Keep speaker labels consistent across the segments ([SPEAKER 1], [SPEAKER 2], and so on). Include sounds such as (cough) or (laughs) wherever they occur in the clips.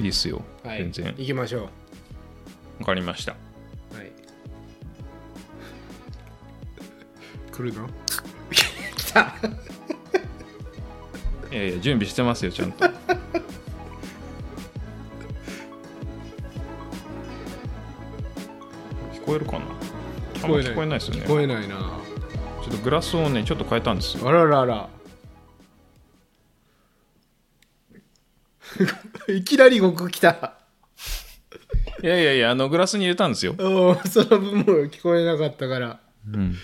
[SPEAKER 1] いいっすよ、
[SPEAKER 2] はい
[SPEAKER 1] 全然
[SPEAKER 2] 行きましょ
[SPEAKER 3] わかりました。
[SPEAKER 2] うはい来るの来た
[SPEAKER 3] いやいや、準備してますよ、ちゃんと。 (laughs) 聞こえるかなあんま聞こえないですよね。
[SPEAKER 2] 聞
[SPEAKER 3] ちょ
[SPEAKER 2] こえないな
[SPEAKER 3] っとグラスをね、ちょっと変えたんですよ。
[SPEAKER 2] あらら
[SPEAKER 1] (laughs)
[SPEAKER 2] らいきなり僕来た
[SPEAKER 3] いやいやいや、あの、グラスに入れたんですよ。
[SPEAKER 2] おーその分も聞こえなかったから
[SPEAKER 3] うん。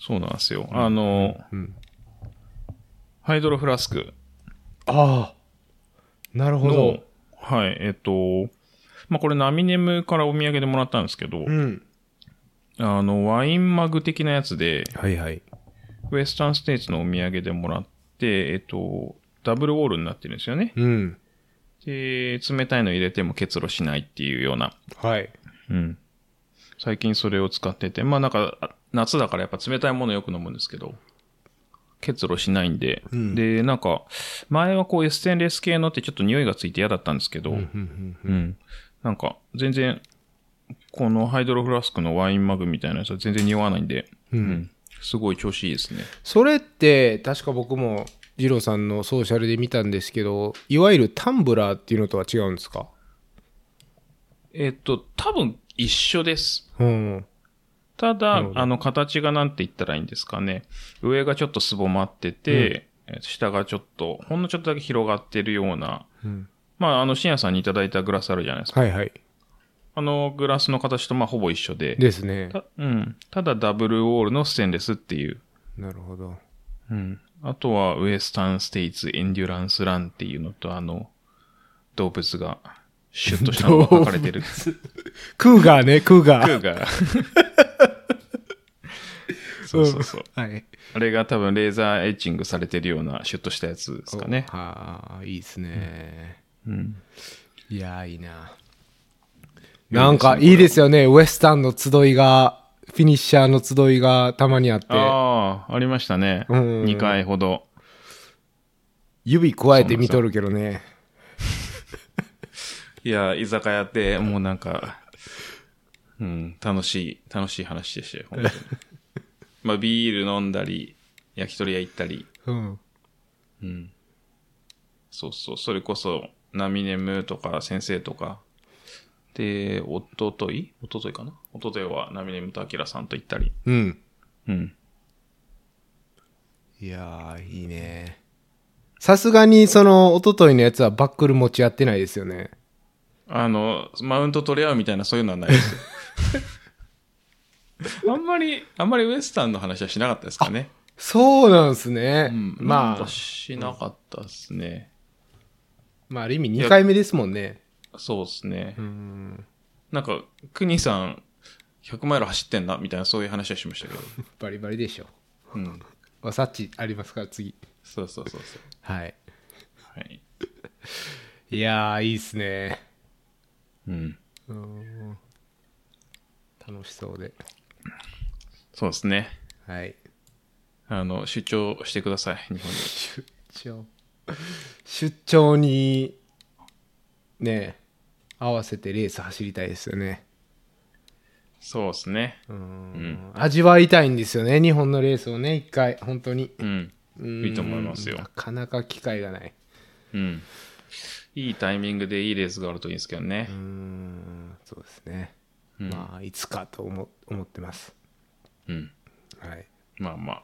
[SPEAKER 3] そうなんですよ。あの、
[SPEAKER 1] うん
[SPEAKER 3] ハイドロフラスク
[SPEAKER 1] ああなるほ
[SPEAKER 3] の
[SPEAKER 1] ど、
[SPEAKER 3] はい、えっと、まあ、これ、ナミネムからお土産でもらったんですけど、
[SPEAKER 1] うん
[SPEAKER 3] あの、ワインマグ的なやつで、
[SPEAKER 1] はいはい
[SPEAKER 3] ウエスタンステイツのお土産でもらって、えっと、ダブルウォールになってるんですよね。
[SPEAKER 1] うん
[SPEAKER 3] で、冷たいの入れても結露しないっていうような。
[SPEAKER 1] はい
[SPEAKER 3] うん。最近それを使ってて、まあなんか、あ夏だからやっぱ冷たいものよく飲むんですけど、結露しないんで、
[SPEAKER 1] うん
[SPEAKER 3] で、なんか、前はこうエステンレス系のってちょっと匂いがついて嫌だったんですけど、
[SPEAKER 1] うんうん
[SPEAKER 3] うん。なんか、全然、このハイドロフラスクのワインマグみたいなやつは全然匂わないんで、
[SPEAKER 1] うん
[SPEAKER 3] うんすごい調子いいですね。
[SPEAKER 1] それって確か僕も二郎さんのソーシャルで見たんですけどいわゆるタンブラーっていうのとは違うんですか
[SPEAKER 3] えっと、多分一緒です。
[SPEAKER 1] うん
[SPEAKER 3] ただ、
[SPEAKER 1] なるほど
[SPEAKER 3] あの、形がなんて言ったらいいんですかね。上がちょっとすぼまってて、え下がちょっと、ほんのちょっとだけ広がってるような。
[SPEAKER 1] うん
[SPEAKER 3] まあ、あの、深夜さんにいただいたグラスあるじゃないですか。
[SPEAKER 1] はいはい
[SPEAKER 3] あの、グラスの形と、まあ、ほぼ一緒で。
[SPEAKER 1] ですね
[SPEAKER 3] たうん。ただ、ダブルウォールのステンレスっていう。
[SPEAKER 1] なるほど
[SPEAKER 3] うん。あとは、ウエスタンステイツエンデュランスランっていうのと、あの、動物が、シュッとしたのが書かれてる。
[SPEAKER 1] クーガーねクーガ
[SPEAKER 3] ク
[SPEAKER 1] ー
[SPEAKER 3] ー (laughs) が。そうそうそう。
[SPEAKER 1] はい
[SPEAKER 3] あれが多分レーザーエッチングされてるようなシュッとしたやつですかね。
[SPEAKER 1] はあいいですね、
[SPEAKER 3] うん。
[SPEAKER 1] いやーいいななんかいいです
[SPEAKER 3] よ。
[SPEAKER 1] よねウエスタンの集いがフィニッシャーの集いがたまにあって
[SPEAKER 3] ああ、ありましたね。
[SPEAKER 1] うん
[SPEAKER 3] 2回ほど。
[SPEAKER 1] 指加えて見とるけどね
[SPEAKER 3] いや、居酒屋って、もうなんか、うん、楽しい、楽しい話でしたよ、本 (laughs) 当にまあ、ビール飲んだり、焼き鳥屋行ったり、
[SPEAKER 1] うん
[SPEAKER 3] うん。そうそう、それこそ、ナミネムとか先生とか、で、おとといおとといかなおとといはナミネムとアキラさんと行ったり、
[SPEAKER 1] うん
[SPEAKER 3] うん。
[SPEAKER 1] いやーいいねさすがにその一昨日のやつはバックル持ち合ってないですよね
[SPEAKER 3] あの、マウント取り合うみたいなそういうのはないです (laughs) よ。あんまり、あんまりウエスタンの話はしなかったですかね。
[SPEAKER 1] そうなんすね、
[SPEAKER 3] うん、
[SPEAKER 1] ま
[SPEAKER 3] なん
[SPEAKER 1] あ
[SPEAKER 3] かしなかったですね。
[SPEAKER 1] まあある意味2回目ですもんね
[SPEAKER 3] そうですね。
[SPEAKER 1] うん
[SPEAKER 3] なんか、クニさん、100マイル走ってんな、みたいなそういう話はしましたけど。
[SPEAKER 1] バリバリでしょ
[SPEAKER 3] うん。
[SPEAKER 1] わさっちありますから次
[SPEAKER 3] そうそうそうそう。
[SPEAKER 1] はい
[SPEAKER 3] はい。
[SPEAKER 1] いやーいいっすね
[SPEAKER 3] うん。
[SPEAKER 1] うん楽しそうで
[SPEAKER 3] そうですね。
[SPEAKER 1] はい
[SPEAKER 3] あの、主張してください、日本に。
[SPEAKER 1] 出張出張にね合わせてレース走りたいですよね
[SPEAKER 3] そうですね。
[SPEAKER 1] うん
[SPEAKER 3] ん
[SPEAKER 1] 味わいたいんですよね日本のレースをね一回本当に
[SPEAKER 3] うん。い
[SPEAKER 1] い
[SPEAKER 3] いと思いますよ
[SPEAKER 1] なかなか機会がない
[SPEAKER 3] うん。いいタイミングでいいレースがあるといいんですけどね
[SPEAKER 1] う。んそうですね、
[SPEAKER 3] うん
[SPEAKER 1] まあいつかと思思ってます
[SPEAKER 3] うん。
[SPEAKER 1] はい
[SPEAKER 3] まあまあ。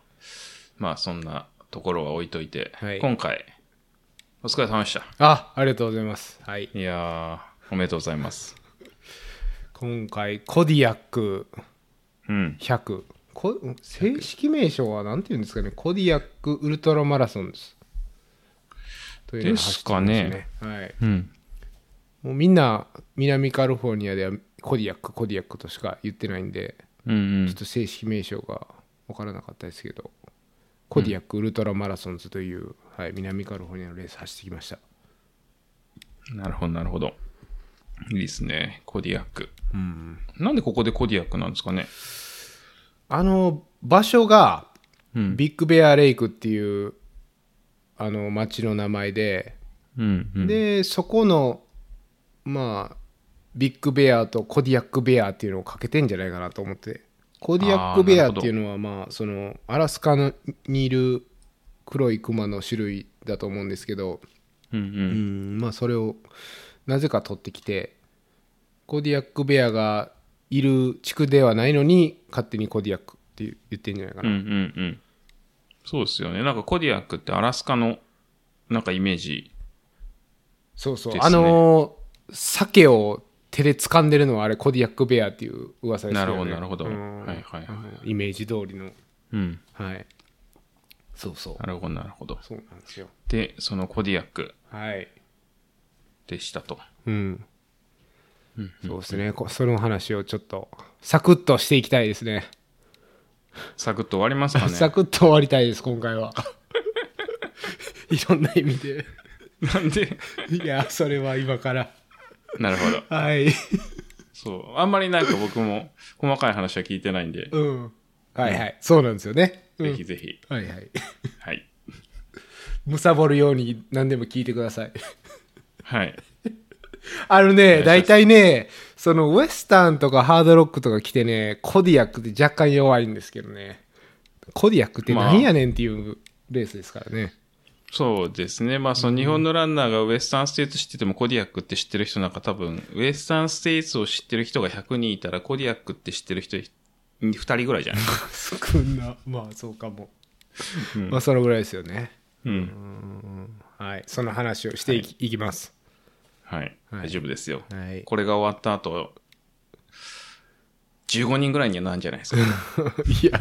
[SPEAKER 3] まあ、そんなところは置いといて、
[SPEAKER 1] はい
[SPEAKER 3] 今回、お疲れ様でした。
[SPEAKER 1] あありがとうございますはい
[SPEAKER 3] いやー、おめでとうございます。
[SPEAKER 1] 今回コディアック
[SPEAKER 3] うん。
[SPEAKER 1] 100こ正式名称は何て言うんですかねコディアックウルトラマラソンですというのを走ってます
[SPEAKER 3] です
[SPEAKER 1] はい
[SPEAKER 3] うん。
[SPEAKER 1] もうみんな南カリフォルニアではコディアックコディアックとしか言ってないんで
[SPEAKER 3] うんうん
[SPEAKER 1] ちょっ。と正式名称が分からなかったですけど、コディアックウルトラマラソンズという、はい、南カリフォルニアのレース走ってきました。
[SPEAKER 3] なるほど、なるほど。いいですね。コディアック。
[SPEAKER 1] うん、
[SPEAKER 3] なんでここでコディアックなんですかね。
[SPEAKER 1] あの場所が
[SPEAKER 3] うん。
[SPEAKER 1] ビッグベアレイクっていうあの町の名前で、
[SPEAKER 3] うん、うん。
[SPEAKER 1] でそこのまあビッグベアとコディアックベアっていうのをかけてんじゃないかなと思ってコディアックベアっていうのはまあそのアラスカのにいる黒いクマの種類だと思うんですけど
[SPEAKER 3] うんう。
[SPEAKER 1] うんんまあそれをなぜか取ってきてコディアックベアがいる地区ではないのに勝手にコディアックって言ってんじゃないか
[SPEAKER 3] うんうん
[SPEAKER 1] な、
[SPEAKER 3] うん。そうですよね。なんかコディアックってアラスカのなんかイメージ。
[SPEAKER 1] そうそう、
[SPEAKER 3] ですね
[SPEAKER 1] あのー鮭を手で掴んでるのはあれコディアックベアっていう噂です
[SPEAKER 3] な
[SPEAKER 1] よね
[SPEAKER 3] るほどなるほど
[SPEAKER 1] うん
[SPEAKER 3] はいはいは
[SPEAKER 1] イメージ通りの
[SPEAKER 3] うん。
[SPEAKER 1] はいそうそう
[SPEAKER 3] なるほど、なるほど。
[SPEAKER 1] そうなんですよ
[SPEAKER 3] で、そのコディアック
[SPEAKER 1] はい
[SPEAKER 3] でしたと。
[SPEAKER 1] うんそうですね、こその話をちょっとサクッとしていきたいですね。
[SPEAKER 3] サクッと終わりますか
[SPEAKER 1] サ
[SPEAKER 3] ね。
[SPEAKER 1] クッと終わりたいです、今回は。 (laughs) いろんな意味で。
[SPEAKER 3] なんで
[SPEAKER 1] いや、それは今から。
[SPEAKER 3] なるほど。
[SPEAKER 1] はい。
[SPEAKER 3] そう。あんまりなんか僕も細かい話は聞いてないんで、
[SPEAKER 1] うん。はいはい。そうなんですよね。う
[SPEAKER 3] ぜ
[SPEAKER 1] ん
[SPEAKER 3] ひぜひ。
[SPEAKER 1] はいはい。
[SPEAKER 3] はい。
[SPEAKER 1] むさぼるように何でも聞いてください。 (laughs)
[SPEAKER 3] はい。
[SPEAKER 1] あのね、
[SPEAKER 3] お願いしま
[SPEAKER 1] 大
[SPEAKER 3] す
[SPEAKER 1] 体ね、そのウエスタンとかハードロックとか来てね、コディアックって若干弱いんですけどね。コディアックって何やねんっていうレースですからね。
[SPEAKER 3] そうですね。まあ、その日本のランナーがウエスタンステーツ知ってても、コディアックって知ってる人なんか多分、ウエスタンステーツを知ってる人が100人いたら、コディアックって知ってる人2人ぐらいじゃない
[SPEAKER 1] 少な、まあそうかも。まあそのぐらいですよね。
[SPEAKER 3] うん。
[SPEAKER 1] はい。その話をしていき,、い、きます。
[SPEAKER 3] はい。
[SPEAKER 1] はい
[SPEAKER 3] 大丈夫ですよ。
[SPEAKER 1] はい。
[SPEAKER 3] これが終わった後、15人ぐらいにはなんじゃないですか。
[SPEAKER 1] (laughs) いや、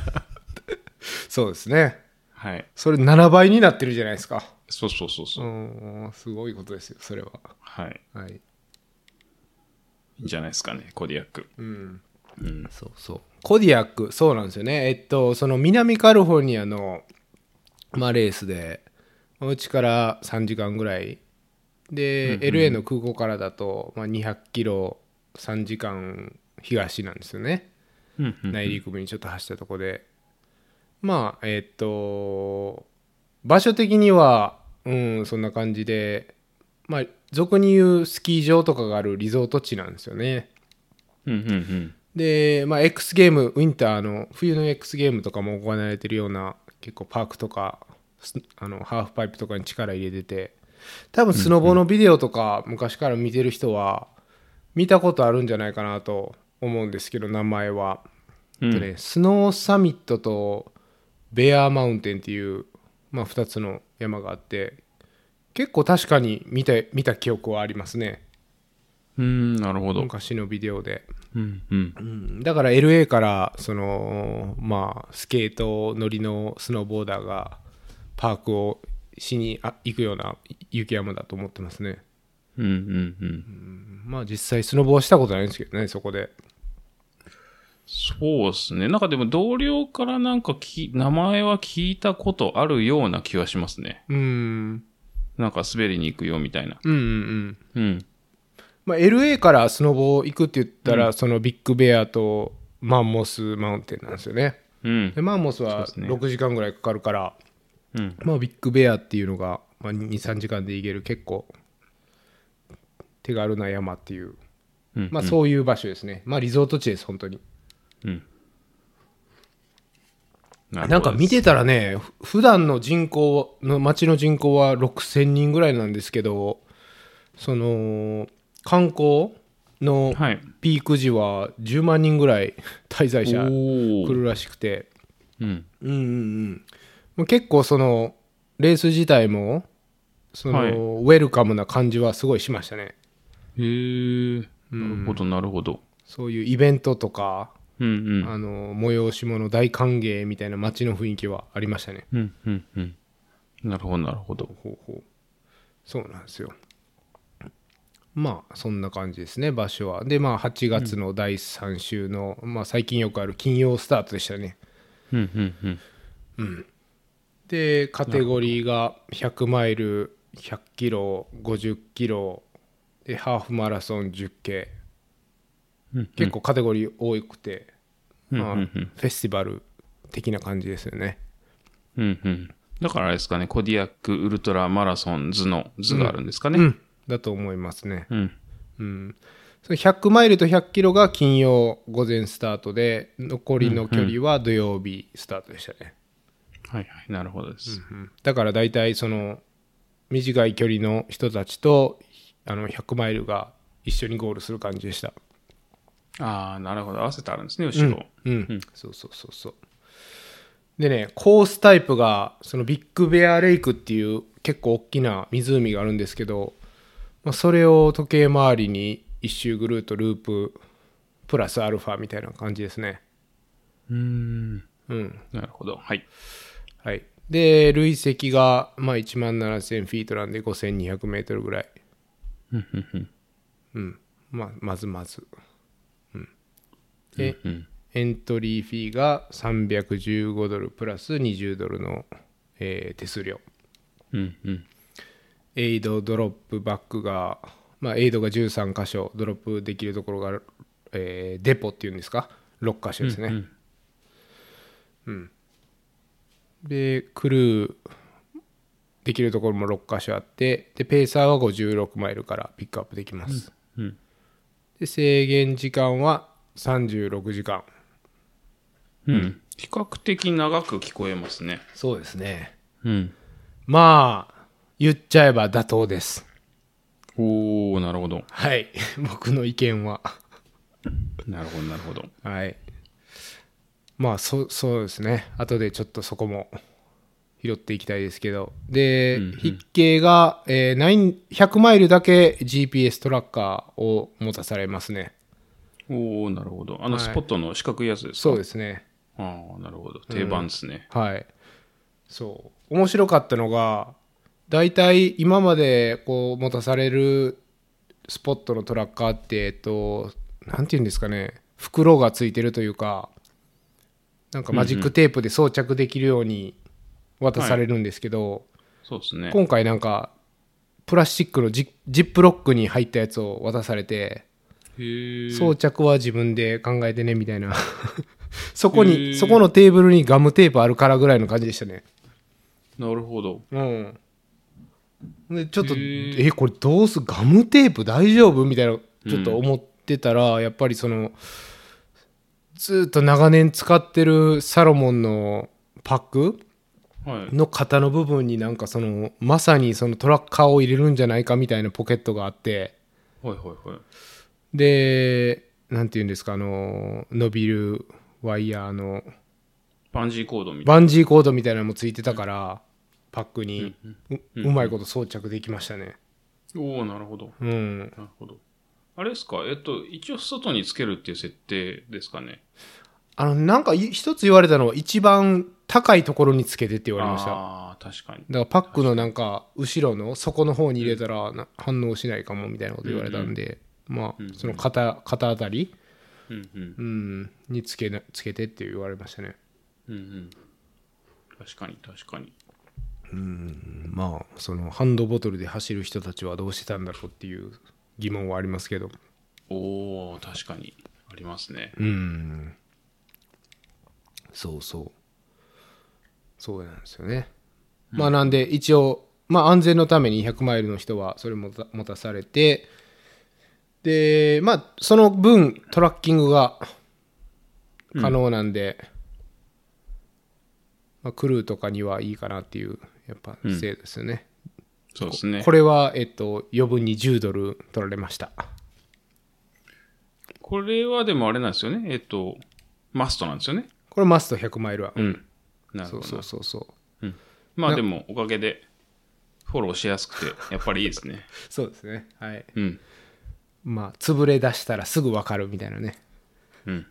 [SPEAKER 1] そうですね。
[SPEAKER 3] はい。
[SPEAKER 1] それ7倍になってるじゃないですか。
[SPEAKER 3] そうそうそうそうう。
[SPEAKER 1] ん、すごいことですよ、それは。
[SPEAKER 3] はい。
[SPEAKER 1] はい。
[SPEAKER 3] いいんじゃないですかね、コディアック。
[SPEAKER 1] うん。
[SPEAKER 3] うん。
[SPEAKER 1] そうそう。コディアック、そうなんですよね。えっと、その南カリフォルニアの、まあ、レースで、まあうちから3時間ぐらい。で、LA の空港からだと、まあ、200キロ、3時間東なんですよね。
[SPEAKER 3] うんうん
[SPEAKER 1] 内陸部にちょっと走ったとこで、まあえーっと場所的にはうんそんな感じでまあ俗に言うスキー場とかがあるリゾート地なんですよね
[SPEAKER 3] うんうんうん。
[SPEAKER 1] で、まあ、X ゲームウィンターの冬の X ゲームとかも行われてるような結構パークとかスあのハーフパイプとかに力入れてて多分スノボのビデオとか昔から見てる人は見たことあるんじゃないかなと思うんですけど名前は
[SPEAKER 3] うん
[SPEAKER 1] えっとね、スノーサミットとベアーマウンテンっていう、まあ、2つの山があって結構確かに見た見た記憶はありますね
[SPEAKER 3] うん、なるほど。
[SPEAKER 1] 昔のビデオで、
[SPEAKER 3] うんうん。
[SPEAKER 1] うんだから LA からそのまあスケート乗りのスノーボーダーがパークをしにあ行くような雪山だと思ってますね
[SPEAKER 3] うんうんうん。
[SPEAKER 1] まあ実際スノボはしたことないんですけどねそこで
[SPEAKER 3] そうですね。なんかでも同僚からなんかき、名前は聞いたことあるような気はしますね。
[SPEAKER 1] うん
[SPEAKER 3] なんか滑りに行くよみたいな。
[SPEAKER 1] うんうんう
[SPEAKER 3] う
[SPEAKER 1] ん
[SPEAKER 3] ん。
[SPEAKER 1] まあ、LA からスノボ行くって言ったら、そのビッグベアとマンモスマウンテンなんですよね
[SPEAKER 3] うん
[SPEAKER 1] で。マンモスは
[SPEAKER 3] そうですね
[SPEAKER 1] 6時間ぐらいかかるから、
[SPEAKER 3] うん。
[SPEAKER 1] まあ、ビッグベアっていうのが、まあ、23時間で行ける結構手軽な山っていう、
[SPEAKER 3] うん。
[SPEAKER 1] まあ、そういう場所ですね、まあリゾート地です本当に
[SPEAKER 3] うん。な
[SPEAKER 1] なんか見てたらねふ普段の人口の町の人口は6000人ぐらいなんですけどその観光の
[SPEAKER 3] はい。
[SPEAKER 1] ピーク時は10万人ぐらい滞在者来
[SPEAKER 3] ー。
[SPEAKER 1] るらしくて
[SPEAKER 3] うん。
[SPEAKER 1] うんうんうんもう結構そのレース自体もその、
[SPEAKER 3] はい
[SPEAKER 1] ウェルカムな感じはすごいしましたね
[SPEAKER 3] へー。なるほど、なるほど。
[SPEAKER 1] そういうイベントとか、
[SPEAKER 3] うんうん。
[SPEAKER 1] あの催し物大歓迎みたいな街の雰囲気はありましたね
[SPEAKER 3] うんうんうん。なるほど、なるほど。
[SPEAKER 1] ほうほうそうなんですよまあそんな感じですね場所はでまあ8月の第3週の、まあ最近よくある金曜スタートでしたね
[SPEAKER 3] うんうんうん。
[SPEAKER 1] でカテゴリーが100マイル100キロ50キロでハーフマラソン 10K
[SPEAKER 3] うんうん
[SPEAKER 1] 結構カテゴリー多くて、
[SPEAKER 3] うん
[SPEAKER 1] まあ
[SPEAKER 3] うんう
[SPEAKER 1] フ
[SPEAKER 3] ん
[SPEAKER 1] ェスティバル的な感じですよね
[SPEAKER 3] うんうん。だからあれですかね、コディアック、ウルトラ、マラソン、図の図があるんですかね。
[SPEAKER 1] うんだと思いますね
[SPEAKER 3] うん。
[SPEAKER 1] うん、その100マイルと100キロが金曜午前スタートで残りの距離は土曜日スタートでしたね、
[SPEAKER 3] はいはい、なるほどです。
[SPEAKER 1] うんだから大体その短い距離の人たちとあの100マイルが一緒にゴールする感じでした
[SPEAKER 3] ああ、なるほど。合わせてあるんですね、後ろ。
[SPEAKER 1] うん、そうそうそうそうでねコースタイプがそのビッグベアレイクっていう結構大きな湖があるんですけど、まあ、それを時計回りに一周ぐるっとループプラスアルファみたいな感じですね
[SPEAKER 3] うん。
[SPEAKER 1] うん
[SPEAKER 3] なるほど。はい。
[SPEAKER 1] はいで累積がまあ1万7000フィートなんで5200メートルぐらいうんまあまずまずうんで、
[SPEAKER 3] うん。
[SPEAKER 1] エントリーフィーが315ドルプラス20ドルの、えー手数料
[SPEAKER 3] うん。うん。
[SPEAKER 1] エイドドロップバックが、まあ、エイドが13箇所ドロップできるところが、えーデポっていうんですか6箇所ですね、
[SPEAKER 3] うん。
[SPEAKER 1] でクルーできるところも6箇所あってでペーサーは56マイルからピックアップできます、
[SPEAKER 3] うん。
[SPEAKER 1] で制限時間は36時間
[SPEAKER 3] うん。比較的長く聞こえますね。
[SPEAKER 1] そうですね
[SPEAKER 3] うん。
[SPEAKER 1] まあ言っちゃえば妥当です
[SPEAKER 3] おおなるほど。
[SPEAKER 1] はい (laughs) 僕の意見は
[SPEAKER 3] なるほど、なるほど。
[SPEAKER 1] はいまあそそうですね後でちょっとそこも拾っていきたいですけどで、
[SPEAKER 3] うんうん
[SPEAKER 1] 筆形が、えーナイン100マイルだけ GPS トラッカーを持たされますね
[SPEAKER 3] おおなるほど。あの、
[SPEAKER 1] はい
[SPEAKER 3] スポットの四角いやつですか
[SPEAKER 1] そうですね
[SPEAKER 3] ああ、なるほど。定番ですね。
[SPEAKER 1] はいそう面白かったのが大体今までこう持たされるスポットのトラッカーってえっと何て言うんですかね袋がついてるというかなんかマジックテープで装着できるように渡されるんですけど、
[SPEAKER 3] そうですね。
[SPEAKER 1] 今回なんかプラスチックのジジップロックに入ったやつを渡されて
[SPEAKER 3] へえ。
[SPEAKER 1] 装着は自分で考えてねみたいな (laughs) そこ
[SPEAKER 3] へー
[SPEAKER 1] にそこのテーブルにガムテープあるからぐらいの感じでしたね
[SPEAKER 3] なるほど。
[SPEAKER 1] うんでちょっと
[SPEAKER 3] へー
[SPEAKER 1] えこれどうすガムテープ大丈夫みたいなちょっと思ってたら、やっぱりそのずーっと長年使ってるサロモンのパック
[SPEAKER 3] はい。
[SPEAKER 1] の型の部分になんかそのまさにそのトラッカーを入れるんじゃないかみたいなポケットがあって
[SPEAKER 3] はいはいはい。
[SPEAKER 1] で何て言うんですかあの伸びるワイヤーの
[SPEAKER 3] バンジーコードみたい
[SPEAKER 1] バンジーコードみたいなのもついてたからパックにう,、うまいこと装着できましたね
[SPEAKER 3] な。おおなるほど。
[SPEAKER 1] うん
[SPEAKER 3] なるほど。あれですかえっと、一応外につけるっていう設定ですかね。
[SPEAKER 1] あのなんかい一つ言われたのは一番高いところにつけてって言われましただか
[SPEAKER 3] ああ、確かに。
[SPEAKER 1] らパックのなんか後ろの底の方に入れたらな反応しないかもみたいなこと言われたんで、まあその肩肩あたり、
[SPEAKER 3] うんうん。
[SPEAKER 1] うん、につけなつけてって言われましたね
[SPEAKER 3] うんうん。確かに確かに。
[SPEAKER 1] まあそのハンドボトルで走る人たちはどうしてたんだろうっていう疑問はありますけど
[SPEAKER 3] おお確かに。ありますね。
[SPEAKER 1] うんそうそうそうなんですよね、まあなんで一応まあ安全のために100マイルの人はそれもた持たされてでまあその分トラッキングが可能なんで、まあ、クルーとかにはいいかなっていうやっぱ制度ですよね、
[SPEAKER 3] そうですね。
[SPEAKER 1] こ
[SPEAKER 3] これ
[SPEAKER 1] れはえっと余分に10ドル取られました
[SPEAKER 3] はでもあれなんですよね。えっと、マストなんですよね。
[SPEAKER 1] これマスト100マイルは、
[SPEAKER 3] ん。なるほ
[SPEAKER 1] そう
[SPEAKER 3] ど
[SPEAKER 1] そう
[SPEAKER 3] な。
[SPEAKER 1] そうそう
[SPEAKER 3] まあでも、おかげで、フォローしやすくて、やっぱりいいですね。
[SPEAKER 1] そうですねはい
[SPEAKER 3] (laughs) うん。
[SPEAKER 1] まあ潰れ出したらすぐ分かるみたいなね
[SPEAKER 3] うん。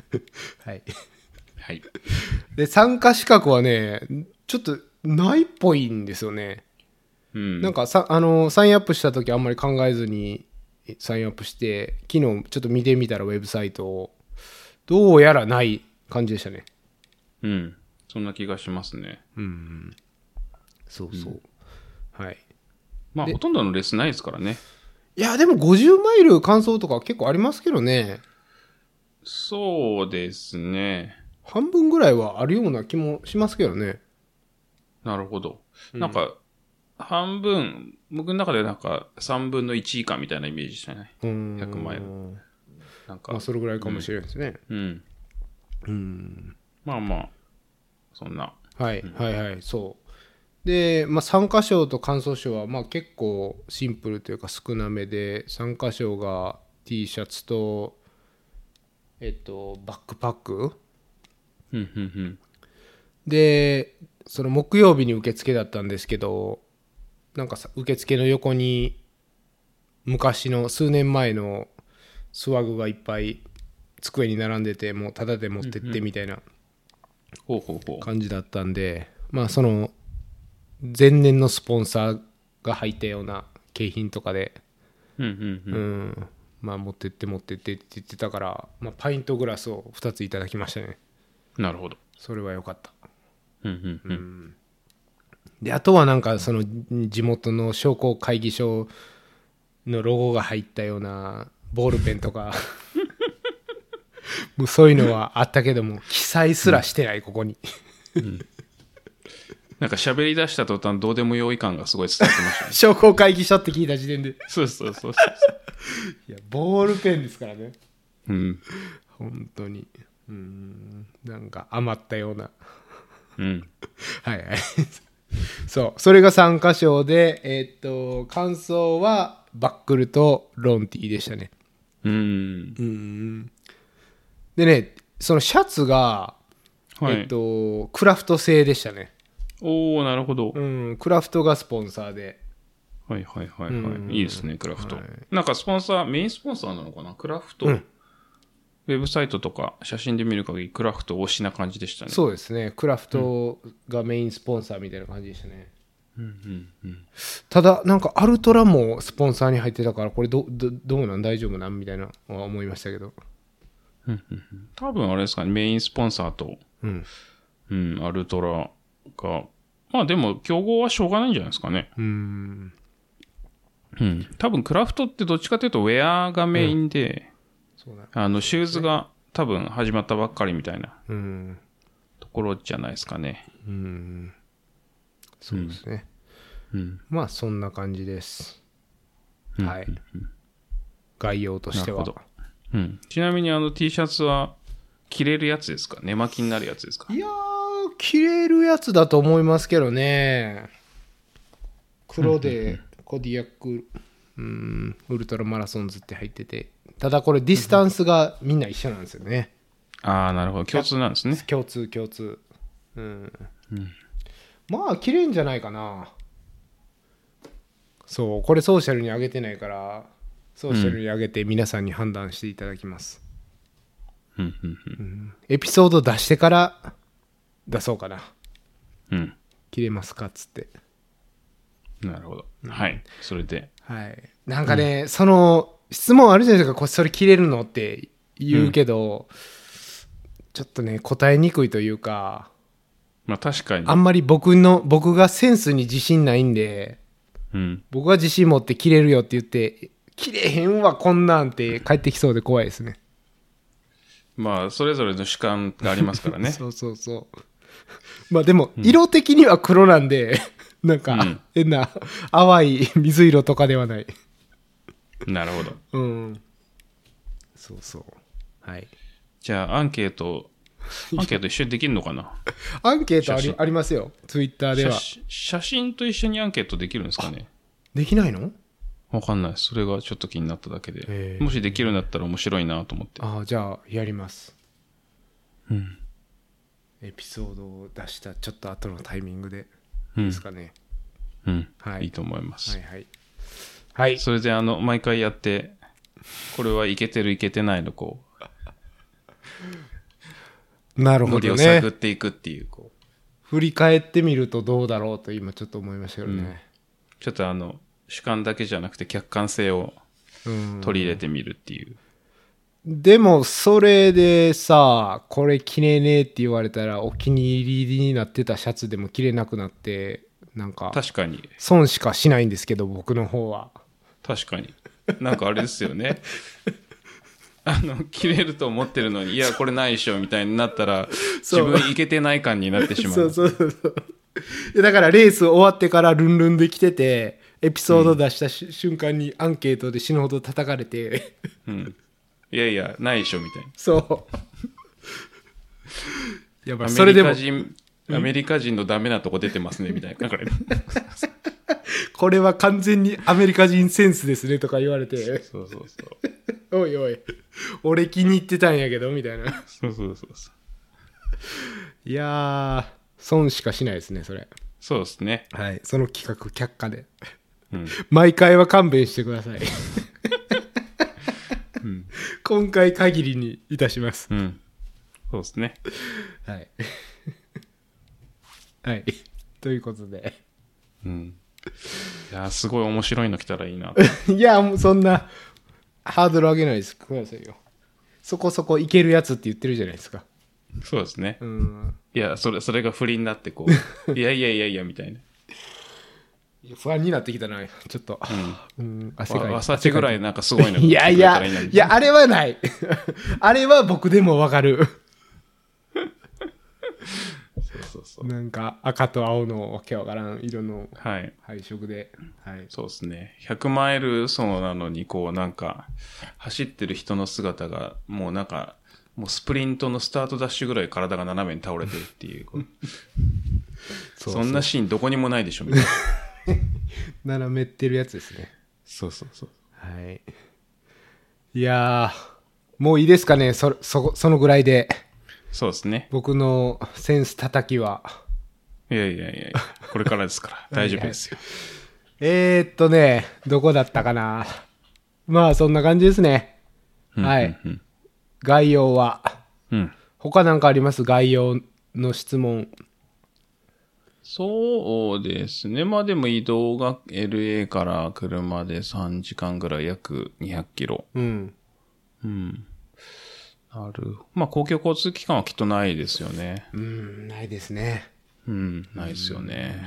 [SPEAKER 1] (laughs) はい
[SPEAKER 3] はい。
[SPEAKER 1] で参加資格はねちょっとないっぽいんですよね、
[SPEAKER 3] うん。
[SPEAKER 1] なんかさあのサインアップした時あんまり考えずにサインアップして昨日ちょっと見てみたらウェブサイトをどうやらない感じでしたね
[SPEAKER 3] うん。そんな気がしますね。
[SPEAKER 1] そうそう、はい
[SPEAKER 3] まあ、ほとんどのレースないですからね。
[SPEAKER 1] いやでも50マイル完走とか結構ありますけどね
[SPEAKER 3] そうですね。
[SPEAKER 1] 半分ぐらいはあるような気もしますけどね
[SPEAKER 3] なるほど。なんか、半分、僕の中でなんか3分の1以下みたいなイメージしたね。
[SPEAKER 1] うん
[SPEAKER 3] 100マイルなんか、
[SPEAKER 1] まあそれぐらいかもしれないですね、
[SPEAKER 3] うん。まあまあ、そんな。
[SPEAKER 1] はい、はいはいそうで、まあ、参加賞と感想賞はまあ結構シンプルというか少なめで参加賞が T シャツとえっとバックパック
[SPEAKER 3] うんうんうん。
[SPEAKER 1] でその木曜日に受付だったんですけどなんかさ受付の横に昔の数年前のスワグがいっぱい机に並んでてもうタダで持ってってみたいな
[SPEAKER 3] ほうほうほう。
[SPEAKER 1] 感じだったんでまあその前年のスポンサーが入ったような景品とかで
[SPEAKER 3] うんうん
[SPEAKER 1] う
[SPEAKER 3] うん。
[SPEAKER 1] んまあ持ってって持ってってって言ってたから、まあ、パイントグラスを2ついただきましたね
[SPEAKER 3] なるほど。
[SPEAKER 1] それは良かった
[SPEAKER 3] うんうんうん。
[SPEAKER 1] であとはなんかそのん地元の商工会議所のロゴが入ったようなボールペンとかもうそういうのはあったけども記載すらしてないここに。
[SPEAKER 3] なんか喋り出した途端、どうでもよい感がすごい伝わってましたね
[SPEAKER 1] 商工会議所って聞いた時点で
[SPEAKER 3] (laughs) そうそうそうそ
[SPEAKER 1] いやボールペンですからね
[SPEAKER 3] (laughs) う。うん。
[SPEAKER 1] 本当にうんなんか余ったような (laughs)
[SPEAKER 3] うん。
[SPEAKER 1] はいはい (laughs) そうそれが3箇所でえーっと感想はバックルとロンティーでしたね
[SPEAKER 3] うん。
[SPEAKER 1] でねそのシャツが、
[SPEAKER 3] はい。
[SPEAKER 1] えっとクラフト製でしたね
[SPEAKER 3] おおなるほど。
[SPEAKER 1] うんクラフトがスポンサーで
[SPEAKER 3] はいはいはいはい。いいですね、クラフト。なんかスポンサー、メインスポンサーなのかなクラフト。ウェブサイトとか写真で見る限りクラフト推しな感じでしたね。
[SPEAKER 1] そうですねクラフトがメインスポンサーみたいな感じでしたね
[SPEAKER 3] うんうん
[SPEAKER 1] ただなんかアルトラもスポンサーに入ってたからこれどどどうなん大丈夫なんみたいなのは思いましたけど
[SPEAKER 3] うん。多分あれですかね、メインスポンサーと、
[SPEAKER 1] うん
[SPEAKER 3] うん、アルトラが、まあでも競合はしょうがないんじゃないですかね。
[SPEAKER 1] うん
[SPEAKER 3] うん。多分クラフトってどっちかというとウェアがメインで、
[SPEAKER 1] そうだ
[SPEAKER 3] あの、シューズが多分始まったばっかりみたいな
[SPEAKER 1] うん
[SPEAKER 3] ところじゃないですかね。
[SPEAKER 1] うんそうですね、
[SPEAKER 3] うん。
[SPEAKER 1] まあそんな感じです、
[SPEAKER 3] うん
[SPEAKER 1] はい概要としては
[SPEAKER 3] なるほうん。ちなみにあの T シャツは着れるやつですか寝巻きになるやつですか
[SPEAKER 1] いやー、着れるやつだと思いますけどね。黒でコディアック、うん、ウルトラマラソンズって入ってて。ただこれディスタンスがみんな一緒なんですよね。
[SPEAKER 3] ああ、なるほど。共通なんですね。
[SPEAKER 1] 共通共通。うん。まあ、綺麗んじゃないかな。そう、これソーシャルに上げてないから、ソーシャルに上げて皆さんに判断していただきます。
[SPEAKER 3] うん、うん、
[SPEAKER 1] エピソード出してから出そうかな。
[SPEAKER 3] うん。
[SPEAKER 1] 切れますかっつって。
[SPEAKER 3] うん。なるほど。はい。それで。
[SPEAKER 1] はい、なんかね、その質問あるじゃないですかこそれ切れるのって言うけど、ちょっとね答えにくいというか
[SPEAKER 3] まあ確かに
[SPEAKER 1] あ。んまり僕の僕がセンスに自信ないんで
[SPEAKER 3] うん。
[SPEAKER 1] 僕が自信持って切れるよって言って切れへんわこんなんって帰ってきそうで怖いですね
[SPEAKER 3] まあ、それぞれの主観がありますからね。
[SPEAKER 1] そうそうそうまあでも色的には黒なんで、 (laughs) なんか、
[SPEAKER 3] うん
[SPEAKER 1] 変な淡い水色とかではない
[SPEAKER 3] (laughs) なるほど。
[SPEAKER 1] うんそうそうはい
[SPEAKER 3] じゃあ、アンケート、アンケート一緒にできるのかな
[SPEAKER 1] アンケートあ
[SPEAKER 3] 写
[SPEAKER 1] り
[SPEAKER 3] 真
[SPEAKER 1] ありますよ、ツイッターで
[SPEAKER 3] 写
[SPEAKER 1] は。
[SPEAKER 3] 真写真と一緒にアンケートできるんですかね
[SPEAKER 1] できないの
[SPEAKER 3] わかんない。それがちょっと気になっただけ
[SPEAKER 1] へ
[SPEAKER 3] で。
[SPEAKER 1] ー
[SPEAKER 3] もしできるんだったら面白いなと思って。
[SPEAKER 1] ああ、じゃあ、やります。
[SPEAKER 3] うん。
[SPEAKER 1] エピソードを出したちょっと後のタイミングで
[SPEAKER 3] うん
[SPEAKER 1] で。すかね。
[SPEAKER 3] うん。
[SPEAKER 1] は
[SPEAKER 3] い
[SPEAKER 1] い
[SPEAKER 3] いと思います。
[SPEAKER 1] はいはい。はい。
[SPEAKER 3] それであの、毎回やって、これはいけてるいけてないの、こ
[SPEAKER 1] なる
[SPEAKER 3] う、ノ
[SPEAKER 1] ほ
[SPEAKER 3] リ
[SPEAKER 1] ど
[SPEAKER 3] を探っ
[SPEAKER 1] ね。
[SPEAKER 3] ていくっていう、こう、
[SPEAKER 1] 振り返ってみるとどうだろうと今ちょっと思いましたよね。
[SPEAKER 3] ちょっとあの、主観だけじゃなくて客観性を
[SPEAKER 1] うん
[SPEAKER 3] 取り入れてみるっていう。
[SPEAKER 1] でも、それでさ、これ着れねえって言われたら、お気に入りになってたシャツでも着れなくなって、なんか、
[SPEAKER 3] 確かに、
[SPEAKER 1] 損しかしないんですけど、僕の方は。
[SPEAKER 3] 確かに。なんかあれですよね。 (laughs) あの、切れると思ってるのに、いや、これないでしょ、みたいになったら、自
[SPEAKER 1] そう
[SPEAKER 3] 分いけてない感になってしまう。
[SPEAKER 1] そうそうそう。いやだからレース終わってからルンルンで来ててエピソード出したし、瞬間にアンケートで死ぬほど叩かれて (laughs)
[SPEAKER 3] うん。いやいや、ないでしょ、みたいな。
[SPEAKER 1] そうやばい
[SPEAKER 3] ア
[SPEAKER 1] そ
[SPEAKER 3] メ
[SPEAKER 1] れ
[SPEAKER 3] リ
[SPEAKER 1] でも
[SPEAKER 3] カ人、アメリカ人のダメなとこ出てますね、みたいな。なんかね
[SPEAKER 1] これは完全にアメリカ人センスですねとか言われて
[SPEAKER 3] そうそうそう。
[SPEAKER 1] (laughs) おいおい俺気に入ってたんやけどみたいな
[SPEAKER 3] そうそうそうそう。
[SPEAKER 1] (laughs) いやー損しかしないですねそれ
[SPEAKER 3] そうですね。
[SPEAKER 1] はいその企画却下で
[SPEAKER 3] うん。
[SPEAKER 1] 毎回は勘弁してくだ (laughs) さい、今回限りにいたします
[SPEAKER 3] うん。そうですね。
[SPEAKER 1] はい (laughs) はいということで
[SPEAKER 3] うん。いやー、すごい面白いの来たらいいな。
[SPEAKER 1] (laughs) いやもうそんなハードル上げないですくださいよそこそこいけるやつって言ってるじゃないですか
[SPEAKER 3] そうですね
[SPEAKER 1] う。ん
[SPEAKER 3] いや、それ、それが不倫になって、こ
[SPEAKER 1] (laughs)
[SPEAKER 3] う、いやいやいやいや、みたいな。
[SPEAKER 1] 不安になってきたなちょっと、うん、汗かい
[SPEAKER 3] わ
[SPEAKER 1] て
[SPEAKER 3] わさちぐらいなんかすごいのが
[SPEAKER 1] (laughs) いやいや、
[SPEAKER 3] 来てくれたらなみ
[SPEAKER 1] い
[SPEAKER 3] たな
[SPEAKER 1] や、あれはない。 (laughs) あれは僕でもわかる。
[SPEAKER 3] そうそうそう。
[SPEAKER 1] なんか赤と青のわけわからん色の
[SPEAKER 3] はい。
[SPEAKER 1] 配色で。はい。
[SPEAKER 3] そうですね。100マイル走なのに、こうなんか、走ってる人の姿が、もうなんか、もうスプリントのスタートダッシュぐらい体が斜めに倒れてるっていう、こう
[SPEAKER 1] そ
[SPEAKER 3] そんなシーンどこにもないでしょ、みたいな。
[SPEAKER 1] 斜めってるやつですね。
[SPEAKER 3] そうそうそう。
[SPEAKER 1] はい。いやー、もういいですかね、そ、そ、そのぐらいで。
[SPEAKER 3] そうですね。
[SPEAKER 1] 僕のセンス叩きは。
[SPEAKER 3] いやいやいやいやこれからです
[SPEAKER 1] (laughs)
[SPEAKER 3] から、大丈夫ですよ。
[SPEAKER 1] えー、っとね、どこだったかな。まあ、そんな感じですね。は
[SPEAKER 3] うん
[SPEAKER 1] い。
[SPEAKER 3] うん
[SPEAKER 1] 概要は。
[SPEAKER 3] うん。うん
[SPEAKER 1] 他なんかあります概要の質問。
[SPEAKER 3] そうですね。まあでも移動が LA から車で3時間ぐらい約200キロ。
[SPEAKER 1] うん。
[SPEAKER 3] うん。なる。まあ公共交通機関はきっとないですよね。
[SPEAKER 1] うん、ないですね。
[SPEAKER 3] うん、ないですよね。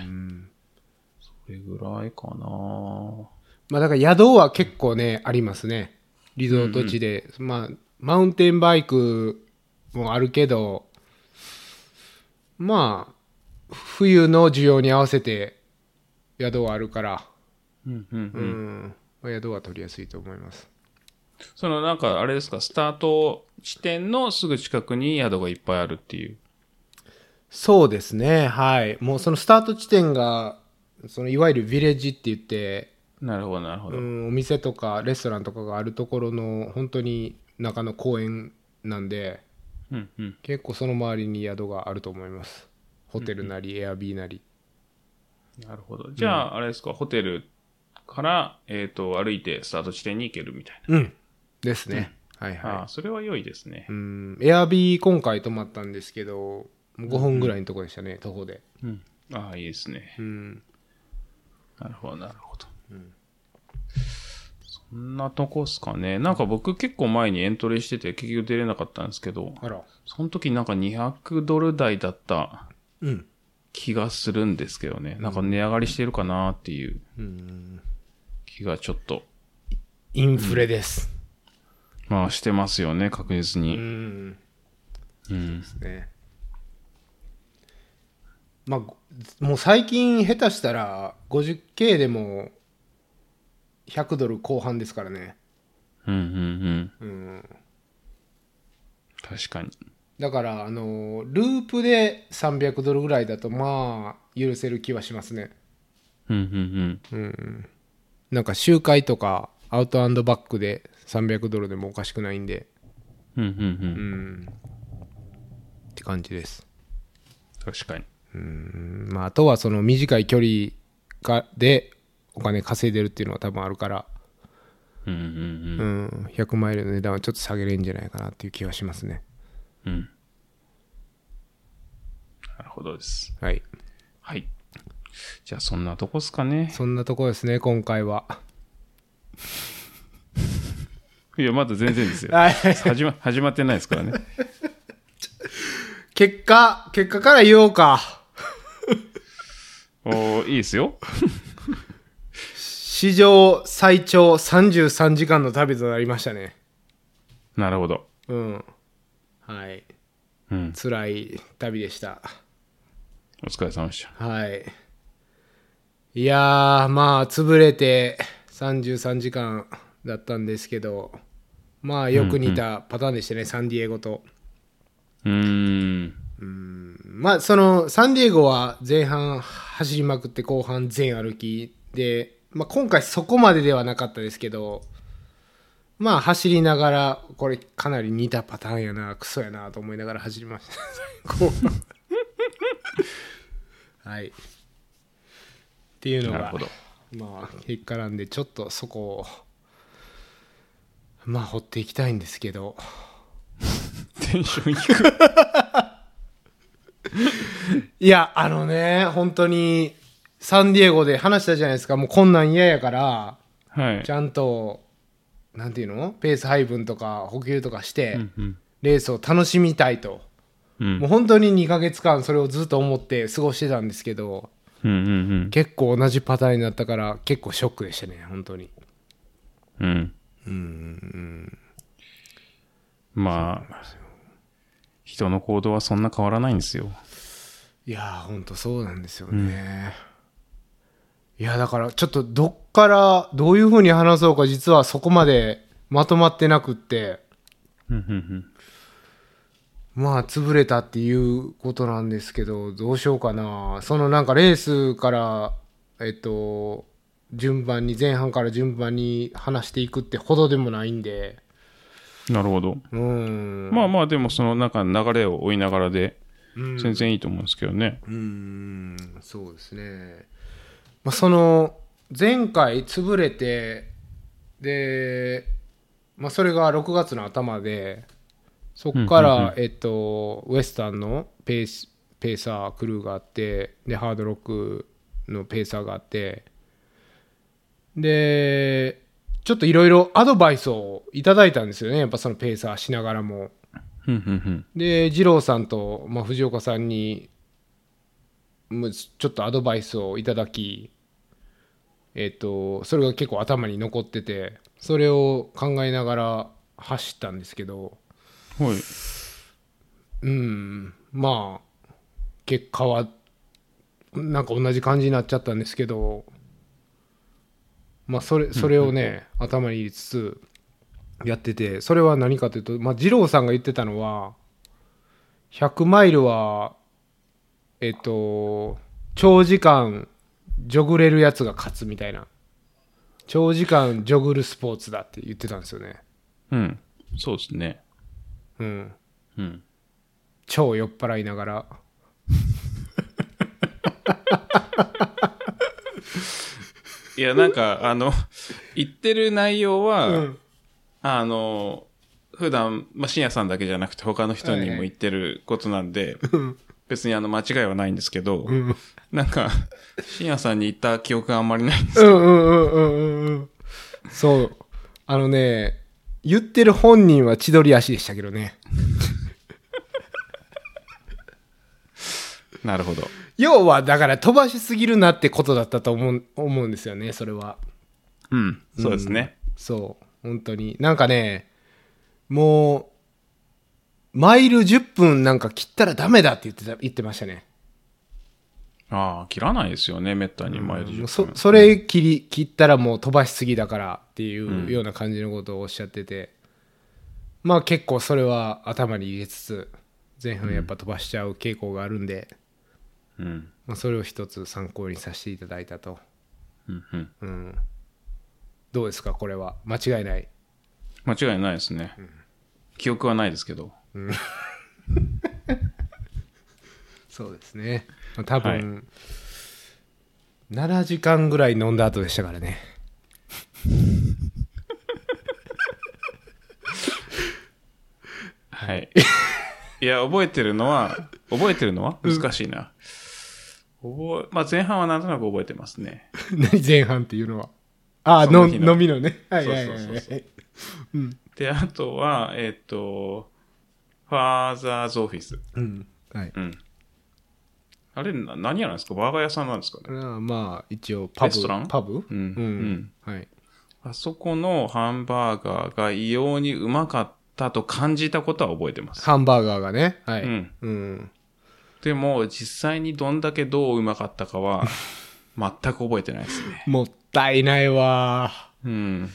[SPEAKER 3] それぐらいかな
[SPEAKER 1] まあだから宿は結構ね、ありますね。リゾート地で。まあ、マウンテンバイクもあるけど、まあ、冬の需要に合わせて宿はあるから、
[SPEAKER 3] うん、うん、う。
[SPEAKER 1] うんん、まあ宿は取りやすいと思います。
[SPEAKER 3] そのなんかあれですか、スタート地点のすぐ近くに宿がいっぱいあるっていう。
[SPEAKER 1] そうですね、はい。もうそのスタート地点が、そのいわゆるヴィレッジって言って、
[SPEAKER 3] なるほど、なるほど。
[SPEAKER 1] うん、お店とかレストランとかがあるところの本当に中の公園なんで、
[SPEAKER 3] うん、うん。
[SPEAKER 1] 結構その周りに宿があると思いますホテルなりエアビーなり
[SPEAKER 3] なるほど。じゃあ、あれですか、ホテルから、えっ、と、歩いてスタート地点に行けるみたい
[SPEAKER 1] うんですね、はい
[SPEAKER 3] な。あ
[SPEAKER 1] は
[SPEAKER 3] あ、それは良いですね
[SPEAKER 1] い。うんエアビー今回泊まったんですけど5本ぐらいのとこでしたね、徒歩で
[SPEAKER 3] うん。ああ、いいですね。
[SPEAKER 1] うん
[SPEAKER 3] なるほど、なるほど。そんなとこっすかね。なんか僕結構前にエントリーしてて、結局出れなかったんですけど、
[SPEAKER 1] あら
[SPEAKER 3] その時なんか200ドル台だった
[SPEAKER 1] うん
[SPEAKER 3] 気がするんですけどね。なんか値上がりしてるかなっていう気がちょっと、
[SPEAKER 1] インフレです
[SPEAKER 3] まあしてますよね、確実
[SPEAKER 1] う
[SPEAKER 3] に。
[SPEAKER 1] ん
[SPEAKER 3] うん。
[SPEAKER 1] ねまあごもう最近下手したら 50K でも100ドル後半ですからね
[SPEAKER 3] うん、うん、うん。
[SPEAKER 1] うん
[SPEAKER 3] 確かに。
[SPEAKER 1] だから、あのループで300ドルぐらいだと、まあ、許せる気はしますね。
[SPEAKER 3] うん、うん、うん。
[SPEAKER 1] なんか、周回とか、アウトバックで300ドルでもおかしくないんで、
[SPEAKER 3] うん、うん、うん
[SPEAKER 1] う。ん、って感じです。
[SPEAKER 3] 確かに。
[SPEAKER 1] うんまあ、あとは、その短い距離がでお金稼いでるっていうのは多分あるから、
[SPEAKER 3] うんうん
[SPEAKER 1] うん、100マイルの値段はちょっと下げれるんじゃないかなっていう気はしますね。
[SPEAKER 3] うん。うん。なるほどです。
[SPEAKER 1] はい。
[SPEAKER 3] はい。じゃあそんなとこっすかね。
[SPEAKER 1] そんなとこですね、今回は。
[SPEAKER 3] いや、まだ全然ですよ。
[SPEAKER 1] はい
[SPEAKER 3] 始ま、始まってないですから (laughs) ね。
[SPEAKER 1] 結果、結果から言おうか。
[SPEAKER 3] おーいいですよ。
[SPEAKER 1] 史上最長33時間の旅となりましたね
[SPEAKER 3] なるほど。
[SPEAKER 1] うんはい
[SPEAKER 3] うん。
[SPEAKER 1] 辛い旅でした
[SPEAKER 3] お疲れ様でした。
[SPEAKER 1] はい。いやー、まあ、潰れて33時間だったんですけど、まあ、よく似たパターンでしたね、サンディエゴと。
[SPEAKER 3] うーん。
[SPEAKER 1] まあ、その、サンディエゴは前半走りまくって、後半全歩きで、まあ、今回そこまでではなかったですけど、まあ、走りながら、これ、かなり似たパターンやな、クソやなと思いながら走りました。後半はい。っていうの
[SPEAKER 3] なる
[SPEAKER 1] が
[SPEAKER 3] ほ、ど。
[SPEAKER 1] まあ、結果なんで、ちょっとそこを、まあ、掘っていきたいんですけど。
[SPEAKER 3] テンション低い。
[SPEAKER 1] いや、あのね、本当に、サンディエゴで話したじゃないですか、もうこんなん嫌やから、
[SPEAKER 3] はい
[SPEAKER 1] ち。ゃんと、なんていうのペース配分とか補給とかして、
[SPEAKER 3] うんうん
[SPEAKER 1] レースを楽しみたいと。
[SPEAKER 3] うん
[SPEAKER 1] もう本当に2ヶ月間それをずっと思って過ごしてたんですけど、
[SPEAKER 3] うんうん
[SPEAKER 1] 結構同じパターンになったから、結構ショックでしたね、本当に。
[SPEAKER 3] うん。うん。まあ、人の行動はそんな変わらないんですよ。
[SPEAKER 1] いやー、ほんとそうなんですよね。いや、だから、ちょっとどっから、どういうふうに話そうか、実はそこまでまとまってなくって、
[SPEAKER 3] うんうん
[SPEAKER 1] まあ、潰れたっていうことなんですけど、どうしようかな。そのなんかレースから、えっと、順番に、前半から順番に話していくってほどでもないんで、
[SPEAKER 3] うん。なるほど。
[SPEAKER 1] うーん。
[SPEAKER 3] まあまあ、でもその中流れを追いながらで、
[SPEAKER 1] うん
[SPEAKER 3] 全然いいと思うんですけどね。
[SPEAKER 1] うーんそうですね、まあ、その前回潰れてで、まあ、それが6月の頭でそこから、
[SPEAKER 3] うんうん
[SPEAKER 1] えっと、ウエスタンのペースペーサークルーがあってでハードロックのペーサーがあってでちょっといろいろアドバイスをいただいたんですよねやっぱそのペーサーしながらも。
[SPEAKER 3] うんうん
[SPEAKER 1] で二郎さんと、まあ、藤岡さんにむちょっとアドバイスをいただき、えっとそれが結構頭に残っててそれを考えながら走ったんですけど
[SPEAKER 3] うん。はい。
[SPEAKER 1] うんまあ結果はなんか同じ感じになっちゃったんですけどまあそれそれをね頭に入れつつやっててそれは何かというと、まあ、二郎さんが言ってたのは100マイルはえっと長時間ジョグれるやつが勝つみたいな長時間ジョグるスポーツだって言ってたんですよね
[SPEAKER 3] うん。そうですね。
[SPEAKER 1] うん
[SPEAKER 3] うん。
[SPEAKER 1] 超酔っ払いながら
[SPEAKER 3] いや、なんか、あの、 (laughs) 言ってる内容は、
[SPEAKER 1] うん
[SPEAKER 3] あの、普段、まあ、深夜さんだけじゃなくて他の人にも言ってることなんで、別にあの間違いはないんですけど、なんか、深夜さんに言った記憶があんまりないんです。
[SPEAKER 1] うんうんうんうんうんうん。そう。あのね、言ってる本人は千鳥足でしたけどね。
[SPEAKER 3] (laughs) なるほど。
[SPEAKER 1] 要は、だから飛ばしすぎるなってことだったと思う思うんですよね、それは。
[SPEAKER 3] うん。そうですね。
[SPEAKER 1] そう。本当に。なんかね、もう、マイル10分なんか切ったらダメだって言ってた言ってましたね。
[SPEAKER 3] ああ、切らないですよね、めったに毎日。
[SPEAKER 1] もうそそれ切り切ったらもう飛ばしすぎだからっていうような感じのことをおっしゃってて、まあ結構それは頭に入れつつ前半やっぱ飛ばしちゃう傾向があるんで、
[SPEAKER 3] うん。
[SPEAKER 1] まあ、それを一つ参考にさせていただいたと
[SPEAKER 3] うんうん。
[SPEAKER 1] どうですかこれは間違いない
[SPEAKER 3] 間違いないですね。記憶はないですけど。
[SPEAKER 1] そうですね、まあ、多分、7時間ぐらい飲んだ後でしたからね
[SPEAKER 3] (laughs) はい。 (laughs) いや、覚えてるのは、覚えてるのは難しいな。覚え、まあ前半はなんとなく覚えてますね。
[SPEAKER 1] 何前半っていうのはああ
[SPEAKER 3] その
[SPEAKER 1] の
[SPEAKER 3] 日の
[SPEAKER 1] 飲みのねはい
[SPEAKER 3] そう
[SPEAKER 1] はい
[SPEAKER 3] そ
[SPEAKER 1] は
[SPEAKER 3] う
[SPEAKER 1] い
[SPEAKER 3] そうそう
[SPEAKER 1] はい
[SPEAKER 3] で、あとは、えっ、と、ファーザーズオフィス。
[SPEAKER 1] うんはい
[SPEAKER 3] うん。あれ、な何屋なんですかバーガー屋さんなんですかね
[SPEAKER 1] あまあ一応パ
[SPEAKER 3] レストラン
[SPEAKER 1] ブパブ
[SPEAKER 3] うん
[SPEAKER 1] はい
[SPEAKER 3] あそこのハンバーガーが異様にうまかったと感じたことは覚えてます。
[SPEAKER 1] ハンバーガーがねはい、
[SPEAKER 3] うん
[SPEAKER 1] うん
[SPEAKER 3] でも、実際にどんだけどううまかったか (laughs) は、全く覚えてないですね。
[SPEAKER 1] もったいないわ
[SPEAKER 3] うん。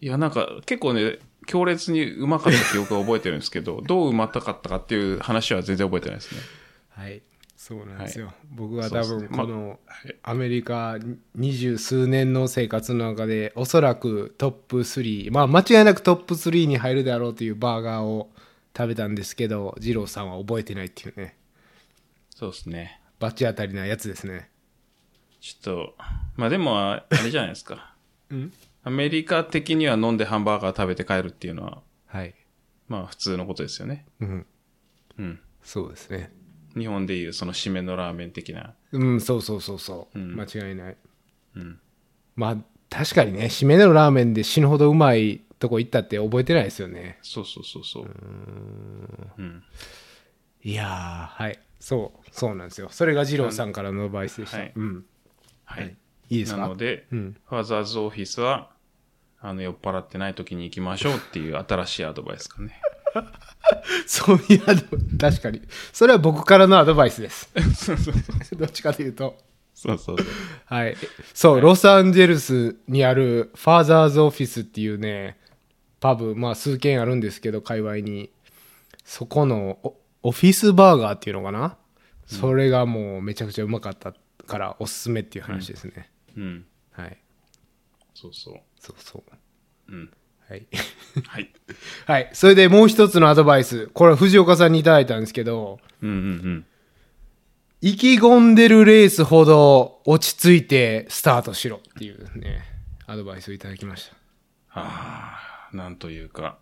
[SPEAKER 3] いや、なんか、結構ね、強烈にうまかった記憶は覚えてるんですけ (laughs) ど、どううまったかったかっていう話は全然覚えてないですね。
[SPEAKER 1] はいそうなんですよ、僕は
[SPEAKER 3] そう
[SPEAKER 1] 多
[SPEAKER 3] ですね
[SPEAKER 1] 分
[SPEAKER 3] ま
[SPEAKER 1] このアメリカ二十数年の生活の中でおそらくトップ3まあ間違いなくトップ3に入るであろうというバーガーを食べたんですけど二郎さんは覚えてないっていうね
[SPEAKER 3] そうですね。
[SPEAKER 1] バチ当たりなやつですね
[SPEAKER 3] ちょっと、まあでも、あれじゃないです (laughs) か。アメリカ的には飲んでハンバーガー食べて帰るっていうのは、
[SPEAKER 1] はい
[SPEAKER 3] まあ普通のことですよね。
[SPEAKER 1] うん
[SPEAKER 3] うん。
[SPEAKER 1] そうですね
[SPEAKER 3] 日本でいうその締めのラーメン的な。
[SPEAKER 1] うんそうそうそうそう、
[SPEAKER 3] うん
[SPEAKER 1] 間違いない
[SPEAKER 3] うん。
[SPEAKER 1] まあ確かにね締めのラーメンで死ぬほどうまいとこ行ったって覚えてないですよね
[SPEAKER 3] そうそうそうそう。うん。
[SPEAKER 1] いやーはいそうそうなんですよそれが二郎さんからのアドバイスでした、
[SPEAKER 3] はい
[SPEAKER 1] うん
[SPEAKER 3] はい。
[SPEAKER 1] いいですか
[SPEAKER 3] なので、
[SPEAKER 1] うん
[SPEAKER 3] ファーザーズオフィスは、あの、酔っ払ってない時に行きましょうっていう新しいアドバイスか
[SPEAKER 1] (laughs)
[SPEAKER 3] ね。
[SPEAKER 1] そういうアド確かにそれは僕からのアドバイスです
[SPEAKER 3] (laughs) そうそうそう。
[SPEAKER 1] (laughs) どっちかというと
[SPEAKER 3] そうそう
[SPEAKER 1] はいそう、ロサンゼルスにあるファーザーズオフィスっていうねパブまあ数軒あるんですけど界隈にそこのおオフィスバーガーっていうのかな、それがもうめちゃくちゃうまかったからおすすめっていう話ですね、
[SPEAKER 3] うん。
[SPEAKER 1] はい
[SPEAKER 3] そうそ
[SPEAKER 1] そうそう
[SPEAKER 3] う。うん。
[SPEAKER 1] はい (laughs)
[SPEAKER 3] はい。
[SPEAKER 1] はい。それでもう一つのアドバイス。これは藤岡さんにいただいたんですけど、
[SPEAKER 3] うんうん
[SPEAKER 1] 意気込んでるレースほど落ち着いてスタートしろっていうね、アドバイスをいただきました。
[SPEAKER 3] うん。なんというか、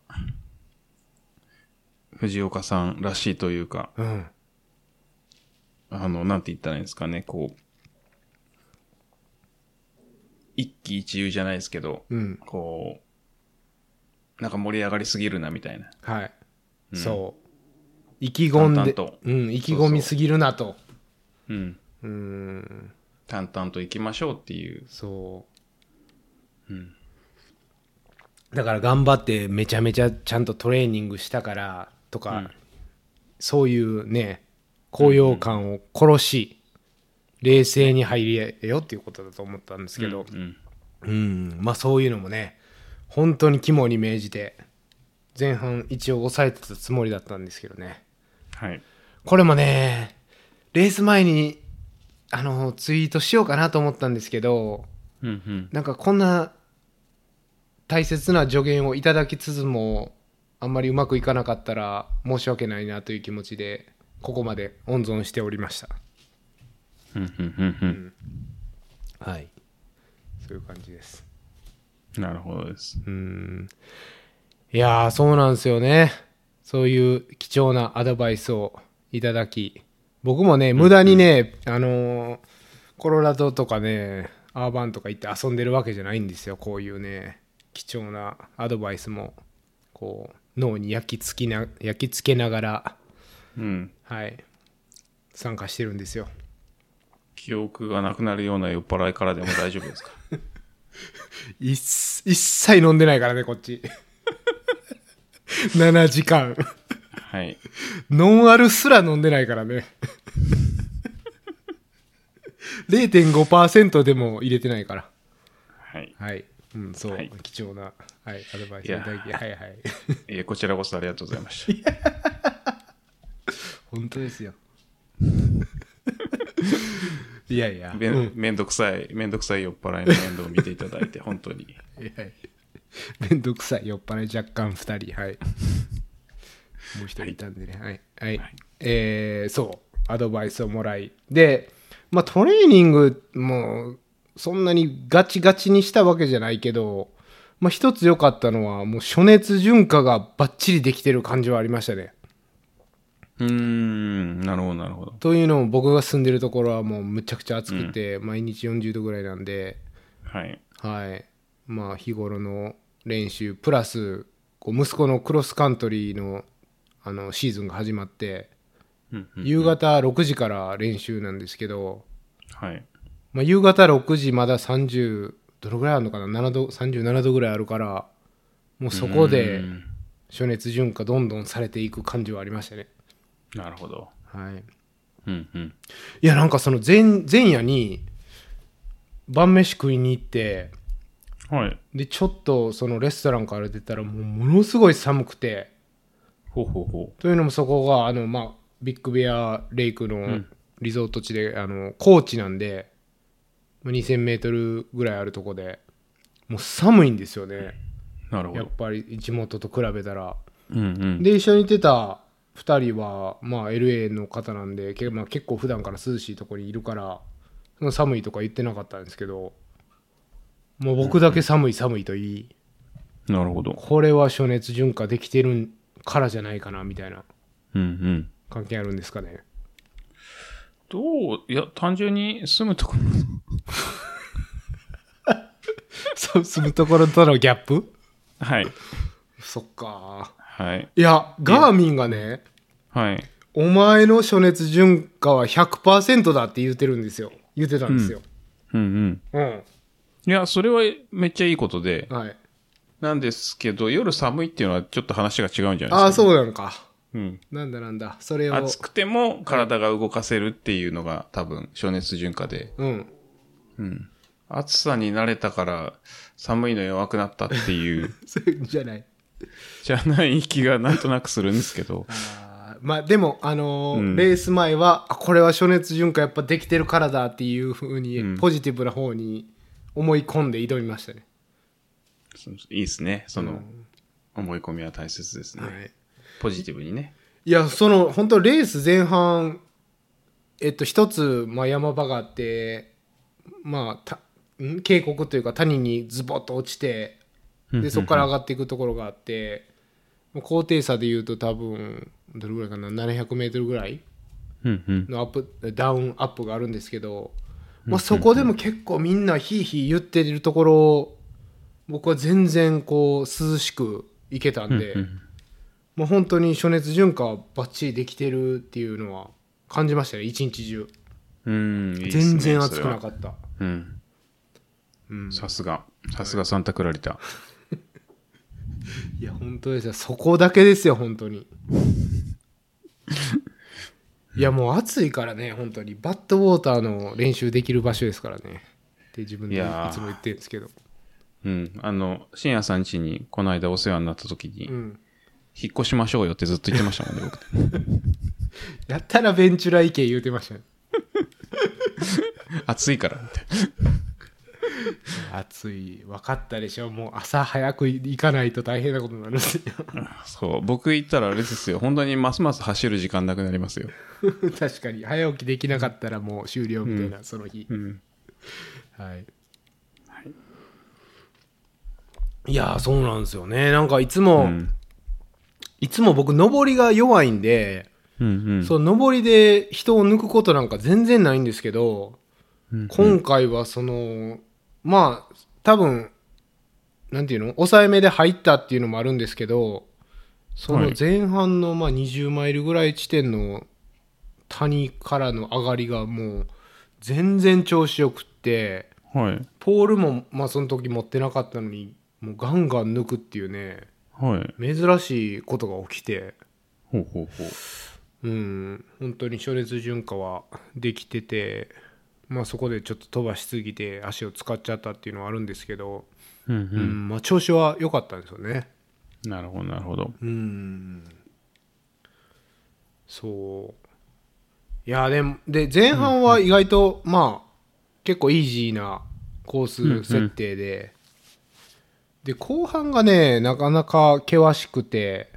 [SPEAKER 3] 藤岡さんらしいというか、
[SPEAKER 1] うん。
[SPEAKER 3] あの、なんて言ったらいいんですかね、こう、一喜一憂じゃないですけど、
[SPEAKER 1] うん。
[SPEAKER 3] こう、なんか盛り上がりすぎるなみたいな。
[SPEAKER 1] はい。そう。意気込ん
[SPEAKER 3] 淡々
[SPEAKER 1] で、
[SPEAKER 3] と
[SPEAKER 1] うん、意気込みすぎるなと。
[SPEAKER 3] うん。
[SPEAKER 1] うーん、
[SPEAKER 3] 淡々と行きましょうっていう。
[SPEAKER 1] そう。
[SPEAKER 3] うん
[SPEAKER 1] だから頑張ってめちゃめちゃちゃんとトレーニングしたからとか、
[SPEAKER 3] うん
[SPEAKER 1] そういうね高揚感を殺し、冷静に入れよっていうことだと思ったんですけど
[SPEAKER 3] う、ん。
[SPEAKER 1] うんまあそういうのもね本当に肝に銘じて前半一応抑えてたつもりだったんですけどね
[SPEAKER 3] はい。
[SPEAKER 1] これもねレース前にあのツイートしようかなと思ったんですけど
[SPEAKER 3] うんうん。
[SPEAKER 1] なんかこんな大切な助言をいただきつつもあんまりうまくいかなかったら申し訳ないなという気持ちでここまで温存しておりました
[SPEAKER 3] うんうんうん
[SPEAKER 1] はいそういう感じです
[SPEAKER 3] うん。なるほどです。
[SPEAKER 1] うんいやーそうなんですよねそういう貴重なアドバイスをいただき僕もね無駄にね、あのーコロラドとかねアーバンとか行って遊んでるわけじゃないんですよこういうね貴重なアドバイスもこう脳に焼き付きな焼き付けながら
[SPEAKER 3] うん。
[SPEAKER 1] はい参加してるんですよ
[SPEAKER 3] 記憶がなくなるような酔っ払いからでも大丈夫ですか
[SPEAKER 1] 一一切飲んでないからねこっち (laughs) 7時間
[SPEAKER 3] (laughs) はい。
[SPEAKER 1] ノンアルすら飲んでないからね。0.5%でも入れてないから。
[SPEAKER 3] (laughs) はい。
[SPEAKER 1] はい。うん、そう。
[SPEAKER 3] はい
[SPEAKER 1] 貴重な、はい、アドバイス
[SPEAKER 3] い
[SPEAKER 1] い
[SPEAKER 3] や
[SPEAKER 1] ただき、はい (laughs) はい。
[SPEAKER 3] えーこちらこそありがとうございました。
[SPEAKER 1] 本当ですよ。 (laughs) いや
[SPEAKER 3] (laughs)
[SPEAKER 1] いや。
[SPEAKER 3] めんめんどくさい、めんどくさい酔っ払いの面倒を見ていただ (laughs) いて、本当に。
[SPEAKER 1] いやいやめんどくさい酔っ払い若干2人はいもう1人いたんでねはいはい、えーそうアドバイスをもらいでまあトレーニングもそんなにガチガチにしたわけじゃないけどまあ一つ良かったのはもう暑熱順化がバッチリできてる感じはありましたね
[SPEAKER 3] うーん、なるほど、なるほど。
[SPEAKER 1] というのも僕が住んでるところはもうむちゃくちゃ暑くて、毎日40度ぐらいなんで
[SPEAKER 3] はい。
[SPEAKER 1] はい、まあ日頃の練習プラスこう息子のクロスカントリーのあのシーズンが始まって、
[SPEAKER 3] うんうん
[SPEAKER 1] 夕方6時から練習なんですけど、
[SPEAKER 3] はい。
[SPEAKER 1] まあ、夕方6時まだ30どのぐらいあるのかな7度37度ぐらいあるからもうそこで
[SPEAKER 3] うん
[SPEAKER 1] 暑熱順化どんどんされていく感じはありましたね。
[SPEAKER 3] なるほど。
[SPEAKER 1] はい、
[SPEAKER 3] うんうん。
[SPEAKER 1] いやなんかその前前夜に晩飯食いに行って
[SPEAKER 3] はい。
[SPEAKER 1] でちょっとそのレストランから出たらもうものすごい寒くて
[SPEAKER 3] ほうほうほ
[SPEAKER 1] というのもそこがあのまあビッグベアレイクの
[SPEAKER 3] ん
[SPEAKER 1] リゾート地で、あの高地なんで2 0 0 0ルぐらいあるとこでもう寒いんですよね
[SPEAKER 3] う。なるほ
[SPEAKER 1] やっ
[SPEAKER 3] ど。
[SPEAKER 1] ぱり地元と比べたら。
[SPEAKER 3] うんうん。
[SPEAKER 1] で一緒に行ってた2人は、まあ、LA の方なんで、けまあ、結構普段から涼しいところにいるからその寒いとか言ってなかったんですけどもう僕だけ寒い寒いと言い
[SPEAKER 3] なるほど。
[SPEAKER 1] これは暑熱順化できてるんからじゃないかなみたいな
[SPEAKER 3] うんうん。
[SPEAKER 1] 関係あるんですかね
[SPEAKER 3] どういや、単純に住むところ。
[SPEAKER 1] (laughs) そう住むところとのギャップ
[SPEAKER 3] はい。
[SPEAKER 1] そっか
[SPEAKER 3] はい。
[SPEAKER 1] いやガーミンがね
[SPEAKER 3] はい。
[SPEAKER 1] お前の暑熱順化は100%だって言ってるんですよ言ってたんですよ
[SPEAKER 3] うんうん。
[SPEAKER 1] うん、
[SPEAKER 3] いや、それはめっちゃいいことで、
[SPEAKER 1] はい
[SPEAKER 3] なんですけど、夜寒いっていうのはちょっと話が違うんじゃないですか。
[SPEAKER 1] ああそうなのか
[SPEAKER 3] うん。
[SPEAKER 1] なんだなんだそれを
[SPEAKER 3] 暑くても体が動かせるっていうのが多分、暑熱順化で。
[SPEAKER 1] うん (laughs)
[SPEAKER 3] うん。暑さに慣れたから寒いの弱くなったって
[SPEAKER 1] (laughs)
[SPEAKER 3] いう、
[SPEAKER 1] それじゃない
[SPEAKER 3] じゃない気がなんとなくするんですけど。
[SPEAKER 1] あーまあでもあのー
[SPEAKER 3] うん
[SPEAKER 1] レース前はあこれは暑熱順化やっぱできてるからだっていうふう
[SPEAKER 3] う
[SPEAKER 1] に
[SPEAKER 3] ん
[SPEAKER 1] ポジティブな方に思い込んで挑みましたね、
[SPEAKER 3] いいですね。その、思い込みは大切ですね。
[SPEAKER 1] はい、
[SPEAKER 3] ポジティブにね。
[SPEAKER 1] いやその本当レース前半えっと一つ、まあ、山場があってまあたん渓谷というか谷にズボッと落ちてでそこから上がっていくところがあってまあ高低差でいうと多分どれぐらいかな700メートルぐらい
[SPEAKER 3] うんうん。
[SPEAKER 1] のアップダウンアップがあるんですけど、まあ、そこでも結構みんなヒーヒー言ってるところを僕は全然こう涼しく行けたんで、まあ、本当に暑熱順化はバッチリできてるっていうのは感じましたね一日中
[SPEAKER 3] うん、いいっすね
[SPEAKER 1] 全然暑くな
[SPEAKER 3] そ
[SPEAKER 1] かっ
[SPEAKER 3] れ
[SPEAKER 1] た
[SPEAKER 3] はうん。さすが。さすがサンタクラリタ。
[SPEAKER 1] いや本当ですよそこだけですよ本
[SPEAKER 3] (laughs)
[SPEAKER 1] 当にいやもう暑いからね本当にバッドウォーターの練習できる場所ですからねって自分でい
[SPEAKER 3] いやー
[SPEAKER 1] つも言ってるんですけど
[SPEAKER 3] うん。あの、深夜さん家にこの間お世話になった時に、
[SPEAKER 1] うん
[SPEAKER 3] 引っ越しましょうよってずっと言ってま (laughs) したもんね、僕。
[SPEAKER 1] やったらベンチュラ意見言うてましたね
[SPEAKER 3] 暑いからって。
[SPEAKER 1] 暑い分かったでしょもう朝早く行かないと大変なことになるんですよ (laughs)
[SPEAKER 3] そう。僕行ったらあれですよ。本当にますます走る時間なくなりますよ。
[SPEAKER 1] 確かに早起きできなかったらもう終了みたいな、その日、
[SPEAKER 3] うん。
[SPEAKER 1] はい、い、やーそうなんですよねなんかいつも、
[SPEAKER 3] うん。
[SPEAKER 1] いつも僕上りが弱いんで、
[SPEAKER 3] うんうん。
[SPEAKER 1] その上りで人を抜くことなんか全然ないんですけど、
[SPEAKER 3] うん
[SPEAKER 1] 今回はそのまあ多分なんていうの抑えめで入ったっていうのもあるんですけどそ
[SPEAKER 3] は
[SPEAKER 1] の
[SPEAKER 3] い
[SPEAKER 1] 前半のまあ20マイルぐらい地点の谷からの上がりがもう全然調子よくって
[SPEAKER 3] はい。
[SPEAKER 1] ポールもまあその時持ってなかったのにもうガンガン抜くっていうね
[SPEAKER 3] はい。
[SPEAKER 1] 珍しいことが起きて
[SPEAKER 3] ほうほうほう。
[SPEAKER 1] うん本当に暑熱順化はできてて、まあ、そこでちょっと飛ばしすぎて足を使っちゃったっていうのはあるんですけど、
[SPEAKER 3] うん
[SPEAKER 1] うんまあ、調子は良かったんですよね。
[SPEAKER 3] うん。なるほど、なるほど。
[SPEAKER 1] うんそういやでもで前半は意外と、まあ結構イージーなコース設定で、で後半がねなかなか険しくて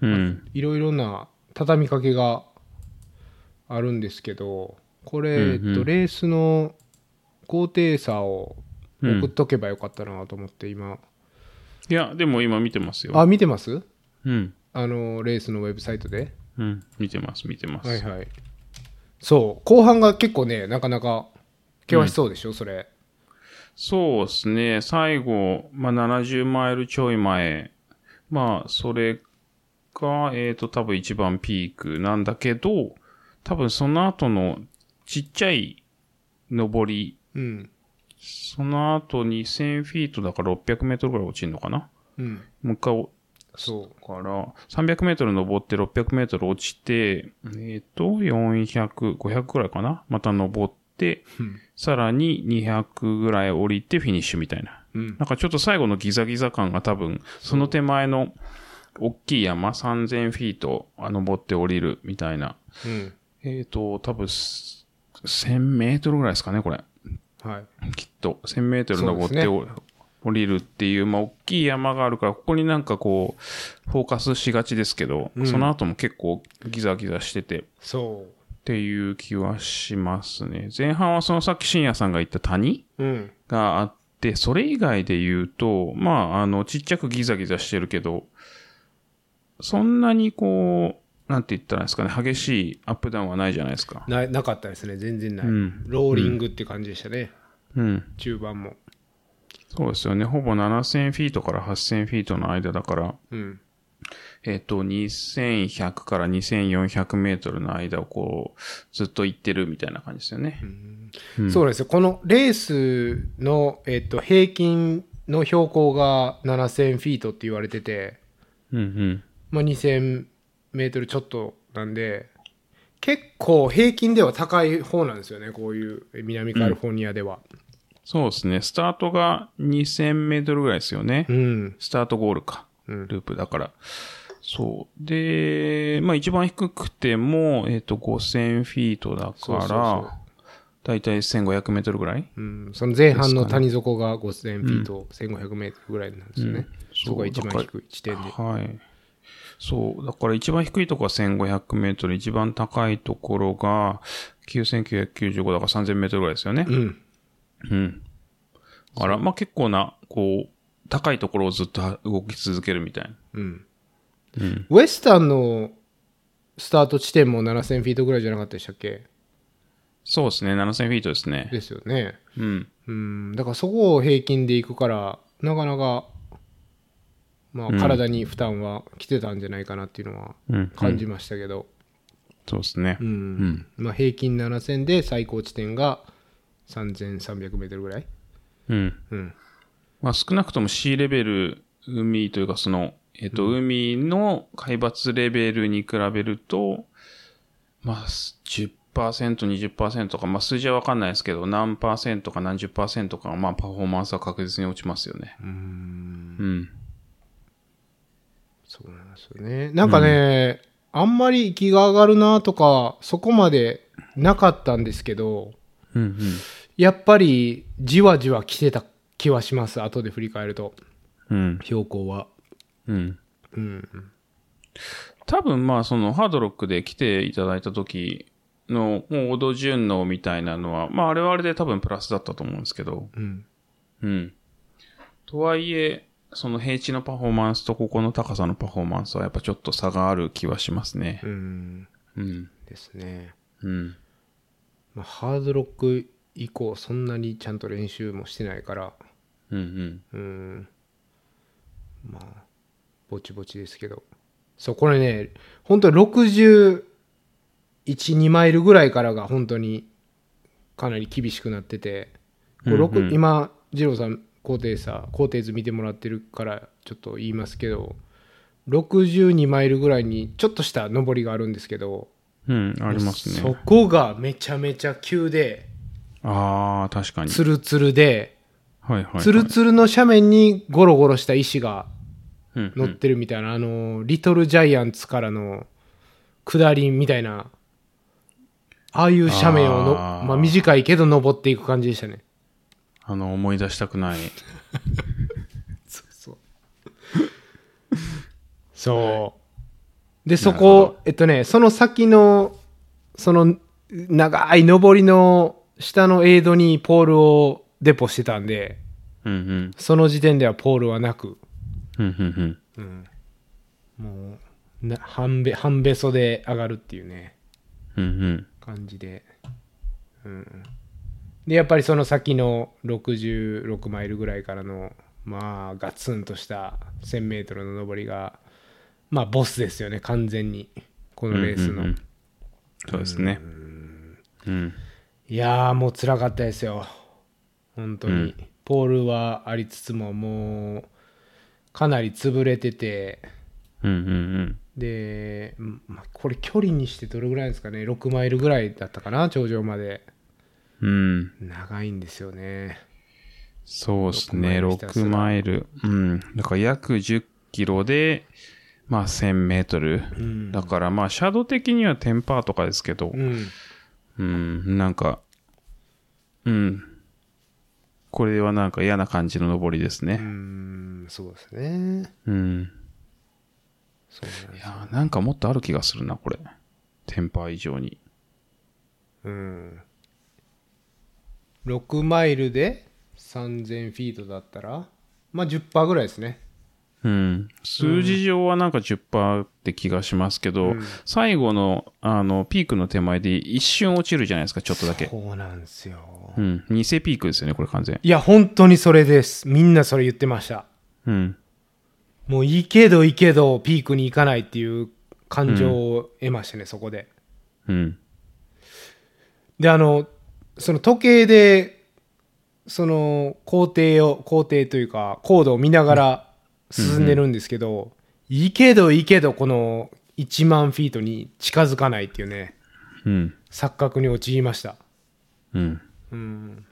[SPEAKER 3] うん。
[SPEAKER 1] いろいろな畳みかけがあるんですけどこれ、
[SPEAKER 3] うんうん
[SPEAKER 1] えっと、レースの高低差を
[SPEAKER 3] うん
[SPEAKER 1] 送っとけばよかったなと思って今、
[SPEAKER 3] いや、でも今見てますよ。
[SPEAKER 1] あ見てます
[SPEAKER 3] うん。
[SPEAKER 1] あのレースのウェブサイトで
[SPEAKER 3] うん。見てます、見てます。
[SPEAKER 1] はいはいそう後半が結構ねなかなか険しそうでしょ、それ
[SPEAKER 3] そうですね。最後、まあ、70マイルちょい前。まあ、それが、えっ、と、多分一番ピークなんだけど、多分その後のちっちゃい上り、
[SPEAKER 1] うん
[SPEAKER 3] その後2000フィートだから600メートルぐらい落ちるのかな
[SPEAKER 1] うん
[SPEAKER 3] もう一回お
[SPEAKER 1] そう
[SPEAKER 3] だから、300メートル登って600メートル落ちて、えっ、と、400、500ぐらいかなまた登って、さらに200ぐらい降りてフィニッシュみたいな。
[SPEAKER 1] うん
[SPEAKER 3] なんかちょっと最後のギザギザ感が多分、その手前の大きい山3000フィートあ登って降りるみたいな。
[SPEAKER 1] うん
[SPEAKER 3] えっ、と、多分す1000メートルぐらいですかね、これ。
[SPEAKER 1] はい
[SPEAKER 3] きっと1000メートル登って
[SPEAKER 1] そ
[SPEAKER 3] お、降りるっていう、まあ、大きい山があるから、ここになんかこう、フォーカスしがちですけど、
[SPEAKER 1] うん
[SPEAKER 3] その後も結構ギザギザしてて、っ
[SPEAKER 1] そ
[SPEAKER 3] ていう気はしますね。前半はそのさっき深夜さんが言った谷
[SPEAKER 1] ううん
[SPEAKER 3] があって、それ以外で言うと、まあ、あの、ちっちゃくギザギザしてるけど、そんなにこう、なんて言ったらいいんですかね、激しいアップダウンはないじゃないですか。
[SPEAKER 1] ななかったですね全然ない、
[SPEAKER 3] うん
[SPEAKER 1] ローリングって感じでしたね、
[SPEAKER 3] うん。
[SPEAKER 1] 中盤も
[SPEAKER 3] そうですよね。ほぼ7000フィートから8000フィートの間だから、
[SPEAKER 1] うん
[SPEAKER 3] えっ、と、2100から2400メートルの間をこう、ずっと行ってるみたいな感じですよね。うん
[SPEAKER 1] そうなんですよ。このレースの、えっと、平均の標高が7000フィートって言われてて、
[SPEAKER 3] うんうん。
[SPEAKER 1] まあ、2000メートルちょっとなんで、結構平均では高い方なんですよね、こういうえ南カリフォルニアでは。
[SPEAKER 3] そうですね。スタートが2000メートルぐらいですよね。
[SPEAKER 1] うん。
[SPEAKER 3] スタートゴールか。
[SPEAKER 1] うん
[SPEAKER 3] ループだから。そう。で、まあ一番低くても、えっ、と、5000フィートだ
[SPEAKER 1] そうそ
[SPEAKER 3] か
[SPEAKER 1] うそう
[SPEAKER 3] ら、だいたい1500メートルぐらい
[SPEAKER 1] うん、その前半の谷底が5000フィート、1500メートルぐらいなんですよ
[SPEAKER 3] う
[SPEAKER 1] ね。
[SPEAKER 3] ん
[SPEAKER 1] そこが一
[SPEAKER 3] そうだか
[SPEAKER 1] 番
[SPEAKER 3] ら
[SPEAKER 1] 低い地点で。
[SPEAKER 3] はい。そう。だから一番低いところは1500メートル、一番高いところが9995だから3000メートルぐらいですよね
[SPEAKER 1] う。ん。
[SPEAKER 3] うん。あら、まあ、結構な、こう、高いところをずっと動き続けるみたいな。
[SPEAKER 1] うん。
[SPEAKER 3] うん。
[SPEAKER 1] ウエスタンのスタート地点も7000フィートぐらいじゃなかったでしたっけ
[SPEAKER 3] そうですね。7000フィートですね。
[SPEAKER 1] ですよね。
[SPEAKER 3] うん。
[SPEAKER 1] うん、だからそこを平均で行くから、なかなか、まあ、
[SPEAKER 3] ん
[SPEAKER 1] 体に負担は来てたんじゃないかなっていうのは
[SPEAKER 3] うん。
[SPEAKER 1] 感じ
[SPEAKER 3] うん
[SPEAKER 1] ましたけど、
[SPEAKER 3] そうですね
[SPEAKER 1] うん。まあ、平均7000で最高地点が3300メートルぐらい、
[SPEAKER 3] うん。
[SPEAKER 1] うん、
[SPEAKER 3] まあ、少なくとも C レベル、海というかその、えっ、と、海の海抜レベルに比べると、まあ、す10%、20%か、まあ、数字はわかんないですけど、何パーセントか何十パーセントか、まあ、パフォーマンスは確実に落ちますよね。うん。
[SPEAKER 1] そうなんですよね。なんかね、あんまり気が上がるなとか、そこまでなかったんですけど、
[SPEAKER 3] うん、うん。
[SPEAKER 1] やっぱりじわじわ来てた気はします、後で振り返ると、
[SPEAKER 3] うん。
[SPEAKER 1] 標高は。
[SPEAKER 3] うん。
[SPEAKER 1] うん、
[SPEAKER 3] 多分、まあ、その、ハードロックで来ていただいた時の、もう、オド順応みたいなのは、まあ、あれはあれで多分プラスだったと思うんですけど、
[SPEAKER 1] うん、
[SPEAKER 3] うん。とはいえ、その平地のパフォーマンスとここの高さのパフォーマンスはやっぱちょっと差がある気はしますね
[SPEAKER 1] う。ん
[SPEAKER 3] うん。
[SPEAKER 1] ですね。
[SPEAKER 3] うん。
[SPEAKER 1] まあ、ハードロック以降そんなにちゃんと練習もしてないから
[SPEAKER 3] うんうん。
[SPEAKER 1] うんまあぼちぼちですけどそうこれね本当に612マイルぐらいからが本当にかなり厳しくなっててこれ六
[SPEAKER 3] うんうん
[SPEAKER 1] 今二郎さん高低差高低図見てもらってるからちょっと言いますけど62マイルぐらいにちょっとした上りがあるんですけど
[SPEAKER 3] うん、あります
[SPEAKER 1] そ
[SPEAKER 3] ね。
[SPEAKER 1] こがめちゃめちゃ急で
[SPEAKER 3] ああ、確かに。
[SPEAKER 1] ツルツルで、
[SPEAKER 3] はいはい、はい。
[SPEAKER 1] ツルツルの斜面にゴロゴロした石が
[SPEAKER 3] うんう
[SPEAKER 1] 乗っ
[SPEAKER 3] ん。
[SPEAKER 1] てるみたいな、あの、リトルジャイアンツからの下りみたいな、ああいう斜面をの
[SPEAKER 3] あー
[SPEAKER 1] まあ短いけど登っていく感じでしたね。
[SPEAKER 3] あの、思い出したくない。
[SPEAKER 1] そう。で、そこ、えっとね、その先の、その、長い上りの下のエイドにポールをデポしてたんで、
[SPEAKER 3] うんうん。
[SPEAKER 1] その時点ではポールはなく、
[SPEAKER 3] うんうん
[SPEAKER 1] もうな半べ半べそで上がるっていうね
[SPEAKER 3] うん。うんうん。
[SPEAKER 1] 感じで、うん、でやっぱりその先の66マイルぐらいからのまあガツンとした1 0 0 0ルの上りがまあボスですよね完全にこのレースの、
[SPEAKER 3] うんうんうんそうですね。うん。
[SPEAKER 1] いやーもう辛かったですよ本当に、ポールはありつつももうかなり潰れてて
[SPEAKER 3] うんうん
[SPEAKER 1] で、うんまあこれ距離にしてどれぐらいですかね6マイルぐらいだったかな頂上まで
[SPEAKER 3] うん。うん。
[SPEAKER 1] 長いんですよね
[SPEAKER 3] そうですね。6
[SPEAKER 1] 6
[SPEAKER 3] マ
[SPEAKER 1] マ
[SPEAKER 3] イル。うん。だから約10キロで、まあ1000メートル。
[SPEAKER 1] うん
[SPEAKER 3] だからまあ、シャドウ的には10パーとかですけど、
[SPEAKER 1] うん
[SPEAKER 3] うん、なんか、うん。これはなんか嫌な感じの登りです
[SPEAKER 1] う
[SPEAKER 3] ね。
[SPEAKER 1] んそうですね
[SPEAKER 3] うん。
[SPEAKER 1] そうなん
[SPEAKER 3] い
[SPEAKER 1] です
[SPEAKER 3] やーなんかもっとある気がするな、これ。10パー以上に。
[SPEAKER 1] うん6マイルで3000フィートだったらまあ10%ぐらいですね
[SPEAKER 3] うん、数字上はなんか10%って気がしますけど、最後のあのピークの手前で一瞬落ちるじゃないですか、ちょっとだけ。
[SPEAKER 1] そうなんですよ
[SPEAKER 3] うん、偽ピークですよね、これ完全。
[SPEAKER 1] いや本当にそれですみんなそれ言ってました
[SPEAKER 3] うん、
[SPEAKER 1] もういいけどいいけどピークに行かないっていう感情を得ましたね、そこで
[SPEAKER 3] うん、
[SPEAKER 1] であのその時計でその工程を工程というか高度を見ながら進んでるんですけど、いいけどいいけどこの1万フィートに近づかないっていうね
[SPEAKER 3] うん、
[SPEAKER 1] 錯覚に陥りました
[SPEAKER 3] うん。
[SPEAKER 1] うん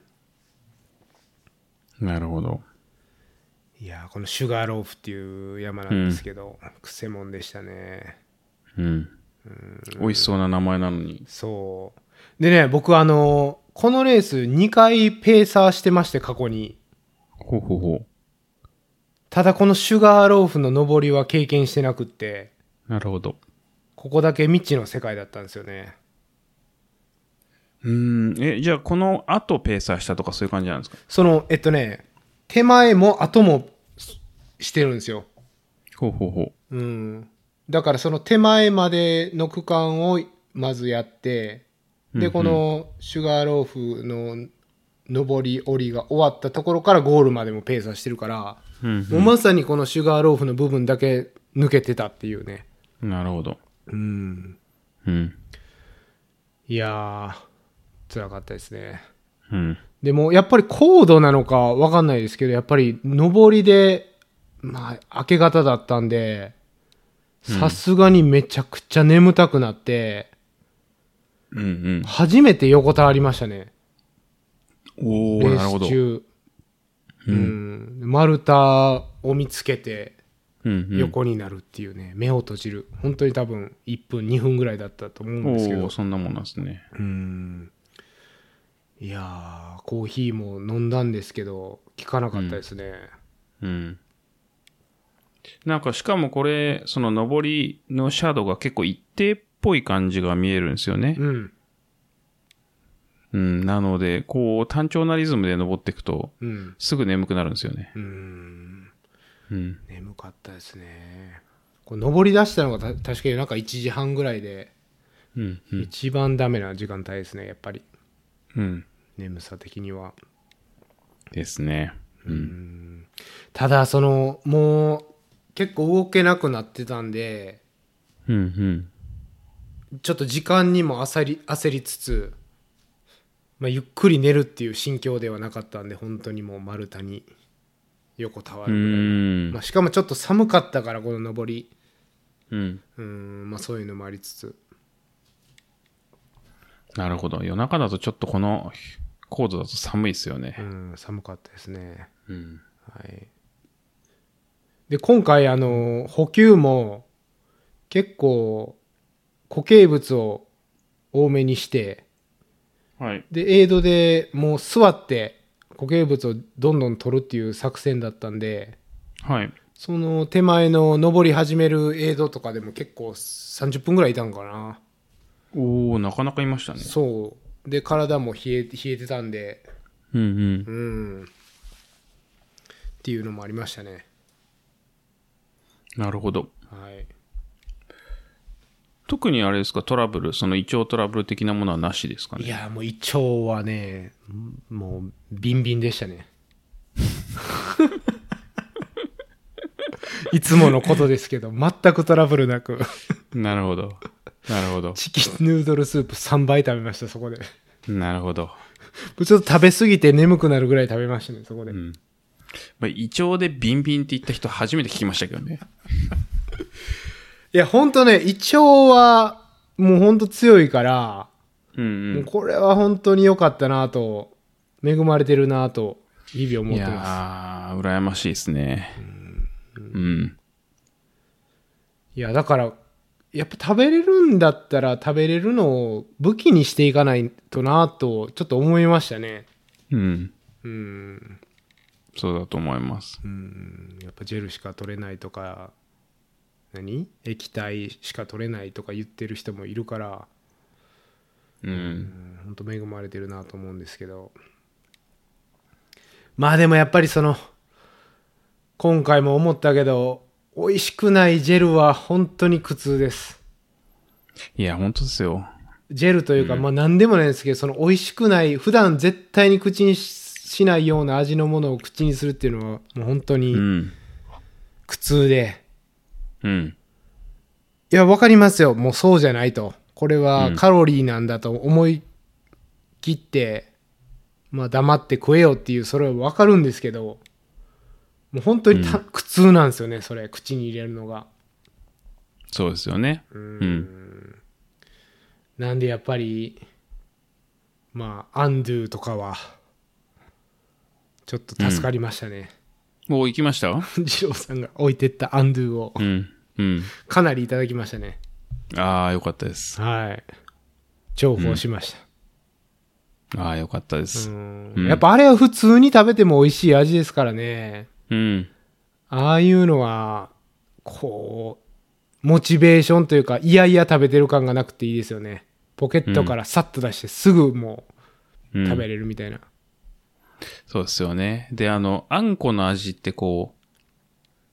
[SPEAKER 3] なるほど。
[SPEAKER 1] いやーこのシュガーローフっていう山なんですけど、くせもんでしたね
[SPEAKER 3] うん。美味しそうな名前なのに。
[SPEAKER 1] そうでね僕あのこのレース2回ペーサーしてまして過去に
[SPEAKER 3] ほうほうほ
[SPEAKER 1] ただこのシュガーローフの登りは経験してなくって
[SPEAKER 3] う。なるほど。
[SPEAKER 1] ここだけ未知の世界だったんですよね。
[SPEAKER 3] うん、え、じゃあこの後ペーサーしたとかそういう感じなんですか
[SPEAKER 1] その、えっとね、手前も後もししてるんですよ。
[SPEAKER 3] ほうほうほ
[SPEAKER 1] うん。だからその手前までの区間をまずやって、
[SPEAKER 3] うんう
[SPEAKER 1] で、
[SPEAKER 3] ん
[SPEAKER 1] このシュガーローフの上り下りが終わったところからゴールまでもペーサーしてるから、
[SPEAKER 3] う。うん、
[SPEAKER 1] もうまさにこのシュガーローフの部分だけ抜けてたっていうね。
[SPEAKER 3] なるほど。
[SPEAKER 1] うん。
[SPEAKER 3] うん、
[SPEAKER 1] いやー、辛かったですね。
[SPEAKER 3] うん、
[SPEAKER 1] でもやっぱり高度なのかわかんないですけどやっぱり上りでまあ明け方だったんでさすがにめちゃくちゃ眠たくなって、
[SPEAKER 3] うん、うん。
[SPEAKER 1] 初めて横たわりましたね
[SPEAKER 3] お
[SPEAKER 1] レ
[SPEAKER 3] ー、なるほ
[SPEAKER 1] ー
[SPEAKER 3] ど。
[SPEAKER 1] ス
[SPEAKER 3] うん、
[SPEAKER 1] 中うん丸太を見つけて
[SPEAKER 3] うん。
[SPEAKER 1] 横になるっていうね、目を閉じる本当に多分1分2分ぐらいだったと思うん
[SPEAKER 3] お
[SPEAKER 1] ですけど
[SPEAKER 3] ー、そんなもんなんですね。
[SPEAKER 1] うんいやーコーヒーも飲んだんですけど効かなかったですね、
[SPEAKER 3] うん。なんかしかもこれ、その上りのシャドウが結構一定っぽい感じが見えるんですよね。
[SPEAKER 1] うん
[SPEAKER 3] うん、なので、こう単調なリズムで登っていくと、
[SPEAKER 1] うん
[SPEAKER 3] すぐ眠くなるんですよね。
[SPEAKER 1] うーん
[SPEAKER 3] うん。
[SPEAKER 1] 眠かったですねこう登り出したのがた確かになんか1時半ぐらいで、
[SPEAKER 3] うん、うん、
[SPEAKER 1] 一番ダメな時間帯ですねやっぱり
[SPEAKER 3] うん。
[SPEAKER 1] 眠さ的には
[SPEAKER 3] ですね。うん。
[SPEAKER 1] ただそのもう結構動けなくなってたんで
[SPEAKER 3] うん、うん。
[SPEAKER 1] ちょっと時間にも焦り焦りつつ、まあ、ゆっくり寝るっていう心境ではなかったんで本当にもう丸太に横たわ
[SPEAKER 3] う
[SPEAKER 1] るぐらい、
[SPEAKER 3] ん
[SPEAKER 1] まあ、しかもちょっと寒かったからこの登り
[SPEAKER 3] うん。
[SPEAKER 1] うーんまあそういうのもありつつ
[SPEAKER 3] なるほど。夜中だとちょっとこの高度だと寒いですよ
[SPEAKER 1] う
[SPEAKER 3] ね。
[SPEAKER 1] ん寒かったですね
[SPEAKER 3] うん。
[SPEAKER 1] はい、で今回あの補給も結構固形物を多めにして
[SPEAKER 3] はい。
[SPEAKER 1] でエイドでもう座って固形物をどんどん取るっていう作戦だったんで
[SPEAKER 3] はい。
[SPEAKER 1] その手前の登り始めるエイドとかでも結構30分ぐらいいたんかな
[SPEAKER 3] おー、なかなかいましたね。
[SPEAKER 1] そうで体も冷え冷えてたんで
[SPEAKER 3] うん、うん。
[SPEAKER 1] うんっていうのもありましたね
[SPEAKER 3] なるほど。
[SPEAKER 1] はい
[SPEAKER 3] 特にあれですか、トラブル、その胃腸トラブル的なものはなしですかね。
[SPEAKER 1] いやもう胃腸はねもうビンビンでした (laughs) ねいつものことですけど全くトラブルなく
[SPEAKER 3] なるほど。なるほど。
[SPEAKER 1] チキンヌードルスープ3杯食べましたそこで
[SPEAKER 3] (laughs) なるほど。
[SPEAKER 1] ちょっと食べ過ぎて眠くなるぐらい食べましたねそこで、
[SPEAKER 3] んまあ、胃腸でビンビンって言った人初めて聞きましたけどね。
[SPEAKER 1] いや、ほんとね、胃腸は、もうほんと強いから、
[SPEAKER 3] うん
[SPEAKER 1] もうこれは本当に良かったなと、恵まれてるなと、日々
[SPEAKER 3] うん。
[SPEAKER 1] 思
[SPEAKER 3] い
[SPEAKER 1] ってます。
[SPEAKER 3] やー、羨ましいですね。うん。
[SPEAKER 1] いや、だから、やっぱ食べれるんだったら食べれるのを武器にしていかないとなと、ちょっと思いましたね。
[SPEAKER 3] うん。
[SPEAKER 1] うん。
[SPEAKER 3] そうだと思います。
[SPEAKER 1] うんやっぱジェルしか取れないとか、何液体しか取れないとか言ってる人もいるから、
[SPEAKER 3] うん。
[SPEAKER 1] 本当恵まれてるなと思うんですけどまあでもやっぱりその今回も思ったけど美味しくないジェルは本当に苦痛です
[SPEAKER 3] いや、本当ですよ。
[SPEAKER 1] ジェルというか、まあ何でもないですけどその美味しくない普段絶対に口にししないような味のものを口にするっていうのはもう本当
[SPEAKER 3] う
[SPEAKER 1] に
[SPEAKER 3] ん。
[SPEAKER 1] 苦痛で、
[SPEAKER 3] うん。
[SPEAKER 1] いや、わかりますよ。もうそうじゃないと。これはカロリーなんだと思い切って、まあ黙って食えよっていう、それはわかるんですけど、もう本当にた、苦痛なんですよね、それ、口に入れるのが。
[SPEAKER 3] そうですよね。うん。
[SPEAKER 1] なんでやっぱり、まあ、アンドゥとかは、ちょっと助かりましたね。
[SPEAKER 3] もう行きました
[SPEAKER 1] 二郎さんが置いてったアンドゥを
[SPEAKER 3] う、ん。うん。
[SPEAKER 1] かなりいただきましたね。
[SPEAKER 3] ああ、よかったです。
[SPEAKER 1] はい。重宝しました。
[SPEAKER 3] ああ、よかったです。
[SPEAKER 1] やっぱあれは普通に食べても美味しい味ですからね。
[SPEAKER 3] うん。
[SPEAKER 1] ああいうのは、こう、モチベーションというか、いやいや食べてる感がなくていいですよね。ポケットからさっと出してすぐも
[SPEAKER 3] う
[SPEAKER 1] うん食べれるみたいな。
[SPEAKER 3] そうですよね。で、あの、あんこの味ってこう、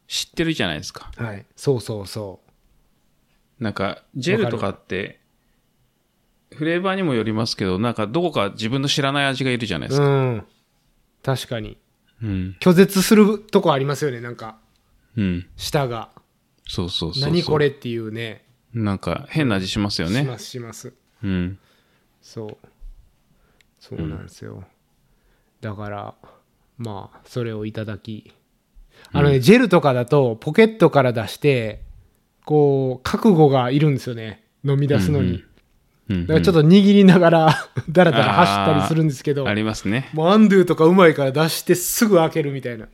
[SPEAKER 3] 知ってるじゃないですか。
[SPEAKER 1] はい。そうそうそ
[SPEAKER 3] なんか、ジェルとかって、フレーバーにもよりますけど、なんかどこか自分の知らない味がいるじゃないで
[SPEAKER 1] う。
[SPEAKER 3] す
[SPEAKER 1] う
[SPEAKER 3] か。
[SPEAKER 1] ん。確かに。
[SPEAKER 3] うん。
[SPEAKER 1] 拒絶するとこありますよね。なんか、
[SPEAKER 3] うん。
[SPEAKER 1] 舌が。
[SPEAKER 3] そうそうそうそう。
[SPEAKER 1] 何これっていうね。
[SPEAKER 3] なんか変な味しますよ
[SPEAKER 1] し
[SPEAKER 3] ね。
[SPEAKER 1] ますします。
[SPEAKER 3] うん。
[SPEAKER 1] そう。そうなんですよ。だから、まあ、それをいただき。あのね、ジェルとかだと、ポケットから出して、こう、覚悟がいるんですよね。飲み出すのに。
[SPEAKER 3] うん
[SPEAKER 1] だからちょっと握りながら、 (laughs) だらだら走ったりするんですけど、
[SPEAKER 3] ありますね。
[SPEAKER 1] もうアンドゥとかうまいから出してすぐ開けるみたいな。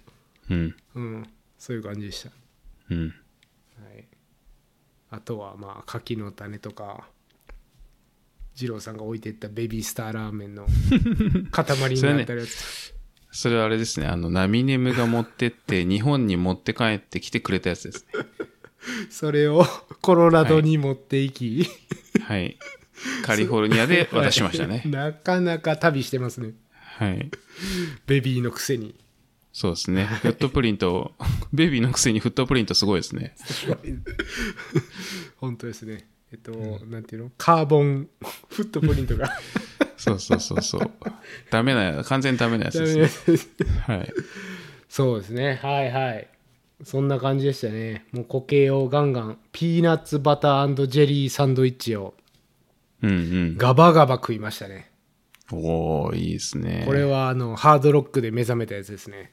[SPEAKER 3] うん。
[SPEAKER 1] うん。そういう感じでした。
[SPEAKER 3] うん。
[SPEAKER 1] はい。あとは、まあ、柿の種とか、二郎さんが置いていったベビースターラー
[SPEAKER 3] (laughs)
[SPEAKER 1] メンの塊になったやつ。
[SPEAKER 3] それはあれですね。あの、ナミネムが持ってって、 (laughs) 日本に持って帰ってきてくれたやつですね。
[SPEAKER 1] それを (laughs) コロラドに持っていき、。
[SPEAKER 3] はい。カリフォルニアで渡しましたね
[SPEAKER 1] (laughs) なかなか旅してますね。
[SPEAKER 3] はい。
[SPEAKER 1] ベビーのくせに。
[SPEAKER 3] そうですね。フットプリント、 (laughs) ベビーのくせにフットプリントすごいですね。
[SPEAKER 1] 本当ですね。えっと、なんていうのカーボン (laughs) フットプリン
[SPEAKER 3] (laughs)
[SPEAKER 1] トが。
[SPEAKER 3] そうそうそうそう。ダメなや、完全にダメなやつですね。はい。
[SPEAKER 1] (laughs) そうですね。はいはい。そんな感じでしたね。もう固形をガンガン、ピーナッツバタージェリーサンドイッチを
[SPEAKER 3] うん
[SPEAKER 1] ガバガバ食いましたね。
[SPEAKER 3] うん。おー、いいですね。
[SPEAKER 1] これはあの、ハードロックで目覚めたやつですね。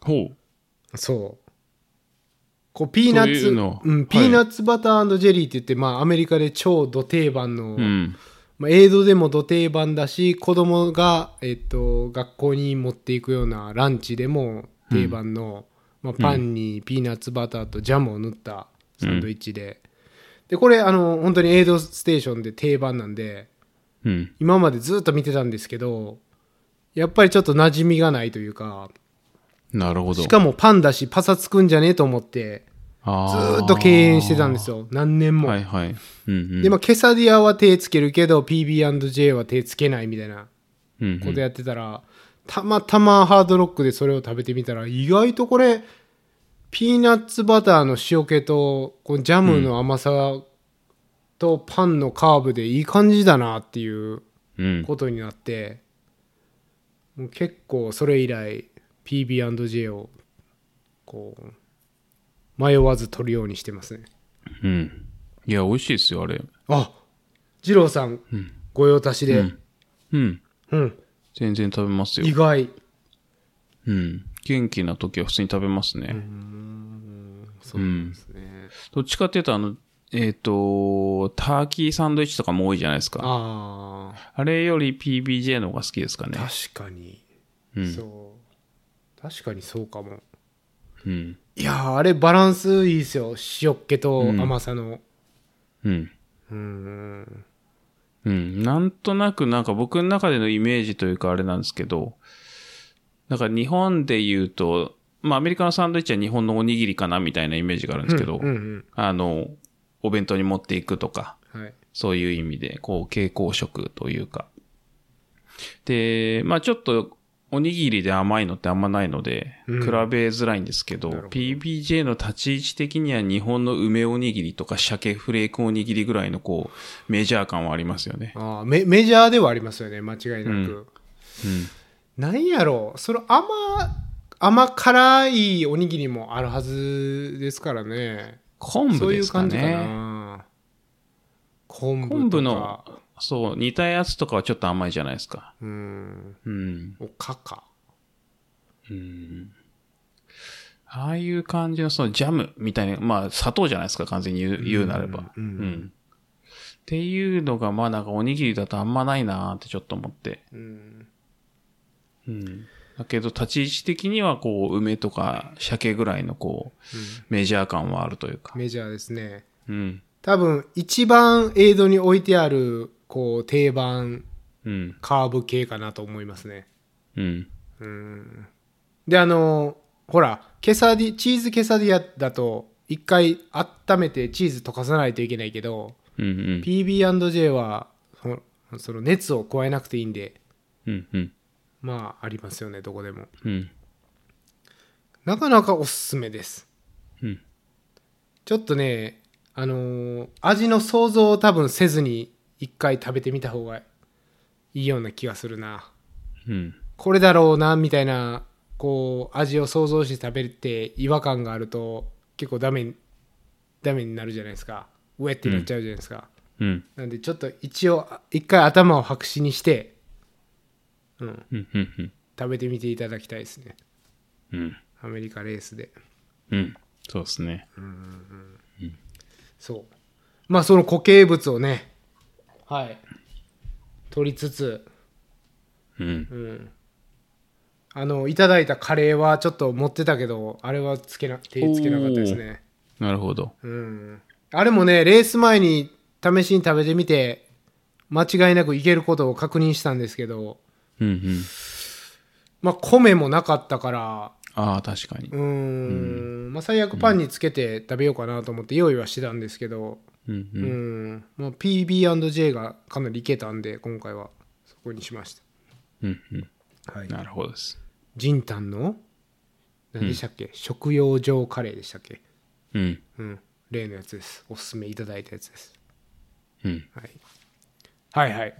[SPEAKER 3] ほう。
[SPEAKER 1] そう。こうピーナッ
[SPEAKER 3] そ
[SPEAKER 1] ツ
[SPEAKER 3] ういうの
[SPEAKER 1] うん
[SPEAKER 3] はい
[SPEAKER 1] ピーナッツバタージェリーって言って、まあ、アメリカで超ド定番の、
[SPEAKER 3] うん。
[SPEAKER 1] まあ、映像でもド定番だし子供がえっと学校に持っていくようなランチでも定番の、まあ、パンにピーナッツバターとジャムを塗ったサンドイッチで、でこれあの本当に映像ステーションで定番なんで
[SPEAKER 3] うん。
[SPEAKER 1] 今までずっと見てたんですけどやっぱりちょっと馴染みがないというか
[SPEAKER 3] なるほど。
[SPEAKER 1] しかもパンだしパサつくんじゃねえと思ってず
[SPEAKER 3] あー
[SPEAKER 1] ーっと敬遠してたんですよ何年も、
[SPEAKER 3] はいはい。うんうん。
[SPEAKER 1] でまあケサディアは手つけるけど PB&J は手つけないみたいな
[SPEAKER 3] うんうん
[SPEAKER 1] ことやってたら、たまたまハードロックでそれを食べてみたら意外とこれピーナッツバターの塩気とこのジャムの甘さとパンのカーブでいい感じだなっていう
[SPEAKER 3] うん。
[SPEAKER 1] ことになって、もう結構それ以来 PB&J をこう迷わず取るようにしてますね
[SPEAKER 3] うん。いや、美味しいですよ、あれ。
[SPEAKER 1] あ二郎さん、ご用達で、
[SPEAKER 3] うん。
[SPEAKER 1] うん、
[SPEAKER 3] 全然食べます
[SPEAKER 1] 意
[SPEAKER 3] よ。
[SPEAKER 1] 外
[SPEAKER 3] うん。元気な時は普通に食べますね。
[SPEAKER 1] そうなんですね。
[SPEAKER 3] どっちかっていうと、あの、えっ、と、ターキーサンドイッチとかも多いじゃないですか。あ
[SPEAKER 1] ああ、
[SPEAKER 3] れより PBJ の方が好きですかね。
[SPEAKER 1] 確かに、
[SPEAKER 3] うん。
[SPEAKER 1] そう。確かにそうかも。
[SPEAKER 3] うん。
[SPEAKER 1] いやーあれバランスいいですよ。塩っ気と甘さの。
[SPEAKER 3] うん。
[SPEAKER 1] うーん。
[SPEAKER 3] うん。なんとなく、なんか僕の中でのイメージというかあれなんですけど、なんか日本で言うと、まあアメリカのサンドイッチは日本のおにぎりかなみたいなイメージがあるんですけど、
[SPEAKER 1] うんうん
[SPEAKER 3] あの、お弁当に持っていくとか、
[SPEAKER 1] うん。はい。
[SPEAKER 3] そういう意味で、こう、蛍光色というか。で、まあちょっと、おにぎりで甘いのってあんまないので、
[SPEAKER 1] うん
[SPEAKER 3] 比べづらいんですけど、
[SPEAKER 1] なるほど
[SPEAKER 3] PBJ の立ち位置的には日本の梅おにぎりとか鮭フレークおにぎりぐらいのこう、メジャー感はありますよね。
[SPEAKER 1] ああ、メメジャーではありますよね、間違いなく。
[SPEAKER 3] うん。
[SPEAKER 1] なんやろう、その甘、甘辛いおにぎりもあるはずですからね。
[SPEAKER 3] 昆
[SPEAKER 1] そ
[SPEAKER 3] 布
[SPEAKER 1] うい
[SPEAKER 3] で
[SPEAKER 1] う
[SPEAKER 3] すか
[SPEAKER 1] 感じか
[SPEAKER 3] ね。
[SPEAKER 1] な。昆布とか。
[SPEAKER 3] 昆布の、そう、煮たやつとかはちょっと甘いじゃないですか。
[SPEAKER 1] うん。
[SPEAKER 3] うん。
[SPEAKER 1] おかか。
[SPEAKER 3] うんああいう感じのそのジャムみたいな、まあ砂糖じゃないですか、完全に言う言うなれば。
[SPEAKER 1] うん
[SPEAKER 3] うんっていうのが、まあなんかおにぎりだとあんまないなーってちょっと思って。
[SPEAKER 1] うん。
[SPEAKER 3] うんだけど立ち位置的にはこう、梅とか鮭ぐらいのこう、メジャー感はあるというか。
[SPEAKER 1] メジャーですね。
[SPEAKER 3] うん。
[SPEAKER 1] 多分、一番映像に置いてある、こう、定番、
[SPEAKER 3] うん。
[SPEAKER 1] カーブ系かなと思いますね。
[SPEAKER 3] うん。
[SPEAKER 1] うん。で、あの、ほら、ケサディ、チーズケサディアだと、一回温めてチーズ溶かさないといけないけど、
[SPEAKER 3] うん。うん。
[SPEAKER 1] PB&J はそのその熱を加えなくていいんで
[SPEAKER 3] うん。うん。
[SPEAKER 1] まあありますよねどこでも
[SPEAKER 3] うん。
[SPEAKER 1] なかなかおすすめです
[SPEAKER 3] うん。
[SPEAKER 1] ちょっとねあのー味の想像を多分せずに一回食べてみた方がいいような気がするな
[SPEAKER 3] うん。
[SPEAKER 1] これだろうなみたいなこう味を想像して食べて違和感があると結構ダメにダメになるじゃないですかウェってなっちゃうじゃないですか、
[SPEAKER 3] うん。
[SPEAKER 1] なんでちょっと一応あ一回頭を白紙にして、うん、
[SPEAKER 3] うん。うん。
[SPEAKER 1] 食べてみていただきたいですね
[SPEAKER 3] うん。
[SPEAKER 1] アメリカレースで
[SPEAKER 3] うん。そうですね。
[SPEAKER 1] そうまあその固形物をねはい取りつつ、
[SPEAKER 3] うん。
[SPEAKER 1] うん、あのいただいたカレーはちょっと持ってたけどあれはつけな手つけなかったですね
[SPEAKER 3] なるほど。
[SPEAKER 1] うんあれもねレース前に試しに食べてみて間違いなくいけることを確認したんですけど
[SPEAKER 3] うん。うん。
[SPEAKER 1] まあ米もなかったから
[SPEAKER 3] ああ、確かに
[SPEAKER 1] う。ーんまあ、最悪パンにつけて食べようかなと思って用意はしてたんですけど、
[SPEAKER 3] うん。う
[SPEAKER 1] うんん、まあ、PB&J がかなりいけたんで今回はそこにしまし
[SPEAKER 3] うんうん、
[SPEAKER 1] た、はい、
[SPEAKER 3] なるほどです。
[SPEAKER 1] ジンタンの何でしたっけ、食用上カレーでしたっけ、
[SPEAKER 3] うん。
[SPEAKER 1] うん、例のやつですおすすめいただいたやつです、
[SPEAKER 3] うん。
[SPEAKER 1] はい、はいはい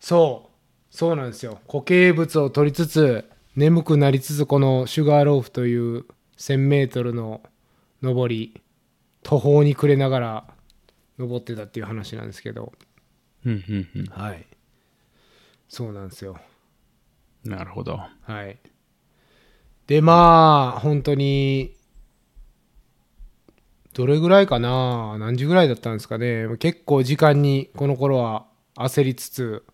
[SPEAKER 1] そうそうなんですよ固形物を取りつつ眠くなりつつこのシュガーローフという 1000m の上り途方に暮れながら登ってたっていう話なんですけど
[SPEAKER 3] うん。うん。う
[SPEAKER 1] はいそうなんですよ
[SPEAKER 3] ん。なるほど。
[SPEAKER 1] はいでまあ本当にどれぐらいかな何時ぐらいだったんですかね結構時間にこの頃は焦りつつ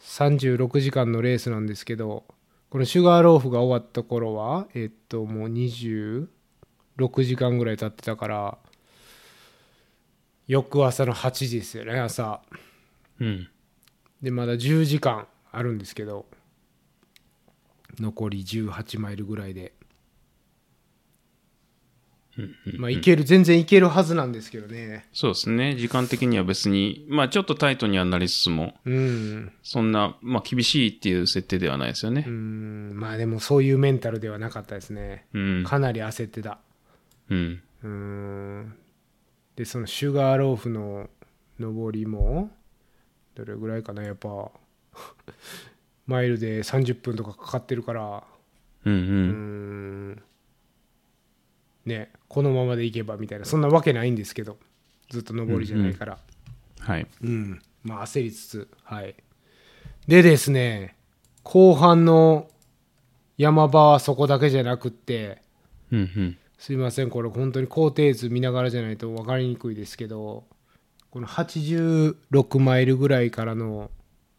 [SPEAKER 1] 36時間のレースなんですけどこのシュガーローフが終わった頃はえっともう26時間ぐらい経ってたから翌朝の8時ですよね朝
[SPEAKER 3] うん。
[SPEAKER 1] でまだ10時間あるんですけど残り18マイルぐらいで、まあいける全然いけるはずなんですけどね
[SPEAKER 3] そうですね。時間的には別に、まあちょっとタイトにはなりつつも、
[SPEAKER 1] うん
[SPEAKER 3] そんな、まあ厳しいっていう設定ではないですよね
[SPEAKER 1] う。んまあでもそういうメンタルではなかったですね
[SPEAKER 3] うん。
[SPEAKER 1] かなり焦ってた
[SPEAKER 3] うん。
[SPEAKER 1] うんでそのシュガーローフの上りもどれぐらいかなやっぱ (laughs) マイルで30分とかかかってるから
[SPEAKER 3] うん。う
[SPEAKER 1] うー
[SPEAKER 3] ん。
[SPEAKER 1] んねこのままでいけばみたいなそんなわけないんですけどずっと上りじゃないから
[SPEAKER 3] はい。
[SPEAKER 1] うん、まあ焦りつつはいでですね後半の山場はそこだけじゃなくって
[SPEAKER 3] うんうん。
[SPEAKER 1] すいませんこれ本当に工程図見ながらじゃないと分かりにくいですけどこの86マイルぐらいからの、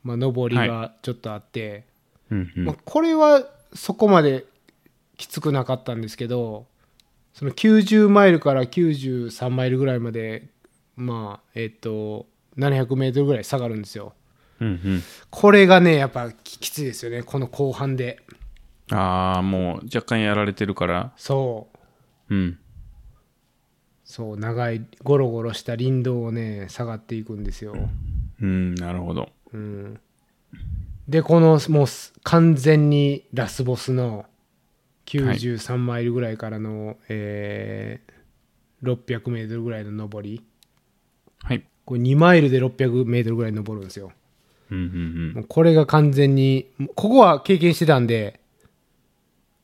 [SPEAKER 1] まあ、上りがちょっとあって、
[SPEAKER 3] うんうん
[SPEAKER 1] まあ、これはそこまできつくなかったんですけどその90マイルから93マイルぐらいまでまあえっ、と700メートルぐらい下がるんですよ
[SPEAKER 3] うん
[SPEAKER 1] これがねやっぱききついですよねこの後半で
[SPEAKER 3] うん。ああ、もう若干やられてるから。
[SPEAKER 1] そう
[SPEAKER 3] うん。
[SPEAKER 1] そう長いゴロゴロした林道をね下がっていくんですよ、
[SPEAKER 3] うん、なるほど。
[SPEAKER 1] うん、でこのもうす完全にラスボスの93マイルぐらいからの、えー、600メートルぐらいの上り
[SPEAKER 3] はい。
[SPEAKER 1] これ2マイルで600メートルぐらい登るんですよ
[SPEAKER 3] うんうん
[SPEAKER 1] もうこれが完全にここは経験してたんで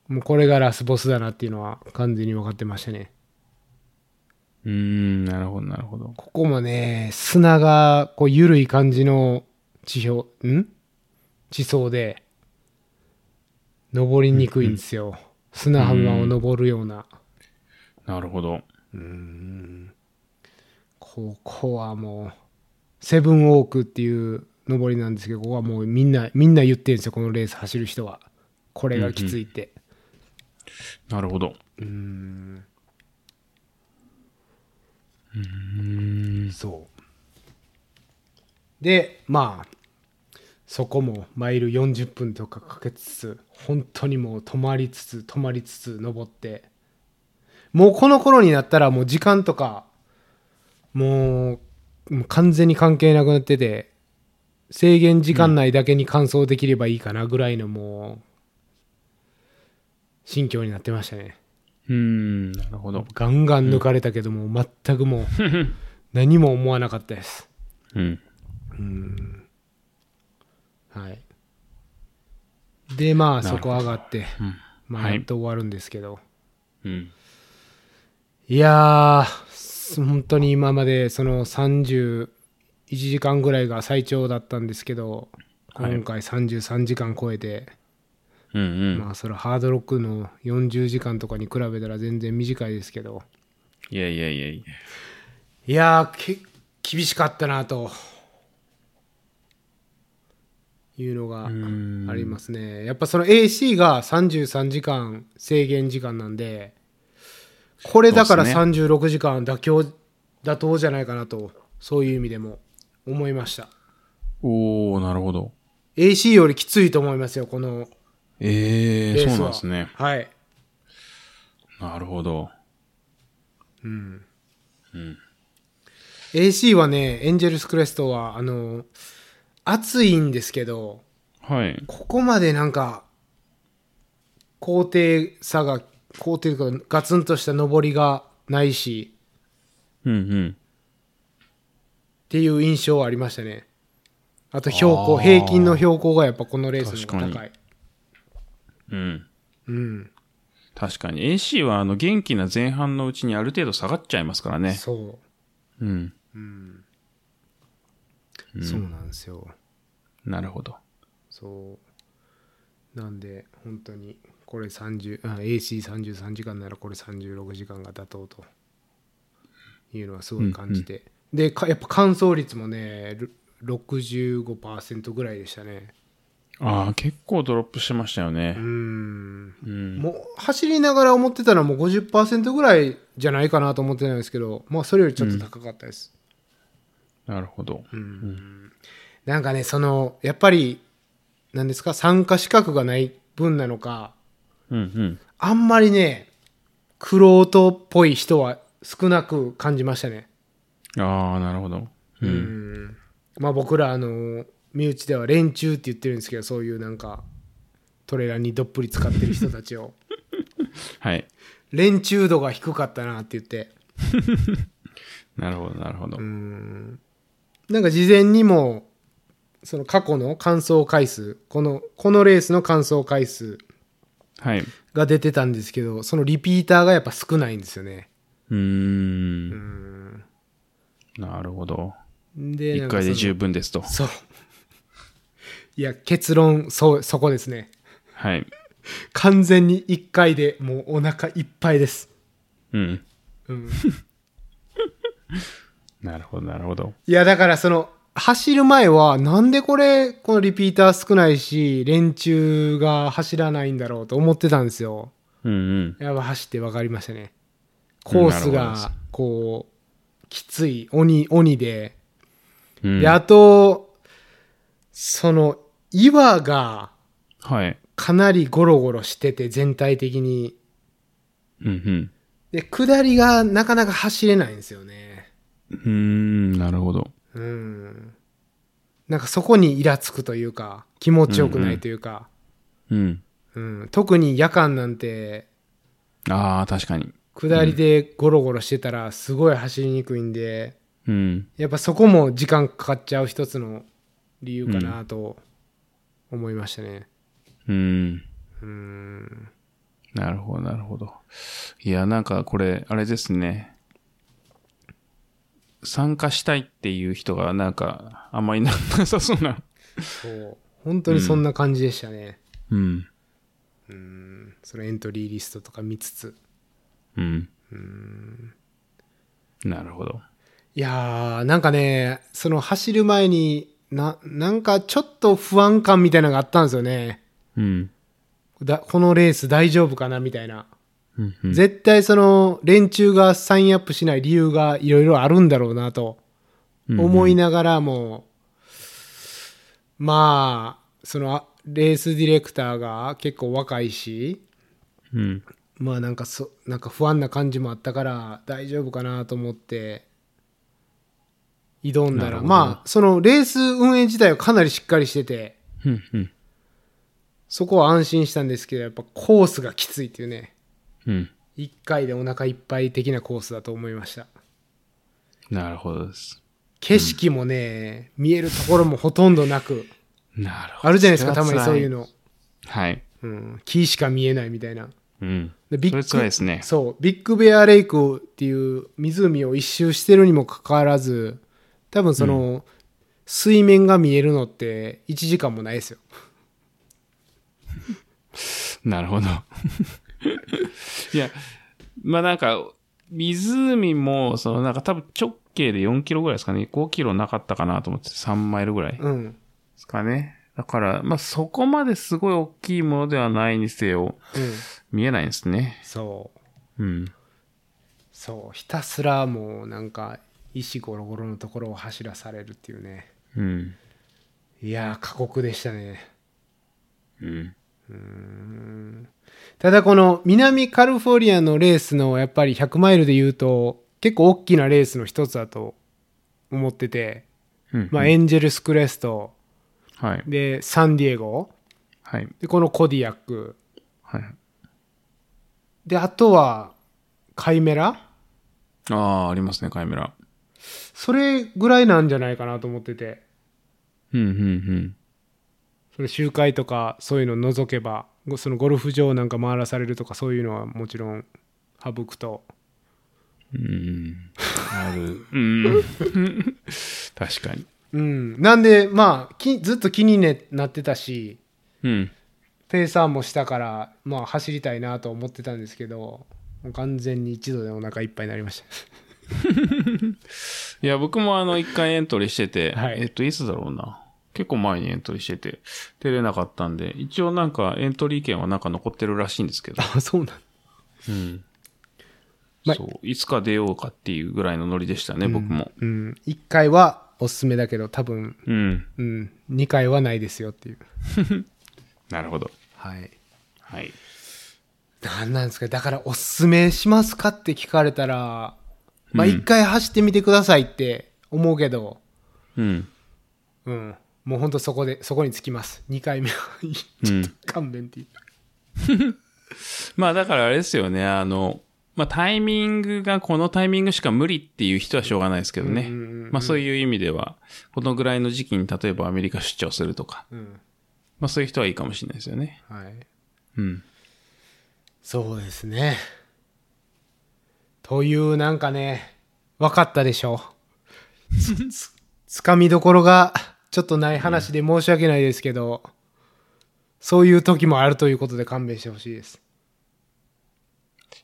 [SPEAKER 1] もうこれがラスボスだなっていうのは完全に分かってましたね
[SPEAKER 3] うん。うん、なるほど、なるほど。
[SPEAKER 1] ここもね砂がこう緩い感じの地表ん地層で登りにくいんですよ、砂浜を登るような
[SPEAKER 3] なるほど。
[SPEAKER 1] ここはもうセブンウォークっていう登りなんですけどここはもうみんなみんな言ってるんですよこのレース走る人はこれがきついって、
[SPEAKER 3] なるほど。
[SPEAKER 1] そうでまあそこもマイル40分とかかけつつ本当にもう止まりつつ止まりつつ登ってもうこの頃になったらもう時間とかもうもう完全に関係なくなってて制限時間内だけに完走できればいいかなぐらいのもう心境になってましたね
[SPEAKER 3] うん、なるほど。
[SPEAKER 1] ガンガン抜かれたけども、全くもう何も思わなかったです
[SPEAKER 3] うん。
[SPEAKER 1] はい、でまあ
[SPEAKER 3] な
[SPEAKER 1] そ
[SPEAKER 3] るほ
[SPEAKER 1] こ上がって、まあ、
[SPEAKER 3] はい
[SPEAKER 1] やっと終わるんですけど、
[SPEAKER 3] うん。
[SPEAKER 1] い、やーす本当に今までその31時間ぐらいが最長だったんですけど
[SPEAKER 3] はい
[SPEAKER 1] 今回33時間超えて、
[SPEAKER 3] うんうん。
[SPEAKER 1] まあそれハードロックの40時間とかに比べたら全然短いですけど
[SPEAKER 3] いやいやいやいや。
[SPEAKER 1] いやーけ厳しかったなというのが
[SPEAKER 3] ん
[SPEAKER 1] ありますねやっぱその AC が33時間制限時間なんでこれだから
[SPEAKER 3] そ
[SPEAKER 1] 36時間妥協妥当じゃないかなとそういう意味でも思いました
[SPEAKER 3] おおなるほど。
[SPEAKER 1] AC よりきついと思いますよこの
[SPEAKER 3] ええ
[SPEAKER 1] レース
[SPEAKER 3] そ
[SPEAKER 1] は
[SPEAKER 3] うなんですね。
[SPEAKER 1] はい
[SPEAKER 3] なるほど。
[SPEAKER 1] AC はねエンジェルスクレストはあの暑いんですけど
[SPEAKER 3] はい。
[SPEAKER 1] ここまでなんか高低差が高低というかガツンとした上りがないし
[SPEAKER 3] うんうん。
[SPEAKER 1] っていう印象はありましたねあと標高平均の標高がやっぱこのレースの方
[SPEAKER 3] 確
[SPEAKER 1] が高
[SPEAKER 3] か
[SPEAKER 1] い
[SPEAKER 3] うん。
[SPEAKER 1] うん
[SPEAKER 3] 確かに。AC は、あの、元気な前半のうちにある程度下がっちゃいますからね。
[SPEAKER 1] そ
[SPEAKER 3] うん。
[SPEAKER 1] う、そうなんですよ
[SPEAKER 3] なるほど。
[SPEAKER 1] そうなんで本当にこれ30あ AC33 時間ならこれ36時間が妥当というのはすごい感じて、でかやっぱ乾燥率もねる65%ぐらいでしたね
[SPEAKER 3] ああ、結構ドロップしてましたよね
[SPEAKER 1] う。
[SPEAKER 3] う
[SPEAKER 1] ん
[SPEAKER 3] ん。
[SPEAKER 1] もう走りながら思ってたのはもう50%ぐらいじゃないかなと思ってたんですけど、まあ、それよりちょっと高かったです、
[SPEAKER 3] なるほど。
[SPEAKER 1] なんかねそのやっぱりなんですか参加資格がない分なのか
[SPEAKER 3] うんうん。
[SPEAKER 1] あんまりね、クロートっぽい人は少なく感じましたね。
[SPEAKER 3] ああ、なるほど。う。
[SPEAKER 1] うんん。まあ僕ら、あの、身内では連中って言ってるんですけど、そういうなんか、トレーラーにどっぷり使ってる人たちを、 (laughs)
[SPEAKER 3] はい。
[SPEAKER 1] 連中度が低かったなって言って、
[SPEAKER 3] なるほど、なるほど。
[SPEAKER 1] なんか事前にも、その過去の完走回数、この、このレースの完走回数
[SPEAKER 3] はい。う
[SPEAKER 1] が出てたんですけど、そのリピーターがやっぱ少ないんですよね。
[SPEAKER 3] ーん。なるほど。
[SPEAKER 1] で、な
[SPEAKER 3] 1
[SPEAKER 1] んか
[SPEAKER 3] 回
[SPEAKER 1] そ
[SPEAKER 3] で
[SPEAKER 1] の
[SPEAKER 3] 十分です
[SPEAKER 1] (laughs)
[SPEAKER 3] と。
[SPEAKER 1] そう。いや、結論、そう、そこですね。
[SPEAKER 3] はい。
[SPEAKER 1] 完全に1回でもうお腹いっぱいです。
[SPEAKER 3] うん。
[SPEAKER 1] うん、
[SPEAKER 3] なるほど、なるほど。
[SPEAKER 1] いや、だからその、走る前は、なんでこれ、このリピーター少ないし、連中が走らないんだろうと思ってたんですよ。
[SPEAKER 3] うんうん。
[SPEAKER 1] やっぱ走って分かりましたね。コース
[SPEAKER 3] なるほどです
[SPEAKER 1] が、こう、きつい、鬼、鬼で。
[SPEAKER 3] うん、
[SPEAKER 1] で、あと、その、岩が、
[SPEAKER 3] はい。
[SPEAKER 1] かなりゴロゴロしてて、全体的に。
[SPEAKER 3] うん
[SPEAKER 1] で、下りがなかなか走れないんですよね。
[SPEAKER 3] うん。うーん、なるほど。
[SPEAKER 1] うん。なんかそこにイラつくというか、気持ちよくないというか、
[SPEAKER 3] うん。
[SPEAKER 1] うん特に夜間なんて、
[SPEAKER 3] ああ、確かに。
[SPEAKER 1] 下りでゴロゴロしてたらすごい走りにくいんで、
[SPEAKER 3] うん。
[SPEAKER 1] やっぱそこも時間かかっちゃう一つの理由かなと思いましたね。
[SPEAKER 3] うん。
[SPEAKER 1] うん。
[SPEAKER 3] なるほど、なるほど。いや、なんかこれ、あれですね。参加したいっていう人が、なんか、あんまりななさそうな。
[SPEAKER 1] そう。本当にそんな感じでしたね。
[SPEAKER 3] うん。
[SPEAKER 1] うん。そのエントリーリストとか見つつ。
[SPEAKER 3] うん。なるほど。
[SPEAKER 1] いやー、なんかね、その走る前に、な、なんかちょっと不安感みたいなのがあったんですよね。
[SPEAKER 3] うん。
[SPEAKER 1] だこのレース大丈夫かなみたいな。
[SPEAKER 3] うんうん
[SPEAKER 1] 絶対その連中がサインアップしない理由がいろいろあるんだろうなと思いながらも、まあ、そのあレースディレクターが結構若いし、
[SPEAKER 3] うん。
[SPEAKER 1] まあなんかそ、なんか不安な感じもあったから大丈夫かなと思って挑んだ
[SPEAKER 3] なる
[SPEAKER 1] ら、
[SPEAKER 3] ほど
[SPEAKER 1] まあそのレース運営自体はかなりしっかりしてて、
[SPEAKER 3] うんうん。
[SPEAKER 1] そこは安心したんですけど、やっぱコースがきついっていうね、
[SPEAKER 3] うん。
[SPEAKER 1] 1回でお腹いっぱい的なコースだと思いました。
[SPEAKER 3] なるほどです。
[SPEAKER 1] 景色もね、見えるところもほとんどなく、
[SPEAKER 3] なるほど。
[SPEAKER 1] あるじゃないですか、たまに
[SPEAKER 3] 辛
[SPEAKER 1] そういう。の。
[SPEAKER 3] はい。
[SPEAKER 1] うん、木しか見えないみたいな。
[SPEAKER 3] うん。
[SPEAKER 1] でビッ
[SPEAKER 3] そ
[SPEAKER 1] グ
[SPEAKER 3] れ辛いですね。
[SPEAKER 1] そう、ビッグベアレイクっていう湖を一周してるにもかかわらず、多分その、水面が見えるのって1時間もないですよ。
[SPEAKER 3] なるほど。 (laughs) いや、まあなんか、湖も、そのなんか多分直径で4キロぐらいですかね。5キロなかったかなと思って3マイルぐらいで
[SPEAKER 1] うん。
[SPEAKER 3] すかね。だから、まあそこまですごい大きいものではないにせよ、
[SPEAKER 1] うん。
[SPEAKER 3] 見えないんですね。
[SPEAKER 1] そう。
[SPEAKER 3] うん。
[SPEAKER 1] そう。ひたすらもうなんか、石ゴロゴロのところを走らされるっていうね。
[SPEAKER 3] うん。
[SPEAKER 1] いやー、過酷でしたね。
[SPEAKER 3] うん。
[SPEAKER 1] ただこの南カリフォルニアのレースのやっぱり100マイルで言うと結構大きなレースの一つだと思ってて、
[SPEAKER 3] うん。
[SPEAKER 1] まあ、エンジェルスクレスト
[SPEAKER 3] はい。
[SPEAKER 1] でサンディエゴ
[SPEAKER 3] はい。
[SPEAKER 1] でこのコディアック
[SPEAKER 3] はい。
[SPEAKER 1] であとはカイメラ
[SPEAKER 3] ああ、ありますね、カメラ。
[SPEAKER 1] それぐらいなんじゃないかなと思ってて
[SPEAKER 3] うん、うん、
[SPEAKER 1] それ集会とかそういうの除けばごそのゴルフ場なんか回らされるとかそういうのはもちろん省くと
[SPEAKER 3] うん。うん。ある。うん。確かに。
[SPEAKER 1] うんなんでまあきずっと気にねなってたし
[SPEAKER 3] うん。
[SPEAKER 1] ペーサーもしたから、まあ、走りたいなと思ってたんですけどもう完全に一度でお腹いっぱいになりまし
[SPEAKER 3] いや、僕もあの、一回エントリーしてて、
[SPEAKER 1] はい
[SPEAKER 3] えっと、いつだろうな。結構前にエントリーしてて、出れなかったんで、一応なんかエントリー券はなんか残ってるらしいんですけど
[SPEAKER 1] た、あそうなん
[SPEAKER 3] うん。
[SPEAKER 1] ま
[SPEAKER 3] そう、いつか出ようかっていうぐらいのノリでしたね、僕も。
[SPEAKER 1] うん1回はおすすめだけど多分、
[SPEAKER 3] うん。
[SPEAKER 1] うん、2回はないですよっていう
[SPEAKER 3] なるほど。
[SPEAKER 1] はい
[SPEAKER 3] はい。
[SPEAKER 1] 何なんですかだからおすすめしますかって聞かれたらまあ
[SPEAKER 3] うん
[SPEAKER 1] 1回走ってみてくださいって思うけど
[SPEAKER 3] うん。
[SPEAKER 1] うん、もうほんとそこでそこにつきます2回目はちょっと勘弁っていう、
[SPEAKER 3] まあだからあれですよね、あの、まあタイミングがこのタイミングしか無理っていう人はしょうがないですけどね。
[SPEAKER 1] うんうんうん
[SPEAKER 3] まあそういう意味では、このぐらいの時期に例えばアメリカ出張するとか、
[SPEAKER 1] うん
[SPEAKER 3] まあそういう人はいいかもしれないですよね。
[SPEAKER 1] はい
[SPEAKER 3] うん。
[SPEAKER 1] そうですね。という、なんかね、分かったでしょう。つかみどころがちょっとない話で申し訳ないですけど、そういう時もあるということで勘弁してほしいです。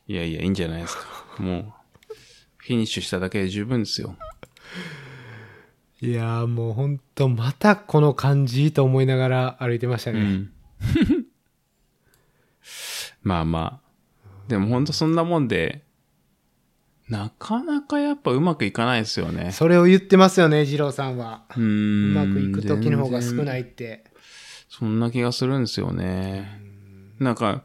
[SPEAKER 3] いやいや、いいんじゃないです
[SPEAKER 1] (laughs)
[SPEAKER 3] か。もう、フィニッシュしただけで十分ですよ。
[SPEAKER 1] いやーもうほんとまたこの感じと思いながら歩いてました
[SPEAKER 3] う
[SPEAKER 1] ね。
[SPEAKER 3] ん。 (laughs) まあまあ。でもほんとそんなもんで、なかなかやっぱうまくいかないですよね。
[SPEAKER 1] それを言ってますよね、二郎さんは。
[SPEAKER 3] う。
[SPEAKER 1] うんまくいく時の方が少
[SPEAKER 3] 全然
[SPEAKER 1] ないって。
[SPEAKER 3] そんな気がするんですよね。なんか、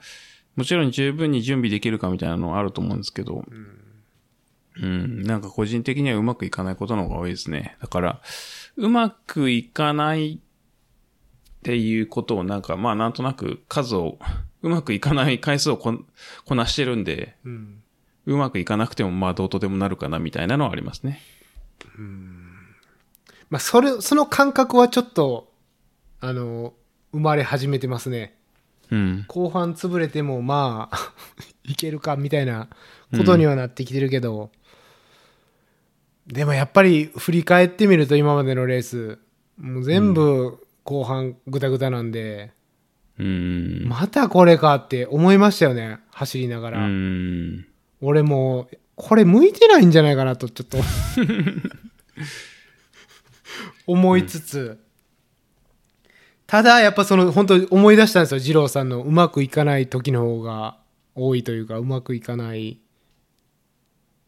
[SPEAKER 3] もちろん十分に準備できるかみたいなのはあると思うんですけど、うん、なんか個人的にはうまくいかないことの方が多いですね。だから、うまくいかないっていうことをなんか、まあなんとなく数を、うまくいかない回数をここなしてるんで、
[SPEAKER 1] うん。
[SPEAKER 3] うまくいかなくてもまあどうとでもなるかなみたいなのはありますね。
[SPEAKER 1] まあ、それ、その感覚はちょっと、あの、生まれ始めてますね。
[SPEAKER 3] うん。
[SPEAKER 1] 後半潰れても、まあ、 (laughs) いけるかみたいなことにはなってきてるけど、でもやっぱり振り返ってみると今までのレース、もう全部後半グダグダなんで、
[SPEAKER 3] うん。
[SPEAKER 1] またこれかって思いましたよね、走りなが
[SPEAKER 3] う
[SPEAKER 1] ら。
[SPEAKER 3] ん。
[SPEAKER 1] 俺もうこれ向いてないんじゃないかなとちょっと思いつつ、ただやっぱその本当に思い出したんですよ二郎さんのうまくいかない時の方が多いというかうまくいかない、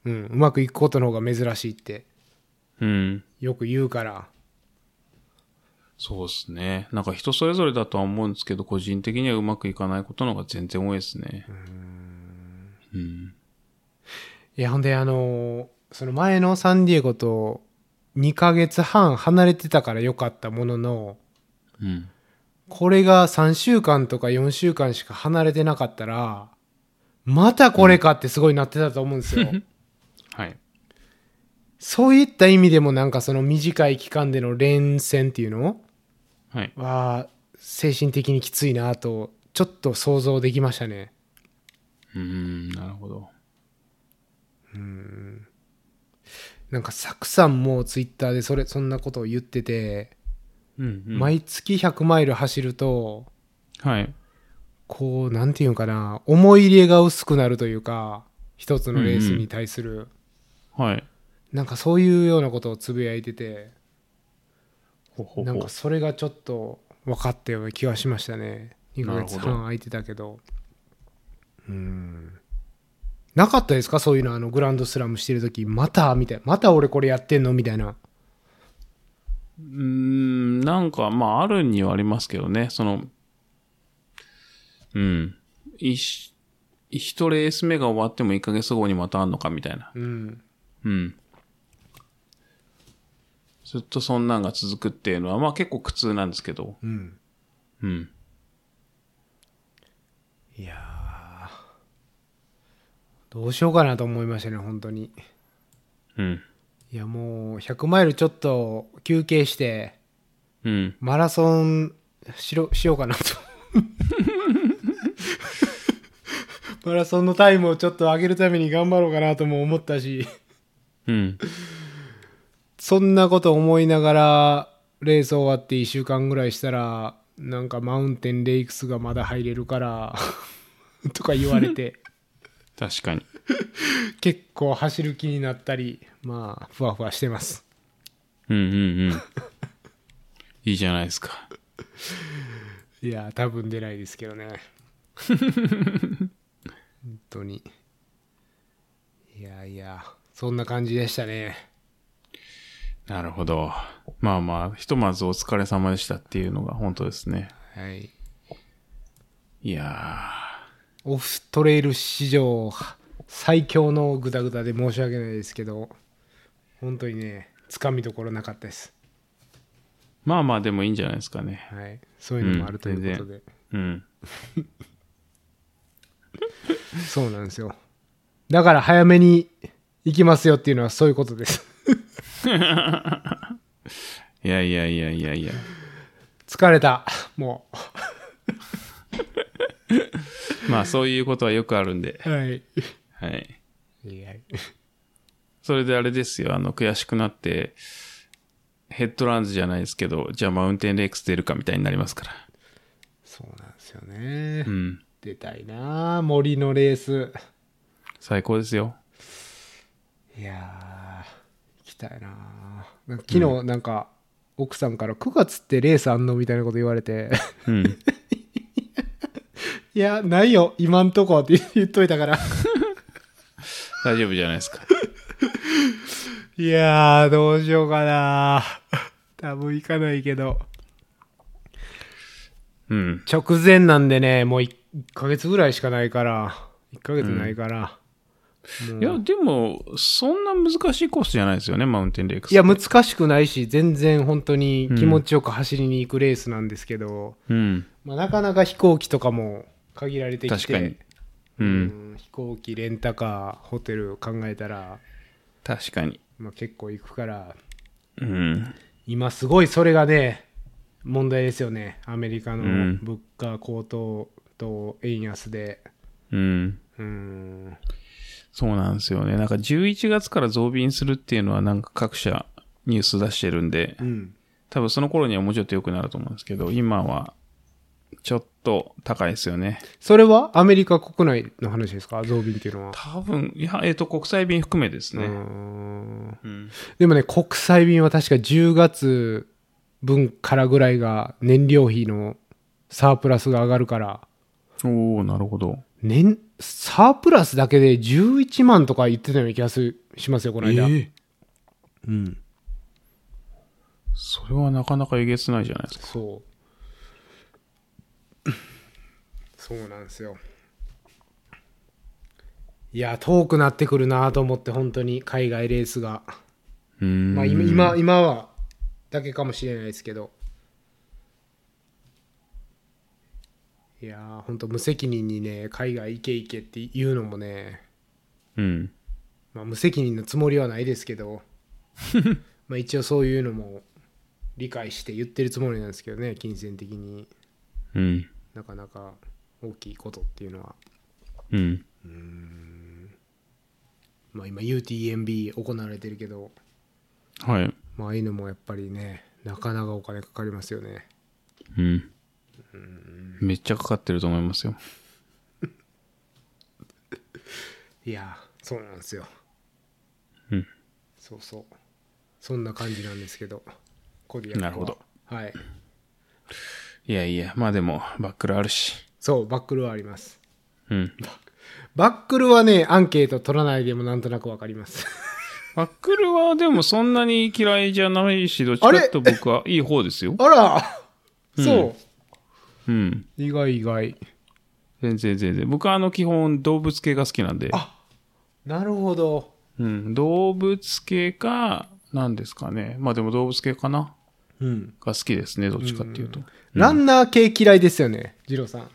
[SPEAKER 1] うん、うまくいくことの方が珍しいって
[SPEAKER 3] うん。
[SPEAKER 1] よく言うから
[SPEAKER 3] そうですね。なんか人それぞれだとは思うんですけど、個人的にはうまくいかないことの方が全然多いですね。うん。
[SPEAKER 1] いやほんであのーその前のサンディエゴと2ヶ月半離れてたから良かったものの
[SPEAKER 3] うん。
[SPEAKER 1] これが3週間とか4週間しか離れてなかったら、またこれかってすごいなってたと思うんですよ。
[SPEAKER 3] はい。
[SPEAKER 1] (laughs) そういった意味でもなんかその短い期間での連戦っていうの
[SPEAKER 3] はい。
[SPEAKER 1] は、精神的にきついなと、ちょっと想像できましたね。
[SPEAKER 3] うん、なるほど。
[SPEAKER 1] なんかサクさんもツイッターでそれ、そんなことを言ってて、
[SPEAKER 3] うん、うん。
[SPEAKER 1] 毎月100マイル走ると、
[SPEAKER 3] はい。
[SPEAKER 1] こう、なんていうのかな、思い入れが薄くなるというか、一つのレースに対する、
[SPEAKER 3] はい。
[SPEAKER 1] なんかそういうようなことをつぶやいてて、
[SPEAKER 3] ほほほ
[SPEAKER 1] なんかそれがちょっと分かったような気がしましたね2ヶ月
[SPEAKER 3] なるほど
[SPEAKER 1] 半空いてたけどうんなかったですかそういうのあのグランドスラムしてる時またみたいなまた俺これやってんのみたいな
[SPEAKER 3] うん、なんか、まあ、あるにはありますけどね、その、うん。一、一レース目が終わっても1ヶ月後にまたあんのかみたいな。
[SPEAKER 1] うん
[SPEAKER 3] うん。ずっとそんなんが続くっていうのは、まあ結構苦痛なんですけど。
[SPEAKER 1] うん
[SPEAKER 3] うん。
[SPEAKER 1] いやーどうしようかなと思いましたね本当に
[SPEAKER 3] うん。
[SPEAKER 1] いやもう100マイルちょっと休憩して
[SPEAKER 3] うん。
[SPEAKER 1] マラソンしろしようかなとマラソンのタイムをちょっと上げるために頑張ろうかなとも思ったし
[SPEAKER 3] うん。
[SPEAKER 1] そんなこと思いながらレース終わって1週間ぐらいしたらなんかマウンテンレイクスがまだ入れるからとか言われて
[SPEAKER 3] 確かに。
[SPEAKER 1] 結構走る気になったりまあふわふわしてます
[SPEAKER 3] うんうんうん。 (laughs) いいじゃないですか。
[SPEAKER 1] いや多分出ないですけどね本当にいやいやそんな感じでしたね
[SPEAKER 3] なるほど。まあまあ、ひとまずお疲れ様でしたっていうのが本当ですね。
[SPEAKER 1] はい
[SPEAKER 3] いや
[SPEAKER 1] オフトレイル史上最強のグダグダで申し訳ないですけど本当にねつかみどころなかったです
[SPEAKER 3] ー。まあまあでもいいんじゃないですかね。
[SPEAKER 1] はいそういうのもあるということで、
[SPEAKER 3] うん。
[SPEAKER 1] そうなんですよだから早めに行きますよっていうのはそういうことです
[SPEAKER 3] いやいやいやいやいや。
[SPEAKER 1] 疲れたも
[SPEAKER 3] まあそういうことはよくあるんで。
[SPEAKER 1] うはい
[SPEAKER 3] はい。
[SPEAKER 1] いや
[SPEAKER 3] それであれですよ。あの、悔しくなって、ヘッドランズじゃないですけど、じゃあマウンテンレイクス出るかみたいになりますから。
[SPEAKER 1] そうなんですよね、
[SPEAKER 3] うん。
[SPEAKER 1] 出たいなあ森のレース
[SPEAKER 3] 最高ですよ。
[SPEAKER 1] いやー行きたいなあなんか昨日なんか、奥さんから9月ってレースあんのみたいなこと言われ (laughs) て
[SPEAKER 3] (laughs) うん。
[SPEAKER 1] いやないよ今んとこって言っといたから
[SPEAKER 3] 大丈夫じゃないですか。
[SPEAKER 1] (laughs) いやーどうしようかな多分行かないけど
[SPEAKER 3] うん。
[SPEAKER 1] 直前なんでねもう 1, ヶ月ぐらいしかないから1ヶ月ないから、もう
[SPEAKER 3] いや、でも、そんな難しいコースじゃないですよね、マウンテンレイクス。
[SPEAKER 1] いや、難しくないし全然本当に気持ちよく走りに行くレースなんですけど、
[SPEAKER 3] うん。
[SPEAKER 1] まあ、なかなか飛行機とかも限られてきて
[SPEAKER 3] 確かに。うん。
[SPEAKER 1] うん飛行機レンタカーホテル考えたら、
[SPEAKER 3] 確かに。
[SPEAKER 1] まあ、結構行くから
[SPEAKER 3] うん。
[SPEAKER 1] 今すごいそれがね問題ですよねアメリカ
[SPEAKER 3] う
[SPEAKER 1] の
[SPEAKER 3] ん
[SPEAKER 1] 物価高騰と円安で
[SPEAKER 3] うん。
[SPEAKER 1] うん
[SPEAKER 3] そうなんですよね。なんか11月から増便するっていうのはなんか各社ニュース出してるんで
[SPEAKER 1] う、ん
[SPEAKER 3] 多分その頃にはもうちょっと良くなると思うんですけど、今はちょっと高いですよね。
[SPEAKER 1] それはアメリカ国内の話ですか増便っていうのは、
[SPEAKER 3] 多分、いや、えっ、と、国際便含めです
[SPEAKER 1] う
[SPEAKER 3] ね。
[SPEAKER 1] ん
[SPEAKER 3] うん。
[SPEAKER 1] でもね、国際便は確か10月分からぐらいが燃料費のサープラスが上がるから、
[SPEAKER 3] おおなるほど。
[SPEAKER 1] 年、サープラスだけで11万とか言ってたような気がするしますよ、この間。うん。
[SPEAKER 3] それはなかなかえげつないじゃないですか。
[SPEAKER 1] そう。 (coughs) そうなんですよ。いや、遠くなってくるなと思って、本当に海外レースが。
[SPEAKER 3] うーん。
[SPEAKER 1] まあ、今、今、今はだけかもしれないですけど。いやー、ほんと無責任にね、海外行け行けっていうのもね、
[SPEAKER 3] うん。
[SPEAKER 1] まあ、無責任のつもりはないですけど、
[SPEAKER 3] (laughs)
[SPEAKER 1] まあ一応そういうのも理解して言ってるつもりなんですけどね、金銭的に
[SPEAKER 3] うん。
[SPEAKER 1] なかなか大きいことっていうのは。
[SPEAKER 3] うん。
[SPEAKER 1] まあ今 UTMB 行われてるけど、
[SPEAKER 3] はい。
[SPEAKER 1] まあああいうのもやっぱりね、なかなかお金かかりますよね。
[SPEAKER 3] うん。めっちゃかかってると思いますよ。
[SPEAKER 1] いやーそうなんですよ
[SPEAKER 3] うん
[SPEAKER 1] そうそうそんな感じなんですけどコディアックは
[SPEAKER 3] なるほど
[SPEAKER 1] はい
[SPEAKER 3] いやいや、まあでも、バックルあるし。
[SPEAKER 1] そうバックルはあります
[SPEAKER 3] うん。
[SPEAKER 1] バックルはねアンケート取らないでもなんとなくわかります
[SPEAKER 3] バックルはでもそんなに嫌いじゃないし、どっちかっていうと僕はいい方ですよ。
[SPEAKER 1] あらそう、
[SPEAKER 3] うん。
[SPEAKER 1] 意外意外
[SPEAKER 3] 全然全然。僕はあの基本動物系が好きなんで。
[SPEAKER 1] あなるほど
[SPEAKER 3] うん。動物系か、何ですかね。まあでも動物系かな
[SPEAKER 1] うん
[SPEAKER 3] が好きですね、どっちかっていうと。
[SPEAKER 1] ランナー系嫌いですよね二郎さん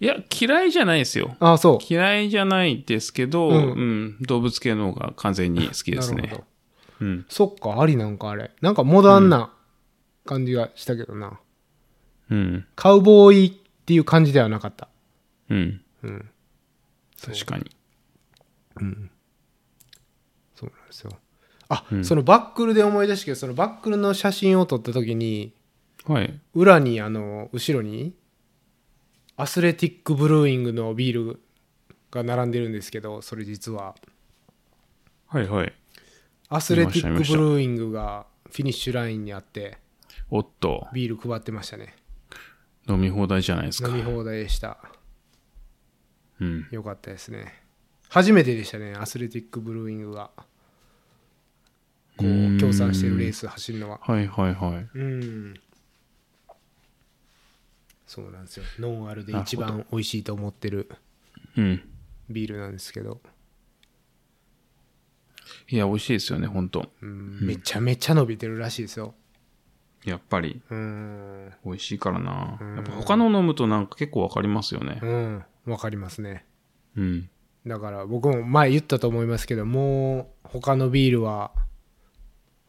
[SPEAKER 3] いや、嫌いじゃないですよ。
[SPEAKER 1] あそう
[SPEAKER 3] 嫌いじゃないですけど、
[SPEAKER 1] う
[SPEAKER 3] うんん、動物系の方が完全に好きです
[SPEAKER 1] なるほ
[SPEAKER 3] ね
[SPEAKER 1] ど。
[SPEAKER 3] うん。
[SPEAKER 1] そっかありなんかあれなんかモダンな感じがしたけどな、
[SPEAKER 3] うん。
[SPEAKER 1] カウボーイっていう感じではなかった
[SPEAKER 3] うん。
[SPEAKER 1] うん
[SPEAKER 3] 確かに。
[SPEAKER 1] そうなんですよ。あ、そのバックルで思い出したけど、そのバックルの写真を撮った時に、
[SPEAKER 3] はい。
[SPEAKER 1] 裏に、あの、後ろに、アスレティックブルーイングのビールが並んでるんですけど、それ実は。
[SPEAKER 3] はいはい。
[SPEAKER 1] アスレティックブルーイングがフィニッシュラインにあって、
[SPEAKER 3] おっと、
[SPEAKER 1] ビール配ってましたね。
[SPEAKER 3] 飲み放題じゃないですか
[SPEAKER 1] 飲。み放題でした。
[SPEAKER 3] うん。
[SPEAKER 1] よかったですね。初めてでしたね、アスレティックブルーイングが。
[SPEAKER 3] う
[SPEAKER 1] こ
[SPEAKER 3] ー
[SPEAKER 1] う、
[SPEAKER 3] ん
[SPEAKER 1] 協賛してるレース走るのは。
[SPEAKER 3] はいはいはい。
[SPEAKER 1] うんそうなんですよノンアルで一番美味しいと思ってる
[SPEAKER 3] うん。
[SPEAKER 1] ビールなんですけど
[SPEAKER 3] いや、美味しいですよね、本当
[SPEAKER 1] うんめちゃめちゃ伸びてるらしいですよ
[SPEAKER 3] やっぱり、
[SPEAKER 1] うん
[SPEAKER 3] 美味しいからな。やっぱ他の飲むとなんか結構わかりますよね
[SPEAKER 1] う。んわかりますね
[SPEAKER 3] うん。
[SPEAKER 1] だから僕も前言ったと思いますけどもう他のビールは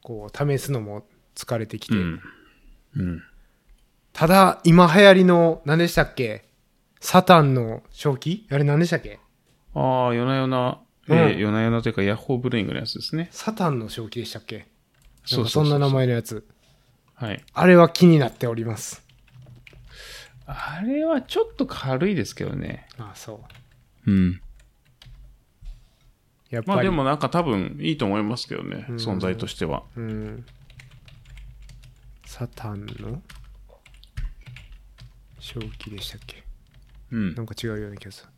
[SPEAKER 1] こう試すのも疲れてきて、
[SPEAKER 3] うん。うん。
[SPEAKER 1] ただ今流行りの何でしたっけサタンの正気あれ何でしたっけ
[SPEAKER 3] ああ、夜な夜な、え
[SPEAKER 1] う
[SPEAKER 3] ー、
[SPEAKER 1] ん
[SPEAKER 3] 夜な夜なというか、ヤッホーブルーイングのやつですね。
[SPEAKER 1] サタンの正気でしたっけなん
[SPEAKER 3] う
[SPEAKER 1] か
[SPEAKER 3] う
[SPEAKER 1] そん
[SPEAKER 3] う
[SPEAKER 1] な名前のやつ
[SPEAKER 3] はい。
[SPEAKER 1] あれは気になっております
[SPEAKER 3] あれはちょっと軽いですけどね。
[SPEAKER 1] あそう
[SPEAKER 3] うん。
[SPEAKER 1] やっぱり
[SPEAKER 3] まあでもなんか多分いいと思いますけどね、
[SPEAKER 1] ん
[SPEAKER 3] 存在としては。
[SPEAKER 1] うんサタンの正気でしたっけ
[SPEAKER 3] うん
[SPEAKER 1] な。んか違うような気がする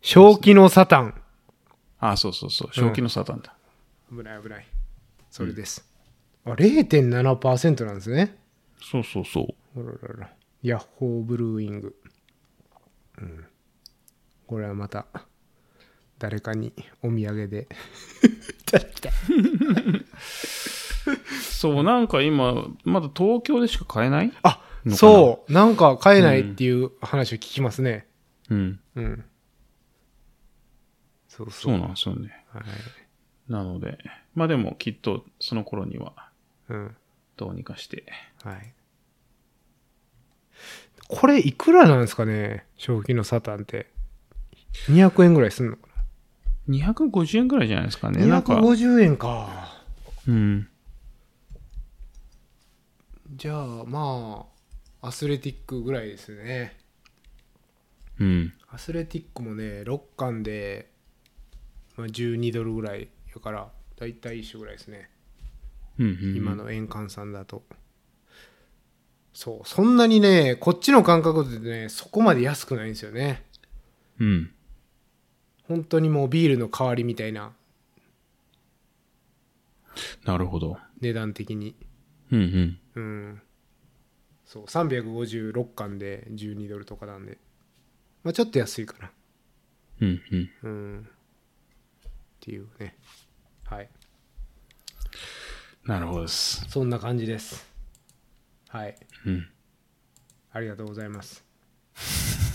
[SPEAKER 1] 正気のサタン
[SPEAKER 3] あ、そうそうそう。正気のサタンだ。
[SPEAKER 1] 危ない危ないそれです、あ0.7%なんですね
[SPEAKER 3] そうそうそう。
[SPEAKER 1] あらららヤッホーブルーイング、うん、これはまた誰かにお土
[SPEAKER 3] (laughs)
[SPEAKER 1] 産でいただきたい
[SPEAKER 3] そう、なんか今、まだ東京でしか買えない
[SPEAKER 1] あ
[SPEAKER 3] のかな
[SPEAKER 1] そうなんか買えないっていう話を聞きますね
[SPEAKER 3] うん。
[SPEAKER 1] うん、そうそ
[SPEAKER 3] そううなんですよね。
[SPEAKER 1] はい
[SPEAKER 3] なので、まあでもきっとその頃には
[SPEAKER 1] うん
[SPEAKER 3] どうにかして。
[SPEAKER 1] はいこれいくらなんですかね正気のサタンって200円ぐらいすんのか
[SPEAKER 3] 250円ぐらいじゃないですかね。な
[SPEAKER 1] なん
[SPEAKER 3] か、
[SPEAKER 1] 250円か
[SPEAKER 3] うん。
[SPEAKER 1] じゃあまあアスレティックぐらいですね
[SPEAKER 3] うん。
[SPEAKER 1] アスレティックもね6巻で、まあ、12ドルぐらいやからだいたい一緒ぐらいですね、
[SPEAKER 3] うんうんうん、
[SPEAKER 1] 今の円換算だとそうそんなにねこっちの感覚でねそこまで安くないんですよね
[SPEAKER 3] うん。
[SPEAKER 1] 本当にもうビールの代わりみたいな
[SPEAKER 3] なるほど。
[SPEAKER 1] 値段的に
[SPEAKER 3] うんうん。
[SPEAKER 1] うんそう356巻で12ドルとかなんでまあちょっと安いかな
[SPEAKER 3] うんうん。
[SPEAKER 1] うんっていうねはい
[SPEAKER 3] なるほどです。
[SPEAKER 1] そんな感じですはい
[SPEAKER 3] うん。
[SPEAKER 1] ありがとうございます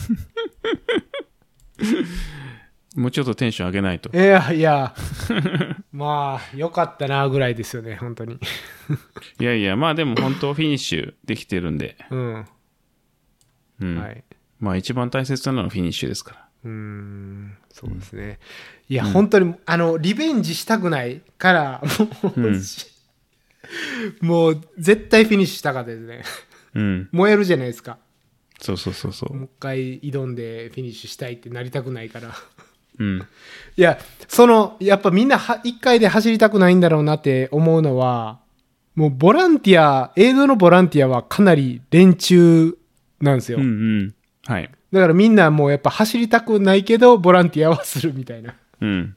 [SPEAKER 3] もうちょっとテンション上げないと
[SPEAKER 1] い。やいや
[SPEAKER 3] (laughs)
[SPEAKER 1] まあよかったなぐらいですよね本
[SPEAKER 3] (laughs)
[SPEAKER 1] 当に
[SPEAKER 3] いやいや、まあでも本当フィニッシュできてるんで。
[SPEAKER 1] うん、
[SPEAKER 3] うん。
[SPEAKER 1] はい
[SPEAKER 3] まあ一番大切なのはフィニッシュですから。
[SPEAKER 1] うーんそうですね、いや、本当にあのリベンジしたくないからもう,、もう絶対フィニッシュしたかったですね
[SPEAKER 3] うん。
[SPEAKER 1] 燃えるじゃないですか
[SPEAKER 3] そうそうそうそ
[SPEAKER 1] もう
[SPEAKER 3] う。
[SPEAKER 1] 一回挑んでフィニッシュしたいってなりたくないから (laughs)
[SPEAKER 3] うん。
[SPEAKER 1] いや、その、やっぱみんなは一回で走りたくないんだろうなって思うのは、もうボランティア、映像のボランティアはかなり連中なんですよ。
[SPEAKER 3] うんうん。はい。
[SPEAKER 1] だからみんなもうやっぱ走りたくないけど、ボランティアはするみたいな。 (laughs)
[SPEAKER 3] うん。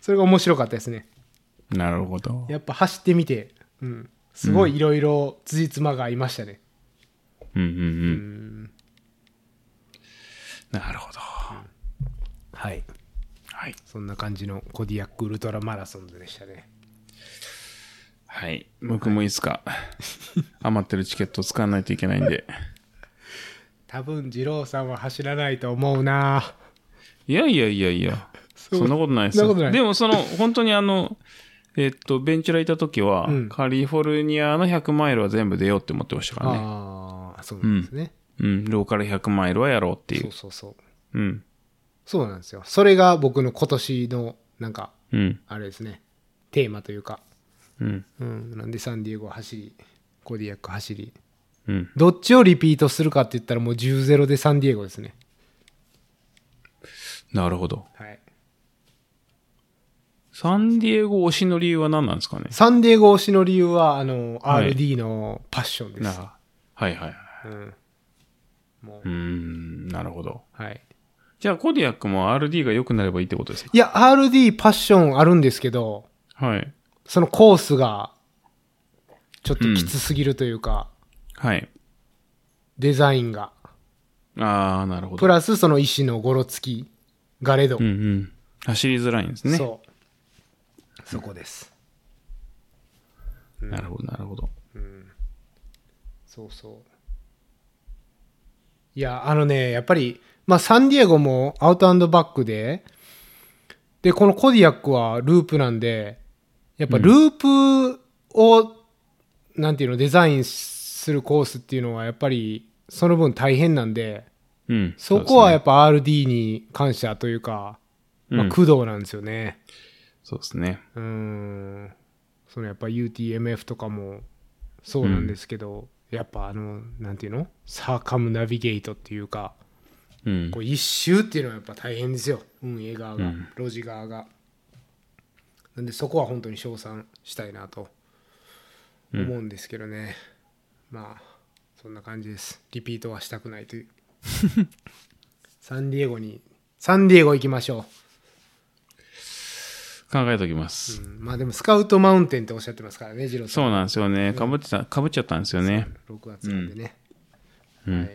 [SPEAKER 1] それが面白かったですね。
[SPEAKER 3] なるほど。
[SPEAKER 1] やっぱ走ってみて、うん。すごいいろいろ辻褄が合いましたね。
[SPEAKER 3] うんうんうん。なるほど。
[SPEAKER 1] はい。
[SPEAKER 3] はい。
[SPEAKER 1] そんな感じのコディアックウルトラマラソンでしたね。
[SPEAKER 3] はい。僕もいつ (laughs) か余ってるチケットを使わないといけないんで。
[SPEAKER 1] 多分、二郎さんは走らないと思うない
[SPEAKER 3] やいやいやいや。
[SPEAKER 1] う
[SPEAKER 3] そんなことないです
[SPEAKER 1] そんな
[SPEAKER 3] よ。
[SPEAKER 1] ことない
[SPEAKER 3] でもその、本当にあの、えっと、ベンチュラいた時は、
[SPEAKER 1] ん
[SPEAKER 3] カリフォルニアの100マイルは全部出ようって思ってましたからね。
[SPEAKER 1] ああ、そうなんですね。
[SPEAKER 3] うん、ローカル100マイルはやろうってい。
[SPEAKER 1] そううそうそう。
[SPEAKER 3] うん。
[SPEAKER 1] そうなんですよ。それが僕の今年の、なんか、
[SPEAKER 3] うん。
[SPEAKER 1] あれですね、テーマというか、
[SPEAKER 3] うん。
[SPEAKER 1] うん、なんでサンディエゴ走り、コディアック走り、
[SPEAKER 3] うん。
[SPEAKER 1] どっちをリピートするかって言ったら、もう10-0でサンディエゴですね。
[SPEAKER 3] なるほど。
[SPEAKER 1] はい。
[SPEAKER 3] サンディエゴ推しの理由は何なんですかね
[SPEAKER 1] サンディエゴ推しの理由は、あの、
[SPEAKER 3] はい
[SPEAKER 1] RD のパッションです。
[SPEAKER 3] なあはいはいはい。
[SPEAKER 1] うん。も
[SPEAKER 3] うー、
[SPEAKER 1] う
[SPEAKER 3] ん、なるほど。
[SPEAKER 1] はい。
[SPEAKER 3] じゃあ、コディアックも RD が良くなればいいってことですか
[SPEAKER 1] いや、RD パッションあるんですけど、
[SPEAKER 3] はい。
[SPEAKER 1] そのコースが、ちょっときつすぎるというか、
[SPEAKER 3] はい。
[SPEAKER 1] デザインが。
[SPEAKER 3] ああ、なるほ
[SPEAKER 1] プ
[SPEAKER 3] ど。
[SPEAKER 1] ラス、その石のゴロつき、ガレド。
[SPEAKER 3] うんうん。走りづらいんですね。
[SPEAKER 1] そうそこです、
[SPEAKER 3] なるほど、なるほど。
[SPEAKER 1] そうそういやあのねやっぱり、まあ、サンディエゴもアウトバックででこのコディアックはループなんでやっぱループを、なんていうのデザインするコースっていうのはやっぱりその分大変なんで
[SPEAKER 3] うん。
[SPEAKER 1] そこは
[SPEAKER 3] う
[SPEAKER 1] や
[SPEAKER 3] ですね
[SPEAKER 1] っぱ RD に感謝というか、まあ、
[SPEAKER 3] うん
[SPEAKER 1] 工藤なんですよね、
[SPEAKER 3] そうですね。
[SPEAKER 1] うーんそのやっぱ UTMF とかもそうなんですけど、やっぱあのなんていうのサーカムナビゲートっていうか
[SPEAKER 3] うん
[SPEAKER 1] こう一周っていうのはやっぱ大変ですよ運営側が、
[SPEAKER 3] うん
[SPEAKER 1] 路地側がなんでそこは本当に称賛したいなと思うんですけどね、まあそんな感じですリピートはしたくない (laughs) というサンディエゴにサンディエゴ行きましょ
[SPEAKER 3] 考えときま
[SPEAKER 1] う、
[SPEAKER 3] す。
[SPEAKER 1] うんまあでもスカウトマウンテンっておっしゃってますからねジローさん
[SPEAKER 3] そうなんですよね。かぶってた、かぶっちゃったんですよね。
[SPEAKER 1] 6月なんでね、はい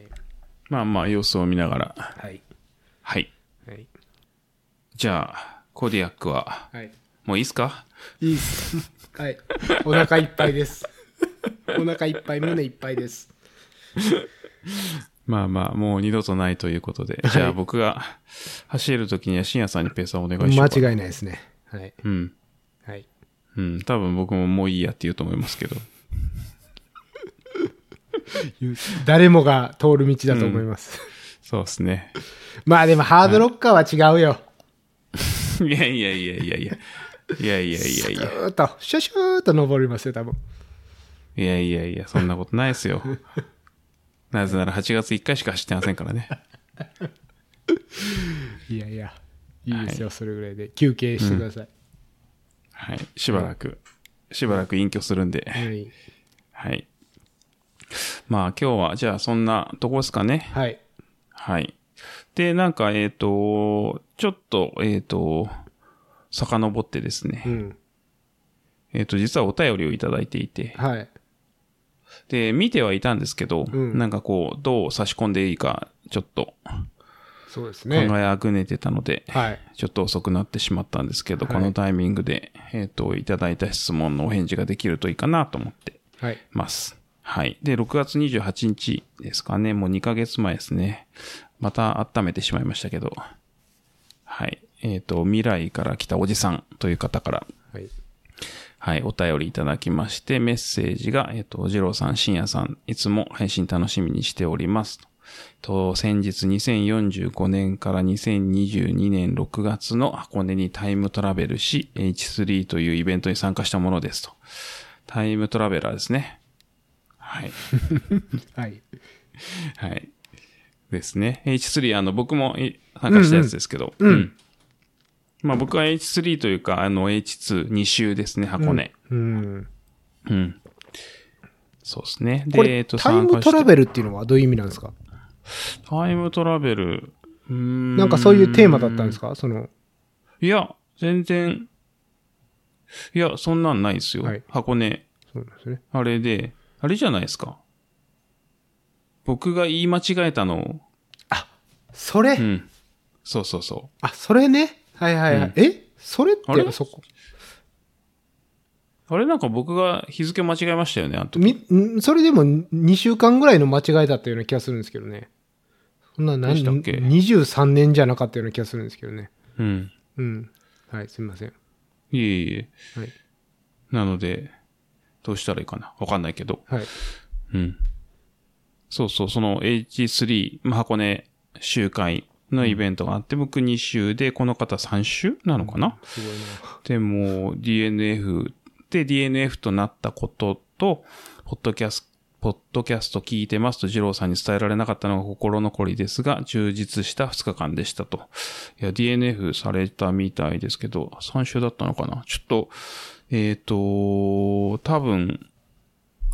[SPEAKER 3] まあまあ、様子を見ながら。
[SPEAKER 1] はい
[SPEAKER 3] はい。
[SPEAKER 1] はい
[SPEAKER 3] じゃあ、コディアックは、
[SPEAKER 1] はい
[SPEAKER 3] もういいっすか
[SPEAKER 1] いいっす。 (laughs) はい。お腹いっぱいです。お腹いっぱい、胸いっぱいです。
[SPEAKER 3] まあまあ、もう二度とないということで。じゃあ僕が走るときには深夜さんにペースをお願いし
[SPEAKER 1] 間
[SPEAKER 3] ます。
[SPEAKER 1] 違いないですね。はい。
[SPEAKER 3] うん。
[SPEAKER 1] はい。
[SPEAKER 3] うん。多分僕ももういいやって言うと思いますけど。
[SPEAKER 1] 誰もが通る道だと思います。
[SPEAKER 3] そうですね。 (laughs)
[SPEAKER 1] まあでも、ハードロッカーは違うよ。
[SPEAKER 3] いやいやいやいやいや。いやいやいやい
[SPEAKER 1] ず
[SPEAKER 3] や。
[SPEAKER 1] ーっと、シュシューっと登りますよ、多分。
[SPEAKER 3] いやいやいや、そんなことないですよ。なぜなら8月1回しか走ってませんからね。
[SPEAKER 1] いやいや、いいですよ、それぐらいで。休憩してください。
[SPEAKER 3] はい。しばらく、しばらく隠居するんで。
[SPEAKER 1] はい。
[SPEAKER 3] はい。まあ今日は、じゃあそんなとこですかね。
[SPEAKER 1] はい。
[SPEAKER 3] はい。で、なんか、えっ、と、ちょっと、えっ、と、遡ってですね、
[SPEAKER 1] うん。
[SPEAKER 3] えっ、と、実はお便りをいただいていて、
[SPEAKER 1] はい。
[SPEAKER 3] で、見てはいたんですけど、
[SPEAKER 1] うん
[SPEAKER 3] なんかこう、どう差し込んでいいか、ちょっと
[SPEAKER 1] そうです
[SPEAKER 3] 考
[SPEAKER 1] ね。
[SPEAKER 3] えあぐねてたので、
[SPEAKER 1] はい。
[SPEAKER 3] ちょっと遅くなってしまったんですけど、
[SPEAKER 1] はい
[SPEAKER 3] このタイミングで、えっ、と、いただいた質問のお返事ができるといいかなと思って
[SPEAKER 1] はい。
[SPEAKER 3] ます。はい。で、6月28日ですかね。もう2ヶ月前ですね。また温めてしまいましたけど。はい。えっ、と、未来から来たおじさんという方から、
[SPEAKER 1] はい。
[SPEAKER 3] はい、お便りいただきまして、メッセージが、えっ、と、ジローさん、深夜さん、いつも配信楽しみにしております。と、先日2045年から2022年6月の箱根にタイムトラベルし、H3 というイベントに参加したものですと。タイムトラベラーですね。はい。 (laughs)
[SPEAKER 1] はい。
[SPEAKER 3] はい。ですね。H3、あの、僕もい参加したやつですけど。うん、まあ僕は H3 というか、あの H2、2周ですね、箱根。
[SPEAKER 1] うん。
[SPEAKER 3] うん。そうですね。
[SPEAKER 1] こ
[SPEAKER 3] で、え
[SPEAKER 1] れ、
[SPEAKER 3] っと、
[SPEAKER 1] タイムトラベルっていうのはどういう意味なんです
[SPEAKER 3] 参
[SPEAKER 1] か
[SPEAKER 3] 加したタイムトラベル。うーん。
[SPEAKER 1] なんかそういうテーマだったんですかその、
[SPEAKER 3] いや、全然。いや、そんなんないですよ。
[SPEAKER 1] はい
[SPEAKER 3] 箱根。
[SPEAKER 1] そうなんですね。
[SPEAKER 3] あれで、あれじゃないですか。僕が言い間違えたのを。
[SPEAKER 1] それ、
[SPEAKER 3] うん。そうそうそう。
[SPEAKER 1] あ、それね。はいはいはい。えそれっ
[SPEAKER 3] あれ
[SPEAKER 1] て、そこ。
[SPEAKER 3] あれなんか僕が日付間違えましたよね、あの時
[SPEAKER 1] み、んそれでも2週間ぐらいの間違いだったような気がするんですけどね。そんな
[SPEAKER 3] どう
[SPEAKER 1] 何
[SPEAKER 3] したっけ
[SPEAKER 1] ?23 年じゃなかったような気がするんですけどね。
[SPEAKER 3] うん。
[SPEAKER 1] うん。はい、すみません。
[SPEAKER 3] いえいえ。
[SPEAKER 1] はい。
[SPEAKER 3] なので、どうしたらいいかな。わかんないけど。
[SPEAKER 1] はい。
[SPEAKER 3] うん。そうそう、その H3、まあ、箱根集会のイベントがあって、僕2週で、この方3週なのかな、
[SPEAKER 1] すごいな。
[SPEAKER 3] でも、DNF で DNF となったことと、ポッドキャスト、ポッドキャスト聞いてますと、二郎さんに伝えられなかったのが心残りですが、充実した2日間でしたと。いや、DNF されたみたいですけど、3週だったのかなちょっと、えっ、と、多分、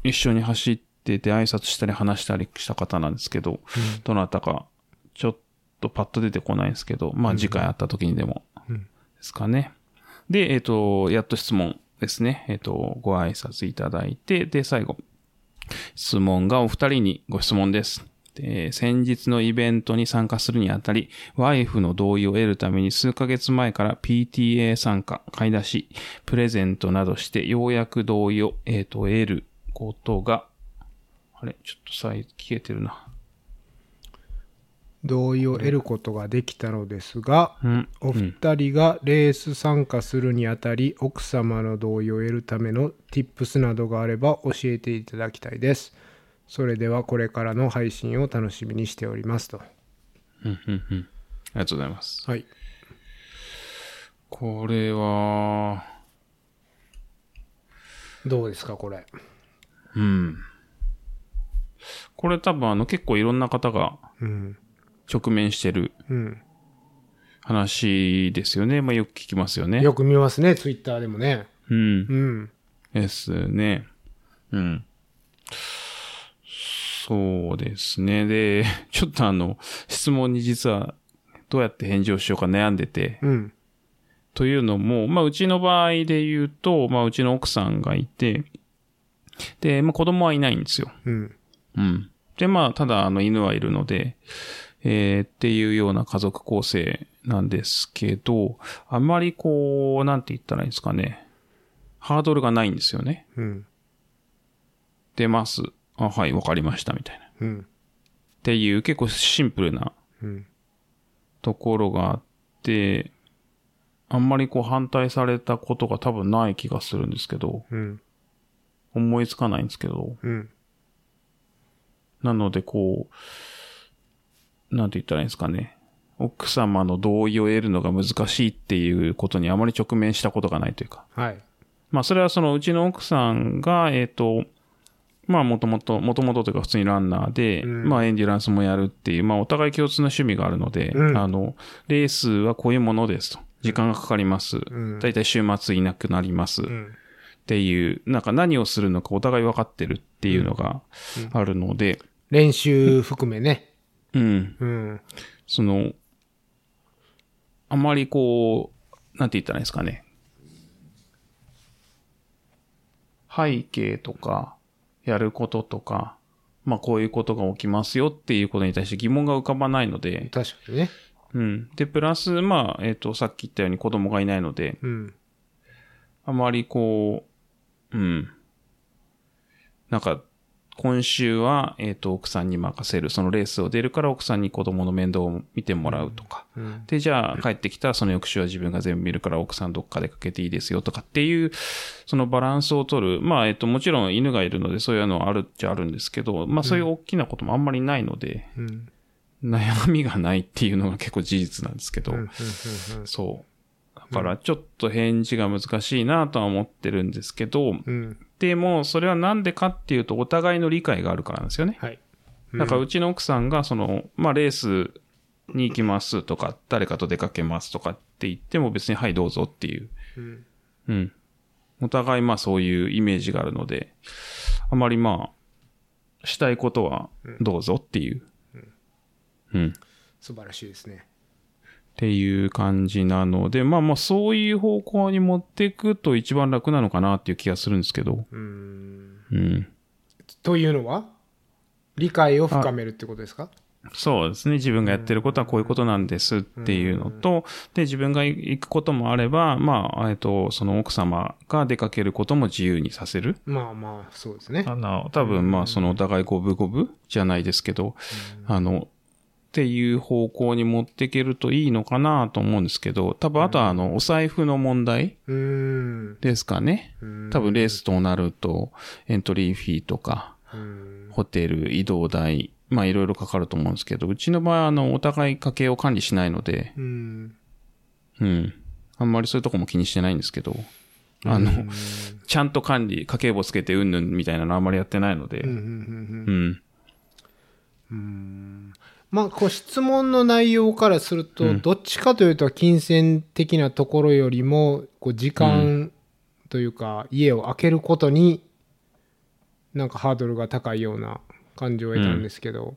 [SPEAKER 3] 一緒に走ってて挨拶したり話したりした方なんですけど、どなたか、ちょっとパッと出てこないんですけど、まあ次回会った時にでも、ですかね。で、えっ、と、やっと質問ですね。えっ、と、ご挨拶いただいて、で、最後、質問がお二人にご質問です。で先日のイベントに参加するにあたり、ワイフの同意を得るために数ヶ月前から PTA 参加、買い出し、プレゼントなどして、ようやく同意を、えーと得ることが、あれちょっとさえ消えてるな。
[SPEAKER 1] 同意を得ることができたのですが、
[SPEAKER 3] うん。
[SPEAKER 1] お二人がレース参加するにあたり、奥様の同意を得るための tips などがあれば教えていただきたいです。それではこれからの配信を楽しみにしておりますと。
[SPEAKER 3] うん、うん、うん。ありがとうございます。
[SPEAKER 1] はい。
[SPEAKER 3] これは、
[SPEAKER 1] どうですか、これ。
[SPEAKER 3] うん。これ多分あの結構いろんな方が
[SPEAKER 1] うん。
[SPEAKER 3] 直面してる
[SPEAKER 1] うん。
[SPEAKER 3] 話ですよね。まあよく聞きますよね。
[SPEAKER 1] よく見ますね、ツイッターでもね。
[SPEAKER 3] うん。
[SPEAKER 1] うん。
[SPEAKER 3] ですね。うん。そうですね。で、 (laughs) ちょっとあの、質問に実はどうやって返事をしようか悩んでて。
[SPEAKER 1] うん。
[SPEAKER 3] というのも、まあ、うちの場合で言うと、まあ、うちの奥さんがいて、で、まあ、子供はいないんですよ。
[SPEAKER 1] うん。
[SPEAKER 3] うん。で、まあ、ただ、あの、犬はいるので、えーっていうような家族構成なんですけど、あまりこう、なんて言ったらいいんですかね。ハードルがないんですよね。
[SPEAKER 1] うん。
[SPEAKER 3] 出ます。あ、はい、わかりました、みたいな。っ
[SPEAKER 1] うん。
[SPEAKER 3] ていう、結構シンプルな
[SPEAKER 1] うん。
[SPEAKER 3] ところがあって、あんまりこう反対されたことが多分ない気がするんですけど、
[SPEAKER 1] うん。
[SPEAKER 3] 思いつかないんですけど、
[SPEAKER 1] うん。
[SPEAKER 3] なのでこう、なんて言ったらいいんですかね。奥様の同意を得るのが難しいっていうことにあまり直面したことがないというか。
[SPEAKER 1] はい。
[SPEAKER 3] まあそれはそのうちの奥さんが、えっ、と、まあもともと、もともとというか普通にランナーで、
[SPEAKER 1] うん
[SPEAKER 3] まあエンデュランスもやるっていう、まあお互い共通の趣味があるので、
[SPEAKER 1] うん
[SPEAKER 3] あの、レースはこういうものですと。時間がかかります。
[SPEAKER 1] うん。
[SPEAKER 3] だいたい週末いなくなります。
[SPEAKER 1] うん。
[SPEAKER 3] っていう、なんか何をするのかお互い分かってるっていうのがあるので、
[SPEAKER 1] 練習含めね。
[SPEAKER 3] うん。
[SPEAKER 1] うん。
[SPEAKER 3] その、あまりこう、なんて言ったらいいんですかね。背景とか、やることとか、まあこういうことが起きますよっていうことに対して疑問が浮かばないので、
[SPEAKER 1] 確かにね。
[SPEAKER 3] うん。で、プラス、まあ、えっ、と、さっき言ったように子供がいないので、
[SPEAKER 1] うん。
[SPEAKER 3] あまりこう、うん。なんか、今週は、えっ、と、奥さんに任せる。そのレースを出るから奥さんに子供の面倒を見てもらうとか。
[SPEAKER 1] うん。
[SPEAKER 3] で、じゃあ帰ってきたらその翌週は自分が全部見るから奥さんどっか出かけていいですよとかっていう、そのバランスを取る。まあ、えっ、と、もちろん犬がいるのでそういうのはあるっちゃあるんですけど、まあそういう大きなこともあんまりないので、
[SPEAKER 1] うん。うん。
[SPEAKER 3] 悩みがないっていうのが結構事実なんですけど。
[SPEAKER 1] うん。
[SPEAKER 3] そう。だからちょっと返事が難しいなとは思ってるんですけど、
[SPEAKER 1] うん。うん。
[SPEAKER 3] でもそれはなんでかっていうとお互いの理解があるからなんですよね。
[SPEAKER 1] はい。
[SPEAKER 3] だからうちの奥さんがその、まあレースに行きますとか、誰かと出かけますとかって言っても別にはいどうぞっていう。
[SPEAKER 1] うん。
[SPEAKER 3] うん。お互いまあそういうイメージがあるので、あまりまあ、したいことはどうぞっていう。うん。
[SPEAKER 1] 素晴らしいですね。
[SPEAKER 3] っていう感じなので、まあまあそういう方向に持っていくと一番楽なのかなっていう気がするんですけど。
[SPEAKER 1] うん。
[SPEAKER 3] うん。
[SPEAKER 1] というのは理解を深めるってことですか
[SPEAKER 3] そうですね。自分がやってることはこういうことなんですっていうのと、で、自分が行くこともあれば、まあ、えっと、その奥様が出かけることも自由にさせる。
[SPEAKER 1] まあまあ、そうですね。
[SPEAKER 3] あの、多分まあ、そのお互い五分五分じゃないですけど、あの、っていう方向に持っていけるといいのかなと思うんですけど、多分あとはあの、お財布の問題
[SPEAKER 1] うーん。
[SPEAKER 3] ですかね。多分レースとなると、エントリーフィーとか、
[SPEAKER 1] うん。
[SPEAKER 3] ホテル、移動代、まあいろいろかかると思うんですけど、うちの場合はあの、お互い家計を管理しないので、
[SPEAKER 1] うん。
[SPEAKER 3] うん。あんまりそういうとこも気にしてないんですけど、あの、ちゃんと管理、家計簿つけてうんぬんみたいなのあんまりやってないので、
[SPEAKER 1] うんうんうん
[SPEAKER 3] うん。
[SPEAKER 1] まあ、こう質問の内容からすると、どっちかというと、金銭的なところよりも、こう時間というか、家を空けることに、なんかハードルが高いような感じを得たんですけど、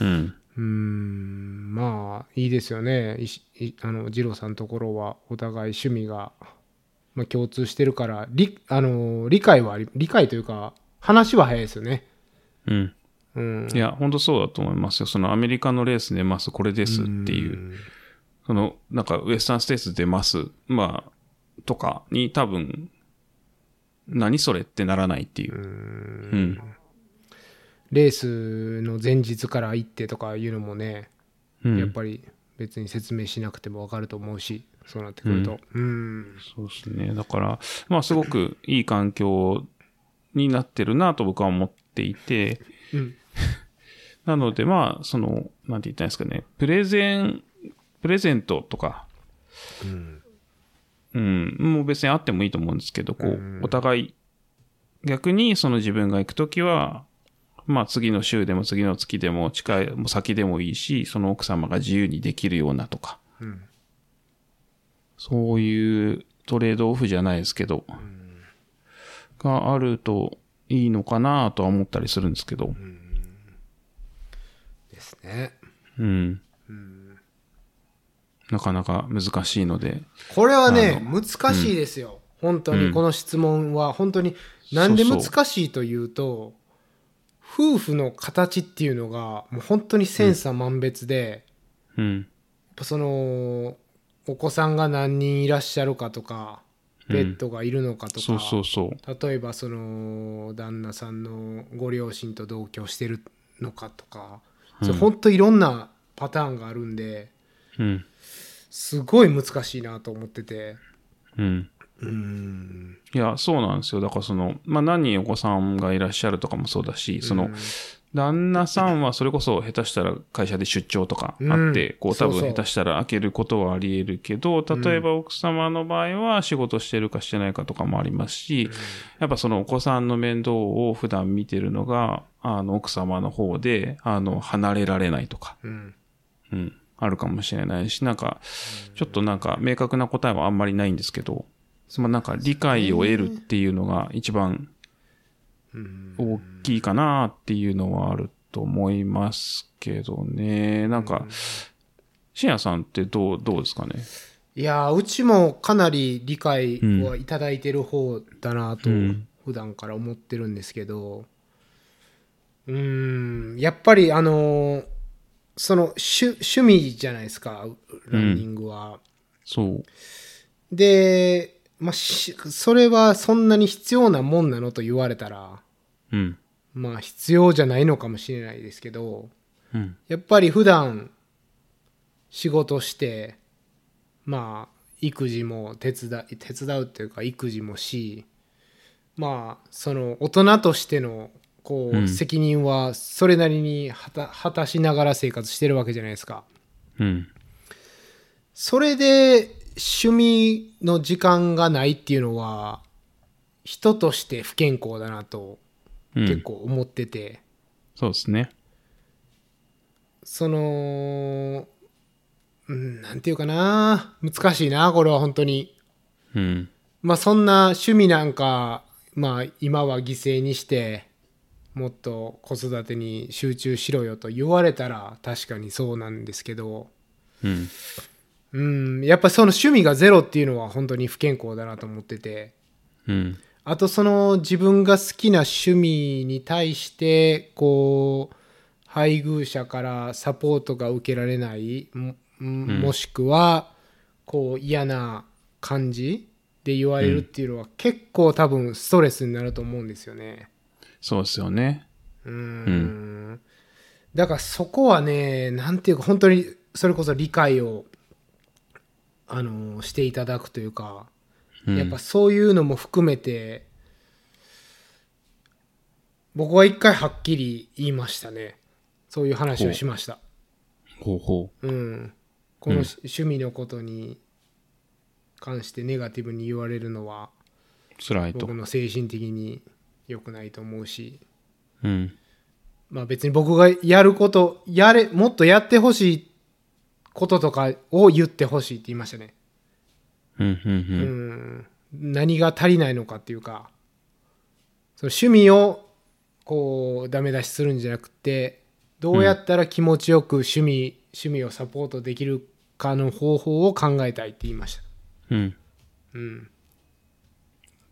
[SPEAKER 3] うん。
[SPEAKER 1] うーんまあいいですよねいしいあの二郎さんのところはお互い趣味が、まあ、共通してるから理あの理解はあり理解というか話は早いですよね
[SPEAKER 3] うん。
[SPEAKER 1] うん
[SPEAKER 3] いや、本当そうだと思いますよ。そのアメリカのレース出ます、これですっていう。その、なんかウエスタンステース出ます、まあ、とかに多分、何それってならないっていう。うん。
[SPEAKER 1] レースの前日から行ってとかいうのもね、
[SPEAKER 3] うん
[SPEAKER 1] やっぱり別に説明しなくても分かると思うしそうなってくるとうん
[SPEAKER 3] そうですね。だから、まあすごくいい環境になってるなと僕は思っていて、
[SPEAKER 1] うん
[SPEAKER 3] (laughs) なのでまあ、その、なんて言ったらいいんですかね、プレゼン、プレゼントとか、うん、もう別にあってもいいと思うんですけど、こう、お互い、逆にその自分が行くときは、まあ次の週でも次の月でも近い、もう先でもいいし、その奥様が自由にできるようなとか、
[SPEAKER 1] うん
[SPEAKER 3] そういうトレードオフじゃないですけど、があるといいのかなとは思ったりするんですけど、
[SPEAKER 1] ですね
[SPEAKER 3] うん。なかなか難しいので、
[SPEAKER 1] これはね難しいですよ、本当
[SPEAKER 3] うん
[SPEAKER 1] にこの質問は本当になんで
[SPEAKER 3] そう
[SPEAKER 1] 難
[SPEAKER 3] そう
[SPEAKER 1] しいというと夫婦の形っていうのがもう本当に千差万別で、
[SPEAKER 3] うん。
[SPEAKER 1] やっぱそのお子さんが何人いらっしゃるかとか
[SPEAKER 3] うん
[SPEAKER 1] ペットがいるのかとか、
[SPEAKER 3] そうそうそう。
[SPEAKER 1] 例えばその旦那さんのご両親と同居してるのかとか、
[SPEAKER 3] うん
[SPEAKER 1] そう本当いろんなパターンがあるんで
[SPEAKER 3] うん。
[SPEAKER 1] すごい難しいなと思ってて
[SPEAKER 3] うん。
[SPEAKER 1] うん
[SPEAKER 3] いや、そうなんですよ。だからその、まあ、何人お子さんがいらっしゃるとかもそうだし、その、旦那さんはそれこそ下手したら会社で出張とかあって、
[SPEAKER 1] うん
[SPEAKER 3] こう多
[SPEAKER 1] そう
[SPEAKER 3] 分
[SPEAKER 1] そう
[SPEAKER 3] 下手したら開けることはあり得るけど、例えば奥様の場合は仕事してるかしてないかとかもありますし、やっぱそのお子さんの面倒を普段見てるのが、あの奥様の方で、あの、離れられないとか、
[SPEAKER 1] うん
[SPEAKER 3] うん、あるかもしれないし、なんか、ちょっとなんか明確な答えはあんまりないんですけど、そのなんか理解を得るっていうのが一番
[SPEAKER 1] うん
[SPEAKER 3] 大きいかなっていうのはあると思いますけどね。なんか、しんやさんってどう、どうですかね。
[SPEAKER 1] いやーうちもかなり理解はいただいてる方だなと
[SPEAKER 3] うん
[SPEAKER 1] 普段から思ってるんですけどうーんやっぱりあのーその趣趣味じゃないですかランニングは。
[SPEAKER 3] そう。
[SPEAKER 1] で、まあ、しそれはそんなに必要なもんなのと言われたら、
[SPEAKER 3] うん。
[SPEAKER 1] まあ、必要じゃないのかもしれないですけど、
[SPEAKER 3] うん。
[SPEAKER 1] やっぱり普段仕事して、まあ、育児も手伝い、手伝うっていうか、育児もし、まあ、その、大人としての、こ
[SPEAKER 3] う
[SPEAKER 1] う、
[SPEAKER 3] ん
[SPEAKER 1] 責任は、それなりに果た果たしながら生活してるわけじゃないですか。
[SPEAKER 3] うん。
[SPEAKER 1] それで趣味の時間がないっていうのは人として不健康だなと
[SPEAKER 3] うん
[SPEAKER 1] 結構思ってて、
[SPEAKER 3] そうですね。
[SPEAKER 1] その、うん、なんていうかな難しいなこれは本当に
[SPEAKER 3] うん。
[SPEAKER 1] まあそんな趣味なんかまあ今は犠牲にしてもっと子育てに集中しろよと言われたら確かにそうなんですけど
[SPEAKER 3] うん。
[SPEAKER 1] うんやっぱその趣味がゼロっていうのは本当に不健康だなと思ってて。
[SPEAKER 3] うん。
[SPEAKER 1] あとその自分が好きな趣味に対してこう配偶者からサポートが受けられないも
[SPEAKER 3] ん
[SPEAKER 1] もしくはこう嫌な感じで言われるっていうのは結構多分ストレスになると思うんですよね。
[SPEAKER 3] そうですよね。
[SPEAKER 1] うーんだからそこはねなんていうか本当にそれこそ理解をあのしていただくというか。
[SPEAKER 3] うん、
[SPEAKER 1] やっぱそういうのも含めて、僕は一回はっきり言いましたね。そういう話をしました。
[SPEAKER 3] ほうほ
[SPEAKER 1] うん。このし、趣味のことに関してネガティブに言われるのは、
[SPEAKER 3] う。辛いと
[SPEAKER 1] 僕。の精神的に良くないと思うし、
[SPEAKER 3] うん。
[SPEAKER 1] まあ別に僕がやること、やれ、もっとやってほしいこととかを言ってほしいって言いましたね。
[SPEAKER 3] うん。うん。う。
[SPEAKER 1] うんん、何が足りないのかっていうかその趣味をこうダメ出しするんじゃなくてどうやったら気持ちよく趣味、趣味をサポートできるかの方法を考えたいって言いました
[SPEAKER 3] うん。
[SPEAKER 1] うん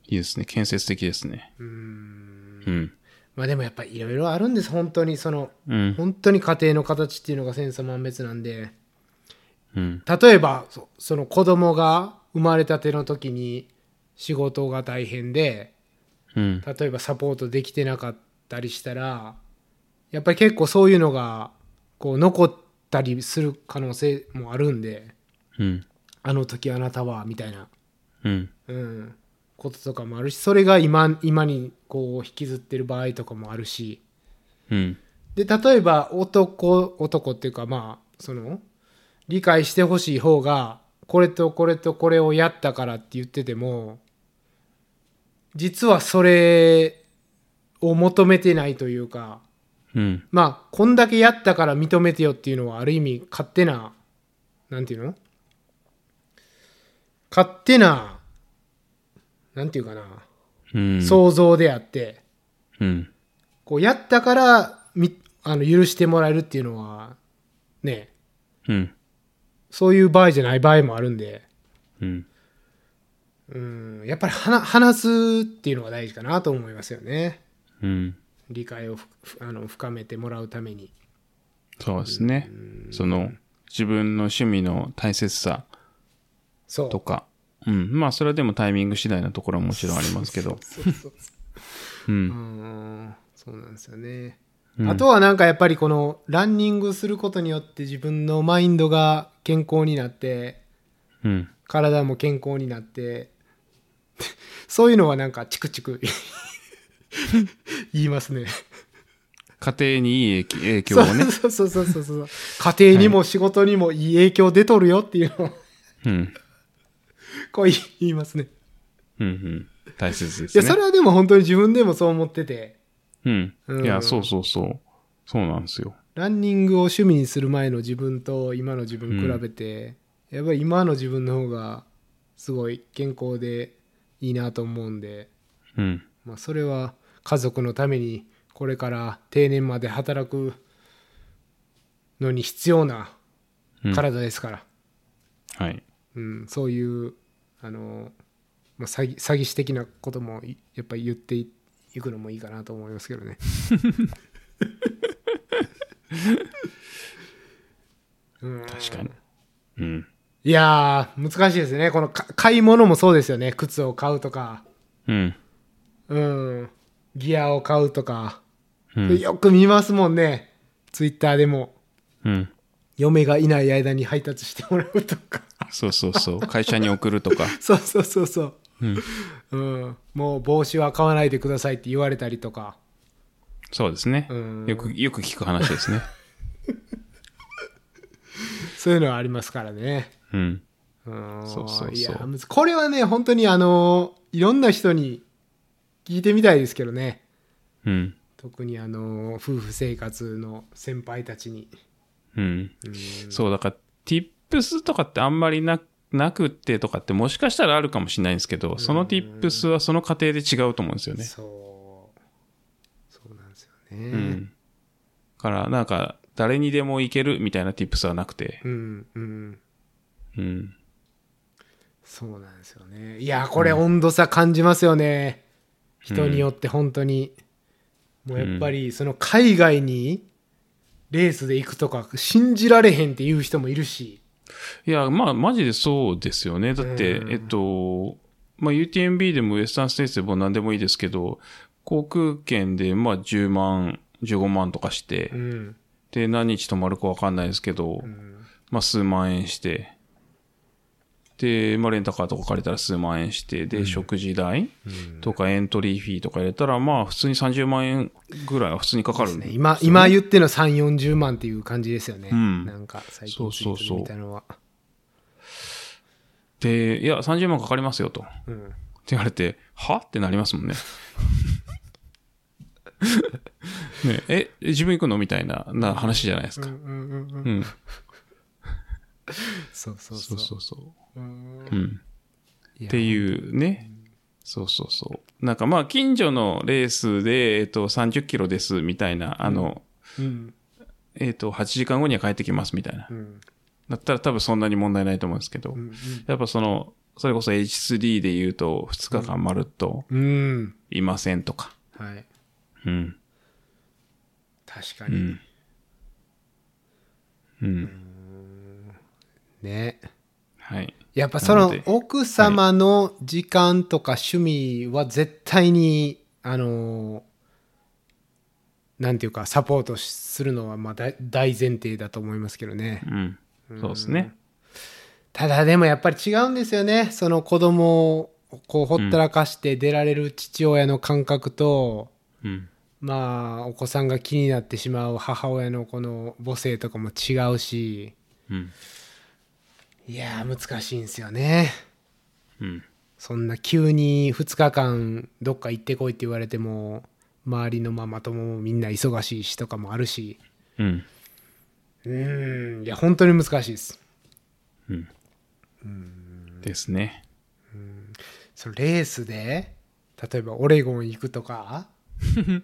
[SPEAKER 3] いいですね。建設的ですね。
[SPEAKER 1] うん
[SPEAKER 3] うん。
[SPEAKER 1] まあでもやっぱいろいろあるんです本当にその
[SPEAKER 3] うん。
[SPEAKER 1] 本当に家庭の形っていうのが千差万別なんで
[SPEAKER 3] うん。
[SPEAKER 1] 例えばそその子供が生まれたての時に仕事が大変で
[SPEAKER 3] うん。
[SPEAKER 1] 例えばサポートできてなかったりしたらやっぱり結構そういうのがこう残ったりする可能性もあるんで
[SPEAKER 3] うん。
[SPEAKER 1] あの時あなたはみたいな、
[SPEAKER 3] うん。
[SPEAKER 1] うん、こととかもあるしそれが今今にこう引きずってる場合とかもあるし
[SPEAKER 3] うん。
[SPEAKER 1] で例えば男男っていうかまあその理解してほしい方がこれとこれとこれをやったからって言ってても実はそれを求めてないというか
[SPEAKER 3] うん。
[SPEAKER 1] まあこんだけやったから認めてよっていうのはある意味勝手ななんていうの勝手ななんていうかな、
[SPEAKER 3] うん。
[SPEAKER 1] 想像であって
[SPEAKER 3] うん。
[SPEAKER 1] こうやったからみあの許してもらえるっていうのはね
[SPEAKER 3] うん。
[SPEAKER 1] そういう場合じゃない場合もあるんで
[SPEAKER 3] うん。
[SPEAKER 1] うんやっぱり話話すっていうのが大事かなと思いますよね
[SPEAKER 3] うん。
[SPEAKER 1] 理解をふふあの深めてもらうために
[SPEAKER 3] そうですね。その、自分の趣味の大切さ
[SPEAKER 1] そう
[SPEAKER 3] とか。うん。まあ、それはでもタイミング次第なところはもちろんありますけど。
[SPEAKER 1] そうそうそう
[SPEAKER 3] うん
[SPEAKER 1] う。んそうなんですよね、あとはなんかやっぱりこのランニングすることによって自分のマインドが健康になって
[SPEAKER 3] うん。
[SPEAKER 1] 体も健康になって (laughs) そういうのはなんかチクチク (laughs) 言いますね
[SPEAKER 3] 家庭にいい影影響をね。
[SPEAKER 1] そうそうそうそうそう家庭にも仕事にもいい影響出とるよっていうのを (laughs)
[SPEAKER 3] うん。
[SPEAKER 1] こう言い言いますね
[SPEAKER 3] うんうん。大切で
[SPEAKER 1] い
[SPEAKER 3] す
[SPEAKER 1] や
[SPEAKER 3] ね。
[SPEAKER 1] それはでも本当に自分でもそう思ってて
[SPEAKER 3] うん
[SPEAKER 1] う。ん
[SPEAKER 3] いや、そうそうそう。そうなんですよ。
[SPEAKER 1] ランニングを趣味にする前の自分と今の自分比べて、やっぱり今の自分の方がすごい健康でいいなと思うんで、
[SPEAKER 3] うん。
[SPEAKER 1] まあ、それは家族のためにこれから定年まで働くのに必要な
[SPEAKER 3] うん
[SPEAKER 1] 体ですから、
[SPEAKER 3] はい。
[SPEAKER 1] うんそういうあの、まあ、詐欺詐欺師的なこともいやっぱり言っていいくのもいいかなと思いますけ
[SPEAKER 3] (laughs)
[SPEAKER 1] どね。うん
[SPEAKER 3] 確かに。うん。
[SPEAKER 1] いやー、難しいですね。このか買い物もそうですよね。靴を買うとか、
[SPEAKER 3] うん。
[SPEAKER 1] うん、ギアを買うとか、
[SPEAKER 3] うん。
[SPEAKER 1] よく見ますもんね。ツイッターでも、
[SPEAKER 3] うん。
[SPEAKER 1] 嫁がいない間に配達してもらうとか。 (laughs)
[SPEAKER 3] そうそう (laughs) そう。会社に送るとか。
[SPEAKER 1] そうそうそうそう。
[SPEAKER 3] うん。
[SPEAKER 1] うん、もう帽子は買わないでくださいって言われたりとか。
[SPEAKER 3] そうですね
[SPEAKER 1] うん。
[SPEAKER 3] よく、よく聞く話ですね。
[SPEAKER 1] そういうのはありますからね。
[SPEAKER 3] うん。
[SPEAKER 1] うん
[SPEAKER 3] そうそうそう
[SPEAKER 1] やむずこれはね、本当にあのいろんな人に聞いてみたいですけどね。
[SPEAKER 3] うん。
[SPEAKER 1] 特にあの夫婦生活の先輩たちに。
[SPEAKER 3] うん。
[SPEAKER 1] うん
[SPEAKER 3] そう、だから、tips とかってあんまりな、なくってとかってもしかしたらあるかもしれないんですけど、その tips はその過程で違うと思うんですよね。
[SPEAKER 1] そう。そうなんですよ
[SPEAKER 3] う
[SPEAKER 1] ね。
[SPEAKER 3] ん。から、なんか、誰にでもいけるみたいな tips はなくて。
[SPEAKER 1] うん、うん。
[SPEAKER 3] うん。
[SPEAKER 1] そうなんですよね。いや、これ温度差感じますよね。
[SPEAKER 3] うん
[SPEAKER 1] 人によって本当に。もうやっぱり、その海外にレースで行くとか、信じられへんっていう人もいるし。
[SPEAKER 3] いや、まあ、マジでそうですよね。だって、
[SPEAKER 1] うん
[SPEAKER 3] えっと、まあ、UTMB でもウエスタンステイツでも何でもいいですけど、航空券で、まあ、10万、15万とかして、
[SPEAKER 1] うん。
[SPEAKER 3] で、何日泊まるかわかんないですけど、
[SPEAKER 1] うん
[SPEAKER 3] まあ、数万円して、で、まあ、レンタカーとか借りたら数万円して、で、食事代とかエントリーフィーとか入れたら、まあ、普通に30万円ぐらいは普通にかかるんで
[SPEAKER 1] 今、今言っての3、40万っていう感じですよね。
[SPEAKER 3] うん
[SPEAKER 1] なんか、最
[SPEAKER 3] そ
[SPEAKER 1] 近
[SPEAKER 3] うそう
[SPEAKER 1] ツイート
[SPEAKER 3] そう
[SPEAKER 1] で見たのは。
[SPEAKER 3] で、いや、30万かかりますよと。
[SPEAKER 1] うん。
[SPEAKER 3] って言われて、はってなりますもん (laughs) ね。ねえ、え自分行くのみたいなな話じゃないです
[SPEAKER 1] う
[SPEAKER 3] か。
[SPEAKER 1] んうんうんうん
[SPEAKER 3] うん。
[SPEAKER 1] そうそう
[SPEAKER 3] そう
[SPEAKER 1] そ。
[SPEAKER 3] うそうそう。
[SPEAKER 1] うん
[SPEAKER 3] うん。
[SPEAKER 1] いや
[SPEAKER 3] っていうね。そうそうそう。なんかまあ、近所のレースで、えっと、30キロです、みたいな、あの、
[SPEAKER 1] うん。
[SPEAKER 3] えっと、8時間後には帰ってきます、みたいな
[SPEAKER 1] う。ん。
[SPEAKER 3] だったら多分そんなに問題ないと思うんですけど
[SPEAKER 1] う、ん。
[SPEAKER 3] やっぱその、それこそ H3 で言うと、2日間まるっと
[SPEAKER 1] うん。
[SPEAKER 3] いませんとか。
[SPEAKER 1] はい。
[SPEAKER 3] うん。
[SPEAKER 1] 確か
[SPEAKER 3] う
[SPEAKER 1] に。
[SPEAKER 3] ん。うん。
[SPEAKER 1] ね。
[SPEAKER 3] はい。
[SPEAKER 1] やっぱそ
[SPEAKER 3] なの
[SPEAKER 1] の
[SPEAKER 3] で
[SPEAKER 1] 奥様の時間とか趣味は絶対に、あのー、なんていうか、サポートしするのはまあ大大前提だと思いますけどね。
[SPEAKER 3] うん。そうですね。
[SPEAKER 1] ただでもやっぱり違うんですよね。その子供をこうほったらかして出られる父親の感覚と、
[SPEAKER 3] うん。
[SPEAKER 1] まあお子さんが気になってしまう母親のこの母性とかも違うし
[SPEAKER 3] うん。
[SPEAKER 1] いやー難しいんですよね
[SPEAKER 3] うん。
[SPEAKER 1] そんな急に2日間どっか行ってこいって言われても周りのママ友もみんな忙しいしとかもあるし
[SPEAKER 3] うん。
[SPEAKER 1] うーんいや本当に難しいです
[SPEAKER 3] ですね。
[SPEAKER 1] そのレースで例えばオレゴン行くとか例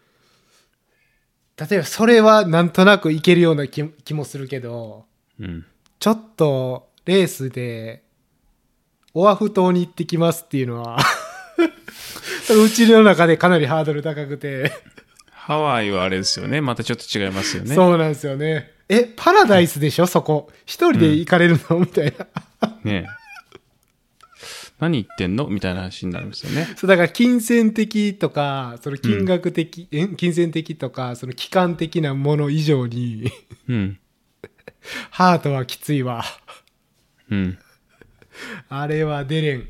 [SPEAKER 1] えばそれはなんとなく行けるような気気もするけど
[SPEAKER 3] うん。
[SPEAKER 1] ちょっとレースでオアフ島に行ってきますっていうのは (laughs) うちの中でかなりハードル高くて、
[SPEAKER 3] ハワイはあれですよね。またちょっと違いますよね。
[SPEAKER 1] そうなんですよねえパラダイスでしょそこ一人で行かれるの、みたいな
[SPEAKER 3] ね何言ってんのみたいな話になりますよね。
[SPEAKER 1] そうだから金銭的とかその金額的、え金銭的とかその期間的なもの以上に
[SPEAKER 3] うん。
[SPEAKER 1] ハートはきついわ
[SPEAKER 3] うん。
[SPEAKER 1] あれは出れん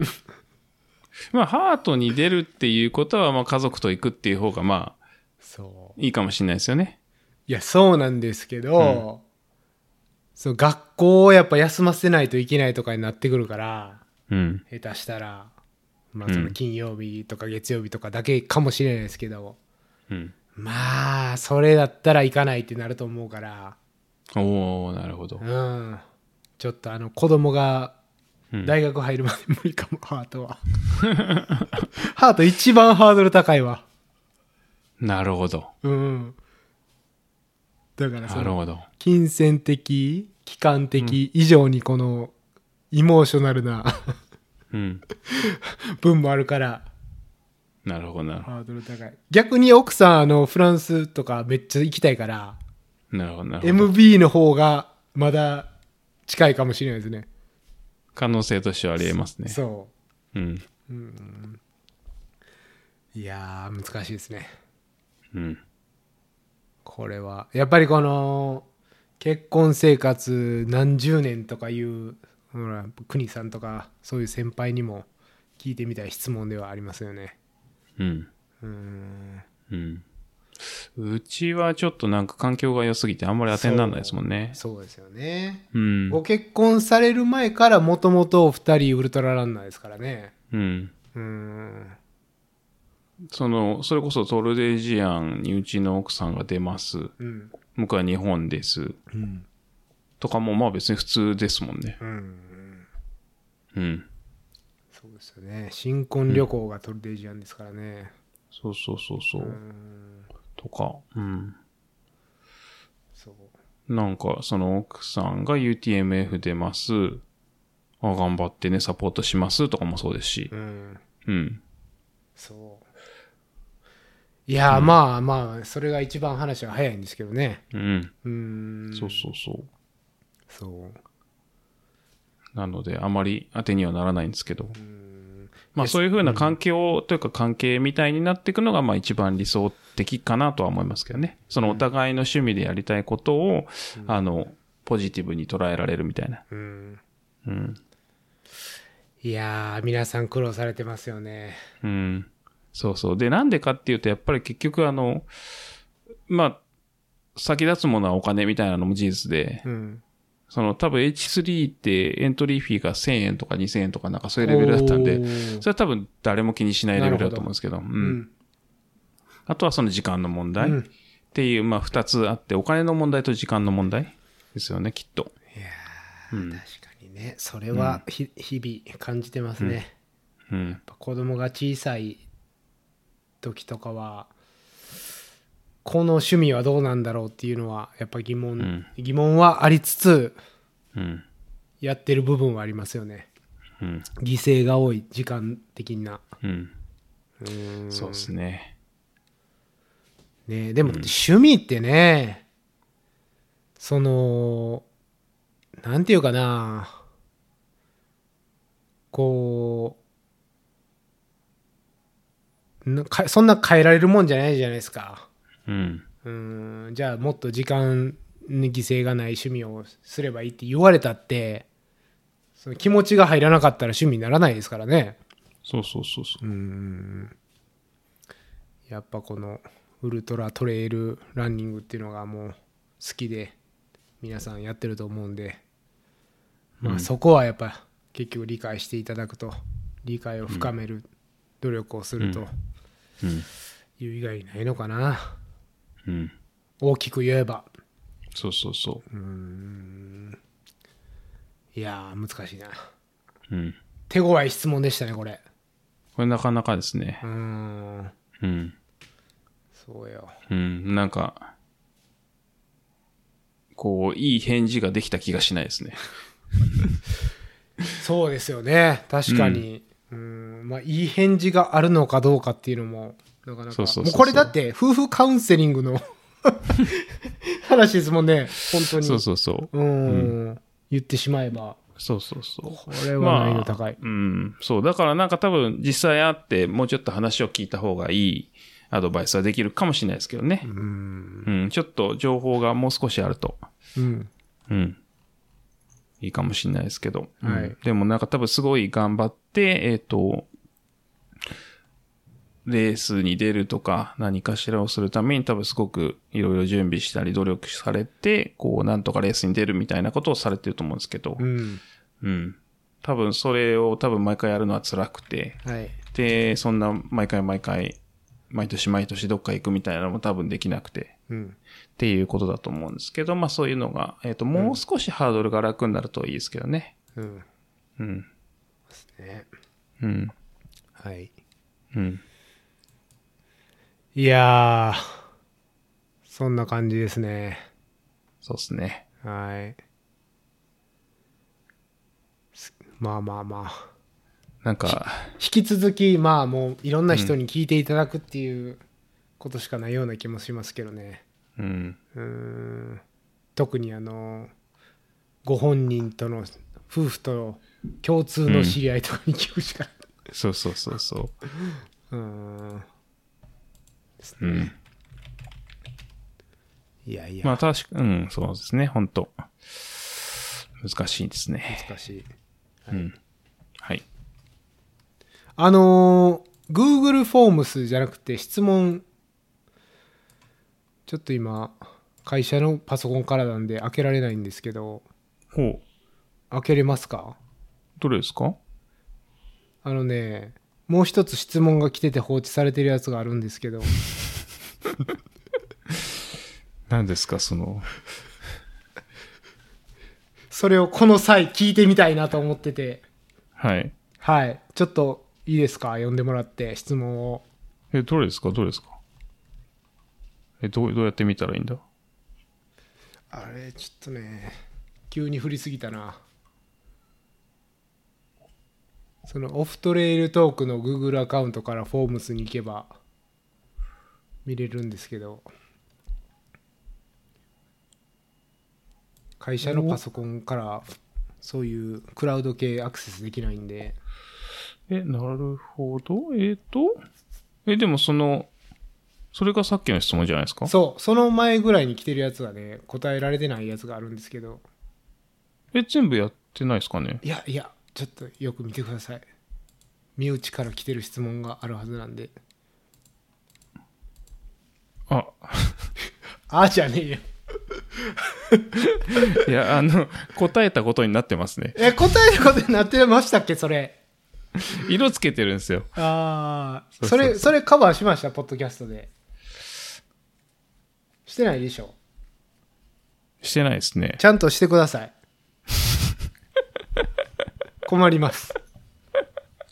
[SPEAKER 3] まあ、ハートに出るっていうことは、まあ、家族と行くっていう方が、まあ、
[SPEAKER 1] そう
[SPEAKER 3] いいかもしれないですよね。
[SPEAKER 1] いやそうなんですけど、そう学校をやっぱ休ませないといけないとかになってくるから
[SPEAKER 3] うん。
[SPEAKER 1] 下手したら、ま
[SPEAKER 3] う
[SPEAKER 1] あ、
[SPEAKER 3] ん
[SPEAKER 1] その金曜日とか月曜日とかだけかもしれないですけど、
[SPEAKER 3] うん。
[SPEAKER 1] まあそれだったら行かないってなると思うから
[SPEAKER 3] おおなるほど。
[SPEAKER 1] うんちょっとあの子供が
[SPEAKER 3] うん
[SPEAKER 1] 大学入るまで無理かも、ハートは (laughs) ハート一番ハードル高いわ
[SPEAKER 3] なるほど。
[SPEAKER 1] うんだからそ
[SPEAKER 3] なる
[SPEAKER 1] の
[SPEAKER 3] ほど。
[SPEAKER 1] 金銭的期間的以上にこのイモーショナルな (laughs)
[SPEAKER 3] うん。
[SPEAKER 1] 分もあるから
[SPEAKER 3] なるほど、なるほ
[SPEAKER 1] ハードル高い逆に奥さんあのフランスとかめっちゃ行きたいから
[SPEAKER 3] ど。なるほど、なるほど。
[SPEAKER 1] MB の方がまだ近いかもしれないですね
[SPEAKER 3] 可能性としてはあり得ますね。
[SPEAKER 1] そ
[SPEAKER 3] うん。
[SPEAKER 1] ういやー難しいですね
[SPEAKER 3] うん。
[SPEAKER 1] これはやっぱりこの結婚生活何十年とかいうほら国さんとかそういう先輩にも聞いてみたい質問ではありますよね
[SPEAKER 3] うん。
[SPEAKER 1] うーん
[SPEAKER 3] うん。うちはちょっとなんか環境が良すぎてあんまり当てにならないですもんね。
[SPEAKER 1] そうですよね、
[SPEAKER 3] うん。
[SPEAKER 1] ご結婚される前からもともとお二人ウルトラランナーですからね
[SPEAKER 3] うん。
[SPEAKER 1] うーん
[SPEAKER 3] その、それこそトルデジアンにうちの奥さんが出ます。
[SPEAKER 1] うん
[SPEAKER 3] 僕は日本です。
[SPEAKER 1] うん
[SPEAKER 3] とかもまあ別に普通ですもんね。
[SPEAKER 1] うん
[SPEAKER 3] うん。
[SPEAKER 1] そうですよね新婚旅行がトルデージアンですからね
[SPEAKER 3] そうそうそうそう
[SPEAKER 1] ー
[SPEAKER 3] う。
[SPEAKER 1] ん
[SPEAKER 3] とか。うん。
[SPEAKER 1] そう
[SPEAKER 3] なんか、その奥さんが UTMF 出ます。あ、頑張ってね、サポートしますとかもそうですし
[SPEAKER 1] う。ん
[SPEAKER 3] うん。
[SPEAKER 1] そう。いやー、まあまあ、それが一番話は早いんですけどね。
[SPEAKER 3] うん。
[SPEAKER 1] うーん。
[SPEAKER 3] そうそうそう。
[SPEAKER 1] そう。
[SPEAKER 3] なので、あまり当てにはならないんですけど。
[SPEAKER 1] うん
[SPEAKER 3] まあ
[SPEAKER 1] え
[SPEAKER 3] そういうふうな環境というか関係みたいになっていくのがまあ一番理想的かなとは思いますけどね。そのお互いの趣味でやりたいことを、あの、ポジティブに捉えられるみたいな。
[SPEAKER 1] うん。
[SPEAKER 3] うん。
[SPEAKER 1] いやー、皆さん苦労されてますよね。
[SPEAKER 3] うん。そうそう。で、なんでかっていうと、やっぱり結局あの、まあ、先立つものはお金みたいなのも事実で、
[SPEAKER 1] うん。
[SPEAKER 3] その多分 H3 ってエントリーフィーが1000円とか2000円とかなんかそういうレベルだったん
[SPEAKER 1] お
[SPEAKER 3] で、
[SPEAKER 1] ー
[SPEAKER 3] それは多分誰も気にしないレベルだと思うんですけど、う。
[SPEAKER 1] うんん。
[SPEAKER 3] あとはその時間の問題
[SPEAKER 1] うん
[SPEAKER 3] っていう、まあ2つあって、お金の問題と時間の問題ですよね、きっと。
[SPEAKER 1] いや
[SPEAKER 3] う
[SPEAKER 1] ー、
[SPEAKER 3] ん
[SPEAKER 1] 確かにね、それはひ、日々感じてますね。やっ
[SPEAKER 3] うん。
[SPEAKER 1] ぱ子供が小さい時とかは、この趣味はどうなんだろうっていうのは、やっぱ疑問、
[SPEAKER 3] ん
[SPEAKER 1] 疑問はありつつ、
[SPEAKER 3] うん。
[SPEAKER 1] やってる部分はありますよね
[SPEAKER 3] うん。
[SPEAKER 1] 犠牲が多い時間的な
[SPEAKER 3] うん。
[SPEAKER 1] うーん
[SPEAKER 3] そうですね。
[SPEAKER 1] ねでも趣味ってね、そのなんていうかなこうなかそんな変えられるもんじゃないじゃないですか
[SPEAKER 3] うん。
[SPEAKER 1] うーんじゃあもっと時間に犠牲がない趣味をすればいいって言われたってその気持ちが入らなかったら趣味にならないですからね
[SPEAKER 3] そうそうそうそう
[SPEAKER 1] う。ーんやっぱこのウルトラトレイルランニングっていうのがもう好きで皆さんやってると思うんで、まあ、そこはやっぱ結局理解していただくと理解を深める努力をすると、
[SPEAKER 3] うん
[SPEAKER 1] 言う以外にないのかな
[SPEAKER 3] うん。
[SPEAKER 1] 大きく言えば
[SPEAKER 3] そうそうそう。
[SPEAKER 1] いやー難しいな
[SPEAKER 3] うん。
[SPEAKER 1] 手強い質問でしたねこれ
[SPEAKER 3] これなかなかですね
[SPEAKER 1] う。ーん
[SPEAKER 3] うん。
[SPEAKER 1] そうよ
[SPEAKER 3] うん。なんか、こう、いい返事ができた気がしないですね。
[SPEAKER 1] そうですよね確かに、うーんまあ、いい返事があるのかどうかっていうのもなかなか
[SPEAKER 3] そうそうそうそう
[SPEAKER 1] もうこれだって夫婦カウンセリングの (laughs) 話ですもんね本当に
[SPEAKER 3] そうそうそう
[SPEAKER 1] う。ーん、言ってしまえば
[SPEAKER 3] そうそうそう。
[SPEAKER 1] これは難易度高い、
[SPEAKER 3] まあうん。そう。だからなんか多分実際会ってもうちょっと話を聞いた方がいいアドバイスはできるかもしれないですけどね。うん。ちょっと情報がもう少しあると。
[SPEAKER 1] うん
[SPEAKER 3] うん。いいかもしれないですけど。うん
[SPEAKER 1] はい
[SPEAKER 3] でもなんか多分すごい頑張って、えっ、と、レースに出るとか何かしらをするために多分すごくいろいろ準備したり努力されて、こうなんとかレースに出るみたいなことをされてると思うんですけど。
[SPEAKER 1] うん
[SPEAKER 3] うん。多分それを多分毎回やるのは辛くて、
[SPEAKER 1] はい
[SPEAKER 3] で、そんな毎回毎回、毎年毎年どっか行くみたいなのも多分できなくて、
[SPEAKER 1] うん
[SPEAKER 3] っていうことだと思うんですけど、まあそういうのが、えっ、と、もう少しハードルが楽になるといいですけどね。
[SPEAKER 1] うん
[SPEAKER 3] うん。
[SPEAKER 1] ね
[SPEAKER 3] うん。
[SPEAKER 1] はい
[SPEAKER 3] うん。
[SPEAKER 1] いやーそんな感じですね
[SPEAKER 3] そうですね。
[SPEAKER 1] はいすまあまあまあ
[SPEAKER 3] なんか、
[SPEAKER 1] 引き続きまあもういろんな人に聞いていただくっていうことしかないような気もしますけどね
[SPEAKER 3] うん。
[SPEAKER 1] うーん特にあのご本人との夫婦との共通の知り合いとかに聞くしか
[SPEAKER 3] そうそうそうそう
[SPEAKER 1] ーんです
[SPEAKER 3] う。う
[SPEAKER 1] ね
[SPEAKER 3] ん。
[SPEAKER 1] いやいや、
[SPEAKER 3] まあ確か、うん、そうですね。本当難しいですね。
[SPEAKER 1] 難しい
[SPEAKER 3] うん。はい。
[SPEAKER 1] あのー Google フォームスじゃなくて質問ちょっと今会社のパソコンからなんで開けられないんですけど
[SPEAKER 3] ほう。
[SPEAKER 1] 開けれますか
[SPEAKER 3] どれですか
[SPEAKER 1] あのねもう一つ質問が来てて放置されてるやつがあるんですけど
[SPEAKER 3] 何ですか、その、
[SPEAKER 1] (laughs) それをこの際聞いてみたいなと思ってて
[SPEAKER 3] はい。
[SPEAKER 1] はいちょっといいですか呼んでもらって質問を
[SPEAKER 3] え、どれですかどれですかえ、どう、どうやって見たらいいんだ
[SPEAKER 1] あれちょっとね急に振りすぎたなそのオフトレイルトークの Google アカウントからフォームスに行けば見れるんですけど会社のパソコンからそういうクラウド系アクセスできないんで
[SPEAKER 3] え、なるほど。えっ、と。え、でもその、それがさっきの質問じゃないですか
[SPEAKER 1] そうその前ぐらいに来てるやつがね答えられてないやつがあるんですけど
[SPEAKER 3] え、全部やってないですかね
[SPEAKER 1] いやいやちょっとよく見てください身内から来てる質問があるはずなんで
[SPEAKER 3] あ、 (laughs)
[SPEAKER 1] ああじゃねえよ
[SPEAKER 3] いや、あの、答えたことになってますね。
[SPEAKER 1] え答えることになってましたっけそれ
[SPEAKER 3] 色つけてるんですよ。
[SPEAKER 1] ああ
[SPEAKER 3] う
[SPEAKER 1] そ
[SPEAKER 3] そうそう
[SPEAKER 1] れそれカバーしましたポッドキャストでしてないでしょ
[SPEAKER 3] してないですね。
[SPEAKER 1] ちゃんとしてください (laughs) 困ります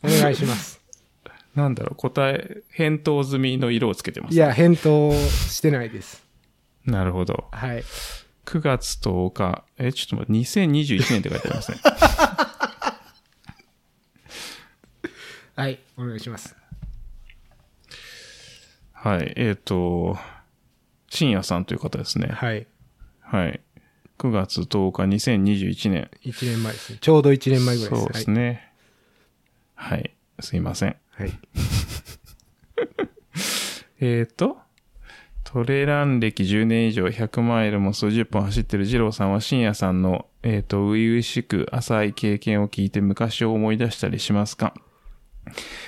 [SPEAKER 1] お願いします
[SPEAKER 3] なんだろう、答え、返答済みの色をつけてま
[SPEAKER 1] い
[SPEAKER 3] す。
[SPEAKER 1] や返答してないです
[SPEAKER 3] なるほど。
[SPEAKER 1] はい
[SPEAKER 3] 9月10日。え、ちょっと待って、2021年って書いてありますね。
[SPEAKER 1] はいお願いします
[SPEAKER 3] はい。えっ、と、深夜さんという方ですね。
[SPEAKER 1] はい
[SPEAKER 3] はい。9月10日2021年。
[SPEAKER 1] 1年前ですねちょうど1年前ぐらいです
[SPEAKER 3] そうですね。はい。すいません。
[SPEAKER 1] はいはい
[SPEAKER 3] えっ、と、トレラン歴10年以上100マイルも数十本走ってる二郎さんは深夜さんの、えっ、と、初々しく浅い経験を聞いて昔を思い出したりしますか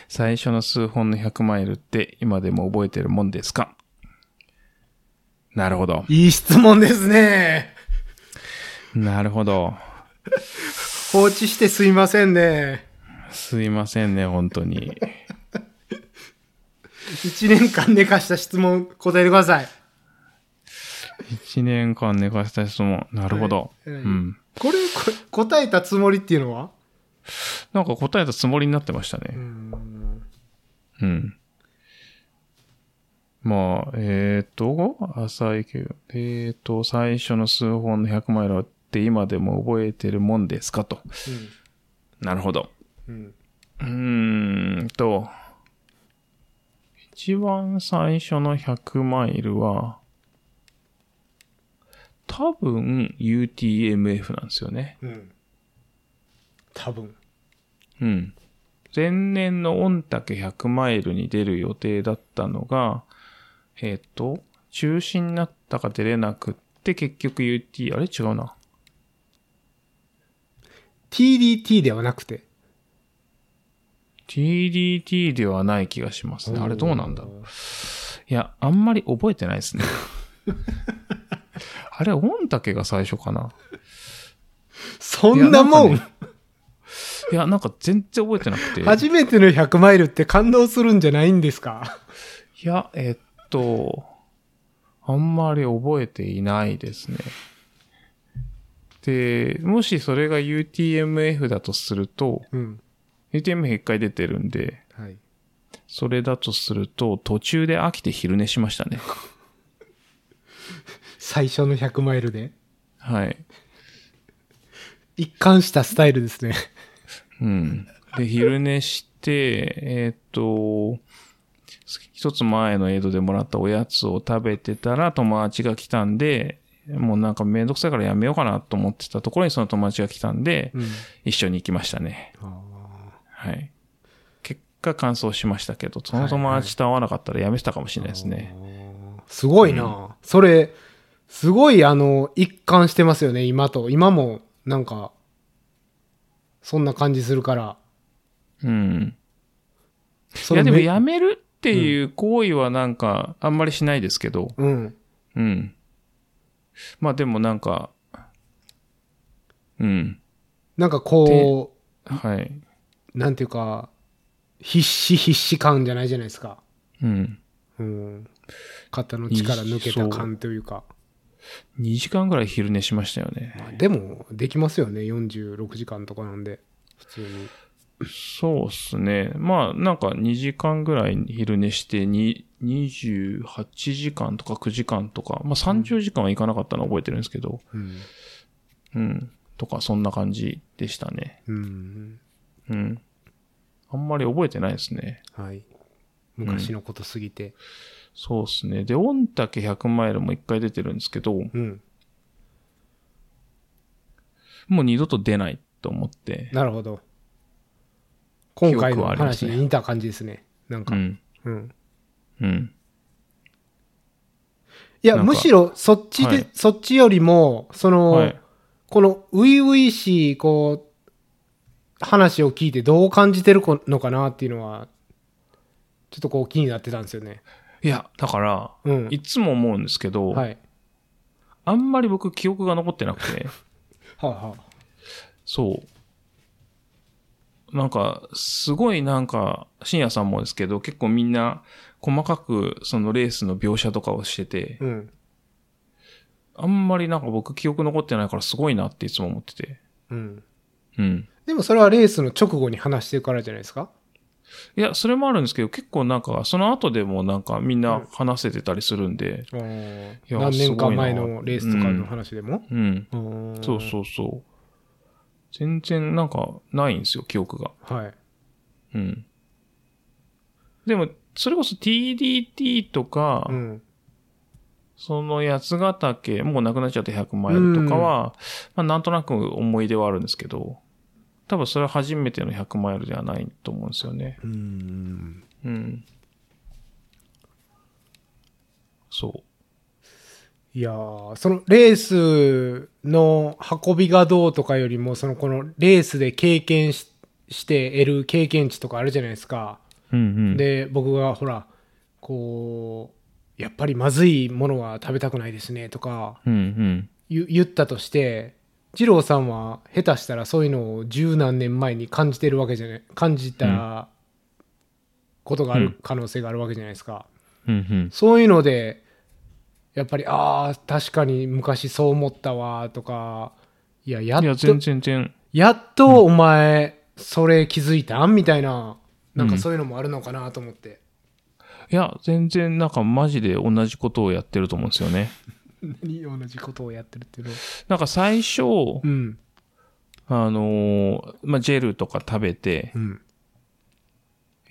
[SPEAKER 3] 最初の数本の100マイルって今でも覚えてるもんですかなるほど。
[SPEAKER 1] いい質問ですね。
[SPEAKER 3] なるほど。
[SPEAKER 1] 放置してすいませんね。
[SPEAKER 3] すいませんね、本当に。
[SPEAKER 1] 1年間寝かした質問答えてください。
[SPEAKER 3] 1年間寝かした質問。なるほど。
[SPEAKER 1] はいはい
[SPEAKER 3] うん。
[SPEAKER 1] これ、こ答えたつもりっていうのは
[SPEAKER 3] なんか答えたつもりになってました
[SPEAKER 1] う
[SPEAKER 3] ね。
[SPEAKER 1] ん。
[SPEAKER 3] うん。まあ、えっ、と、浅いけど、えっ、と、最初の数本の100マイルって今でも覚えてるもんですかと。なるほど。
[SPEAKER 1] うん。
[SPEAKER 3] うーんと、一番最初の100マイルは、多分 UTMF なんですよね。
[SPEAKER 1] うん。多分。
[SPEAKER 3] うん。前年の御嶽100マイルに出る予定だったのが、えっ、と、中止になったか出れなくって、結局 UT、あれ違うな。
[SPEAKER 1] TDT ではなくて。
[SPEAKER 3] TDT ではない気がしますね。あれどうなんだいや、あんまり覚えてないですね。 (laughs) あれ、御嶽が最初かな。
[SPEAKER 1] そんなも
[SPEAKER 3] いやなん
[SPEAKER 1] ん
[SPEAKER 3] かいや、なんか全然覚えてなくて。
[SPEAKER 1] 初めての100マイルって感動するんじゃないんですか
[SPEAKER 3] いや、えっと、あんまり覚えていないですね。で、もしそれが UTMF だとすると、
[SPEAKER 1] うん。
[SPEAKER 3] UTMF 一回出てるんで、
[SPEAKER 1] はい。
[SPEAKER 3] それだとすると、途中で飽きて昼寝しましたね。
[SPEAKER 1] 最初の100マイルで。
[SPEAKER 3] はい。
[SPEAKER 1] 一貫したスタイルですね。
[SPEAKER 3] うん。で、昼寝して、えーっと、一つ前のエイドでもらったおやつを食べてたら友達が来たんで、もうなんかめんどくさいからやめようかなと思ってたところにその友達が来たんで、
[SPEAKER 1] うん。
[SPEAKER 3] 一緒に行きましたね。はい。結果完走しましたけど、その友達と会わなかったらやめてたかもしれないですね。
[SPEAKER 1] すごいな、それ、すごい、あの、一貫してますよね、今と。今も、なんか、そんな感じするから。
[SPEAKER 3] うん。い
[SPEAKER 1] それ
[SPEAKER 3] やでも
[SPEAKER 1] め
[SPEAKER 3] やめるっていう行為はなんかあんまりしないですけど、
[SPEAKER 1] うん。
[SPEAKER 3] うん。まあでもなんか、うん。
[SPEAKER 1] なんかこ
[SPEAKER 3] はい。
[SPEAKER 1] う、なんていうか、必死必死感じゃないじゃないですか。
[SPEAKER 3] うん。
[SPEAKER 1] うん。肩の力抜けた感というか。
[SPEAKER 3] 2時間ぐらい昼寝しましたよね。
[SPEAKER 1] でも、できますよね、46時間とかなんで。普通に。
[SPEAKER 3] そうっすね。まあなんか2時間ぐらい昼寝して、に28時間とか9時間とか、まあ30時間はいかなかったのは覚えてるんですけど、
[SPEAKER 1] うん。
[SPEAKER 3] うん。とかそんな感じでしたね。
[SPEAKER 1] うん。
[SPEAKER 3] うん。あんまり覚えてないですね。
[SPEAKER 1] はい。昔のことすぎて。
[SPEAKER 3] そうっすね。で、御嶽100マイルも1回出てるんですけど、
[SPEAKER 1] うん。
[SPEAKER 3] もう二度と出ないと思って。
[SPEAKER 1] なるほど。今回
[SPEAKER 3] 記憶
[SPEAKER 1] の
[SPEAKER 3] はあります
[SPEAKER 1] 話
[SPEAKER 3] ね
[SPEAKER 1] に似た感じですね。なん
[SPEAKER 3] う
[SPEAKER 1] か。
[SPEAKER 3] ん。
[SPEAKER 1] うん。
[SPEAKER 3] うん。
[SPEAKER 1] いや、
[SPEAKER 3] なんか
[SPEAKER 1] むしろそっち
[SPEAKER 3] は
[SPEAKER 1] で
[SPEAKER 3] い、
[SPEAKER 1] そっちよりも、そ
[SPEAKER 3] は
[SPEAKER 1] の
[SPEAKER 3] い、。
[SPEAKER 1] この初々しい、こう、話を聞いてどう感じてるのかなっていうのは、ちょっとこう気になってたんですよね。
[SPEAKER 3] いや、だから、
[SPEAKER 1] うん。
[SPEAKER 3] いつも思うんですけど、
[SPEAKER 1] はい。
[SPEAKER 3] あんまり僕記憶が残ってなくて、
[SPEAKER 1] はあはあ
[SPEAKER 3] そう。なんか、すごいなんか、深夜さんもですけど、結構みんな、細かく、そのレースの描写とかをしてて、
[SPEAKER 1] うん。
[SPEAKER 3] あんまりなんか僕記憶残ってないからすごいなっていつも思ってて。
[SPEAKER 1] うん。
[SPEAKER 3] うん。
[SPEAKER 1] でもそれはレースの直後に話してるからじゃないですか
[SPEAKER 3] いや、それもあるんですけど、結構なんか、その後でもなんかみんな話せてたりするんで、
[SPEAKER 1] 何
[SPEAKER 3] いや
[SPEAKER 1] 年か前
[SPEAKER 3] すごいな
[SPEAKER 1] のレースとかの話でも、
[SPEAKER 3] うん。
[SPEAKER 1] うん
[SPEAKER 3] そうそうそう。全然なんか、ないんですよ、記憶が。
[SPEAKER 1] う。はい。
[SPEAKER 3] うん。でも、それこそ TDT とか、
[SPEAKER 1] うん。
[SPEAKER 3] その八ヶ岳、もうなくなっちゃって100マイルとかは、まあなんとなく思い出はあるんですけど、多分それは初めての100マイルではないと思うんですよね。
[SPEAKER 1] うん。
[SPEAKER 3] うん。そ
[SPEAKER 1] いやーそのレースの運びがどうとかよりもそのこのレースで経験しして得る経験値とかあるじゃないですか、
[SPEAKER 3] う。うんうん。
[SPEAKER 1] で僕がほらこうやっぱりまずいものは食べたくないですねとか
[SPEAKER 3] うんうん。
[SPEAKER 1] 言言ったとして二郎さんは下手したらそういうのを十何年前に感じてるわけじゃない感じたことがある可能性があるわけじゃないですか。
[SPEAKER 3] うんうん。
[SPEAKER 1] そういうので、やっぱり、ああ、確かに昔そう思ったわ、とか、いや、や
[SPEAKER 3] い
[SPEAKER 1] っ
[SPEAKER 3] や、
[SPEAKER 1] と、
[SPEAKER 3] 全然、全然。
[SPEAKER 1] やっとお前、それ気づいたんみたいな、なんかそういうのもあるのかなと思って。
[SPEAKER 3] いや、全然、なんかマジで同じことをやってると思うんですよね。
[SPEAKER 1] (laughs) 何同じことをやってるっていうの
[SPEAKER 3] なんか最初、
[SPEAKER 1] うん。
[SPEAKER 3] あのーまあ、ジェルとか食べて、
[SPEAKER 1] うん。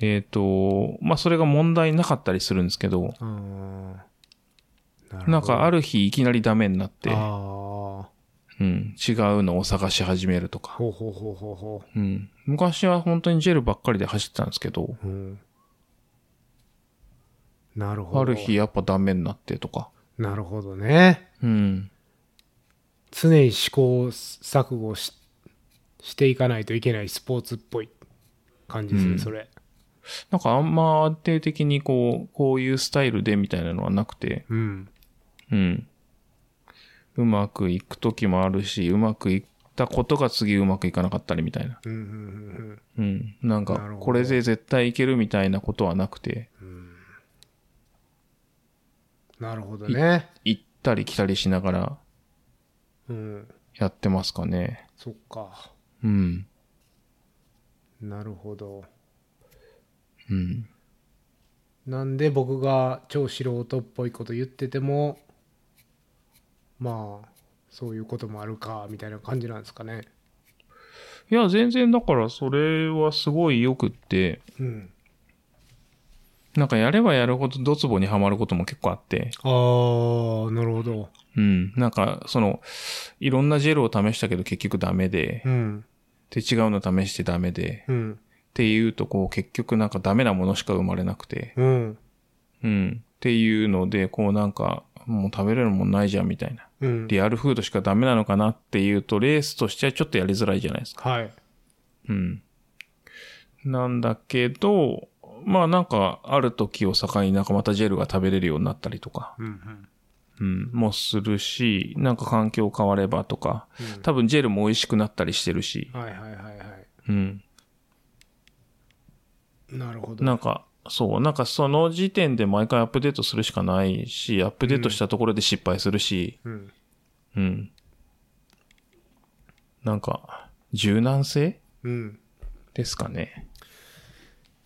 [SPEAKER 3] えっ、と、まあ、それが問題なかったりするんですけど、
[SPEAKER 1] ああ。な
[SPEAKER 3] なんかある日いきなりダメになって、
[SPEAKER 1] ああ。
[SPEAKER 3] うん、違うのを探し始めるとか、
[SPEAKER 1] ほうほうほうほうほ
[SPEAKER 3] うん、昔は本当にジェルばっかりで走ってたんですけど、
[SPEAKER 1] う。うん。なるほど。
[SPEAKER 3] ある日。やっぱダメになってとか、
[SPEAKER 1] なるほどね。
[SPEAKER 3] うん、
[SPEAKER 1] 常に試行錯誤ししていかないといけないスポーツっぽい感じですね、
[SPEAKER 3] うん
[SPEAKER 1] それ。
[SPEAKER 3] なんかあんま安定的にこう、こういうスタイルでみたいなのはなくて、
[SPEAKER 1] うん。
[SPEAKER 3] うん、うまくいく時もあるし、うまくいったことが次うまくいかなかったりみたいな。
[SPEAKER 1] うんうんう
[SPEAKER 3] う
[SPEAKER 1] ん
[SPEAKER 3] ん。なん
[SPEAKER 1] なる
[SPEAKER 3] か
[SPEAKER 1] ほ、ど
[SPEAKER 3] これで絶対いけるみたいなことはなくて、
[SPEAKER 1] うん。なるほどね。
[SPEAKER 3] 行ったり来たりしながら
[SPEAKER 1] うん。
[SPEAKER 3] やってますかね。
[SPEAKER 1] そっか。
[SPEAKER 3] うん。
[SPEAKER 1] なるほど。
[SPEAKER 3] うん。
[SPEAKER 1] なんで僕が超素人っぽいこと言ってても、まあ、そういうこともあるか、みたいな感じなんですかね。
[SPEAKER 3] いや、全然だからそれはすごいよくって、
[SPEAKER 1] うん。
[SPEAKER 3] なんかやればやるほどドツボにはまることも結構あって、
[SPEAKER 1] あー、なるほど。
[SPEAKER 3] うん。なんか、その、いろんなジェルを試したけど結局ダメで、
[SPEAKER 1] うん。
[SPEAKER 3] で、違うの試してダメで、
[SPEAKER 1] うん。
[SPEAKER 3] っていうとこう結局なんかダメなものしか生まれなくて、
[SPEAKER 1] うん。
[SPEAKER 3] うん。っていうので、こうなんか、もう食べれるもんないじゃんみたいな。
[SPEAKER 1] うん。
[SPEAKER 3] リアルフードしかダメなのかなっていうと、レースとしてはちょっとやりづらいじゃないですか。
[SPEAKER 1] はい。
[SPEAKER 3] うん。なんだけど、まあなんか、ある時を境になんかまたジェルが食べれるようになったりとか、
[SPEAKER 1] うん。
[SPEAKER 3] うん、もするし、なんか環境変わればとか、多分ジェルも美味しくなったりしてるし、
[SPEAKER 1] はいはいはいはい。
[SPEAKER 3] うん。
[SPEAKER 1] なるほど。
[SPEAKER 3] なんか、そう、なんかその時点で毎回アップデートするしかないし、アップデートしたところで失敗するし、
[SPEAKER 1] うん。
[SPEAKER 3] うん。なんか、柔軟性
[SPEAKER 1] うん。
[SPEAKER 3] ですかね。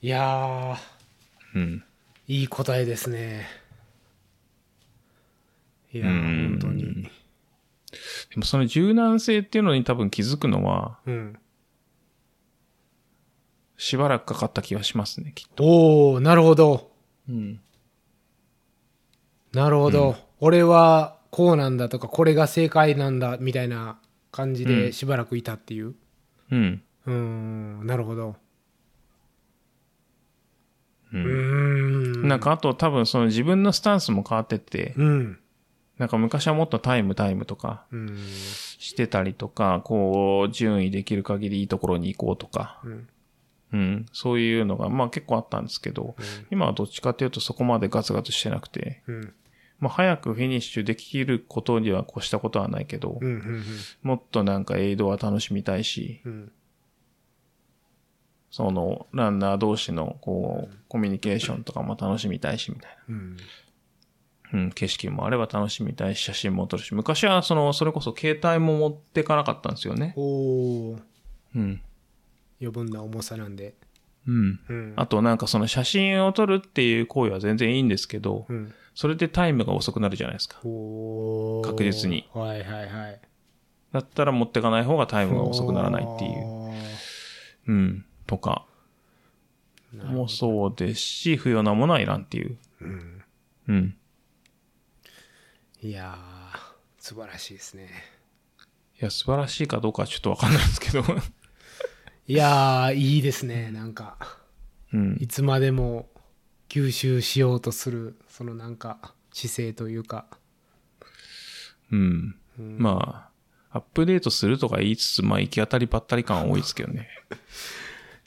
[SPEAKER 1] いや
[SPEAKER 3] うん。
[SPEAKER 1] ー、いい答えですね。いや
[SPEAKER 3] う
[SPEAKER 1] ー、
[SPEAKER 3] ん
[SPEAKER 1] 本当に。
[SPEAKER 3] でもその柔軟性っていうのに多分気づくのは、
[SPEAKER 1] うん。
[SPEAKER 3] しばらくかかった気がしますね、きっと。
[SPEAKER 1] おー、なるほど。
[SPEAKER 3] うん。
[SPEAKER 1] なるほど、俺はこうなんだとかこれが正解なんだみたいな感じ
[SPEAKER 3] う
[SPEAKER 1] で
[SPEAKER 3] ん
[SPEAKER 1] しばらくいたっていう
[SPEAKER 3] うん。
[SPEAKER 1] うーんなるほど
[SPEAKER 3] う。
[SPEAKER 1] うんーん
[SPEAKER 3] なんかあと多分その自分のスタンスも変わってって、
[SPEAKER 1] うん
[SPEAKER 3] なんか昔はもっとタイムタイムとか
[SPEAKER 1] うん
[SPEAKER 3] してたりとか、こう、順位できる限りいいところに行こうとか、
[SPEAKER 1] うん
[SPEAKER 3] うん。そういうのが、まあ結構あったんですけど、今はどっちかというとそこまでガツガツしてなくて、
[SPEAKER 1] うん
[SPEAKER 3] まあ早くフィニッシュできることには越したことはないけど、
[SPEAKER 1] うんうん
[SPEAKER 3] もっとなんかエイドは楽しみたいし、
[SPEAKER 1] うん
[SPEAKER 3] そのランナー同士のこう、コミュニケーションとかも楽しみたいし、みたい
[SPEAKER 1] うん
[SPEAKER 3] な。うん、景色もあれば楽しみたいし、写真も撮るし、昔はその、それこそ携帯も持ってかなかったんですよね。
[SPEAKER 1] おお
[SPEAKER 3] うん。
[SPEAKER 1] 余分な重さなんで
[SPEAKER 3] うん。
[SPEAKER 1] うん
[SPEAKER 3] あとなんかその写真を撮るっていう行為は全然いいんですけど
[SPEAKER 1] う、ん
[SPEAKER 3] それでタイムが遅くなるじゃないですか。
[SPEAKER 1] おー
[SPEAKER 3] 確実に
[SPEAKER 1] はいはいはい
[SPEAKER 3] だったら持ってかない方がタイムが遅くならないっていう。うん。とか。もそうですし、不要なものはいらんっていう。
[SPEAKER 1] うん
[SPEAKER 3] うん。
[SPEAKER 1] いやー素晴らしいですね
[SPEAKER 3] いや、素晴らしいかどうかはちょっとわかんないですけど。 (laughs)
[SPEAKER 1] いやーいいですねなんか
[SPEAKER 3] うん
[SPEAKER 1] い。つまでも吸収しようとするそのなんか姿勢というか
[SPEAKER 3] うん。まあ、アップデートするとか言いつつ、まあ、行き当たりばったり感は多いですけど (laughs) ね。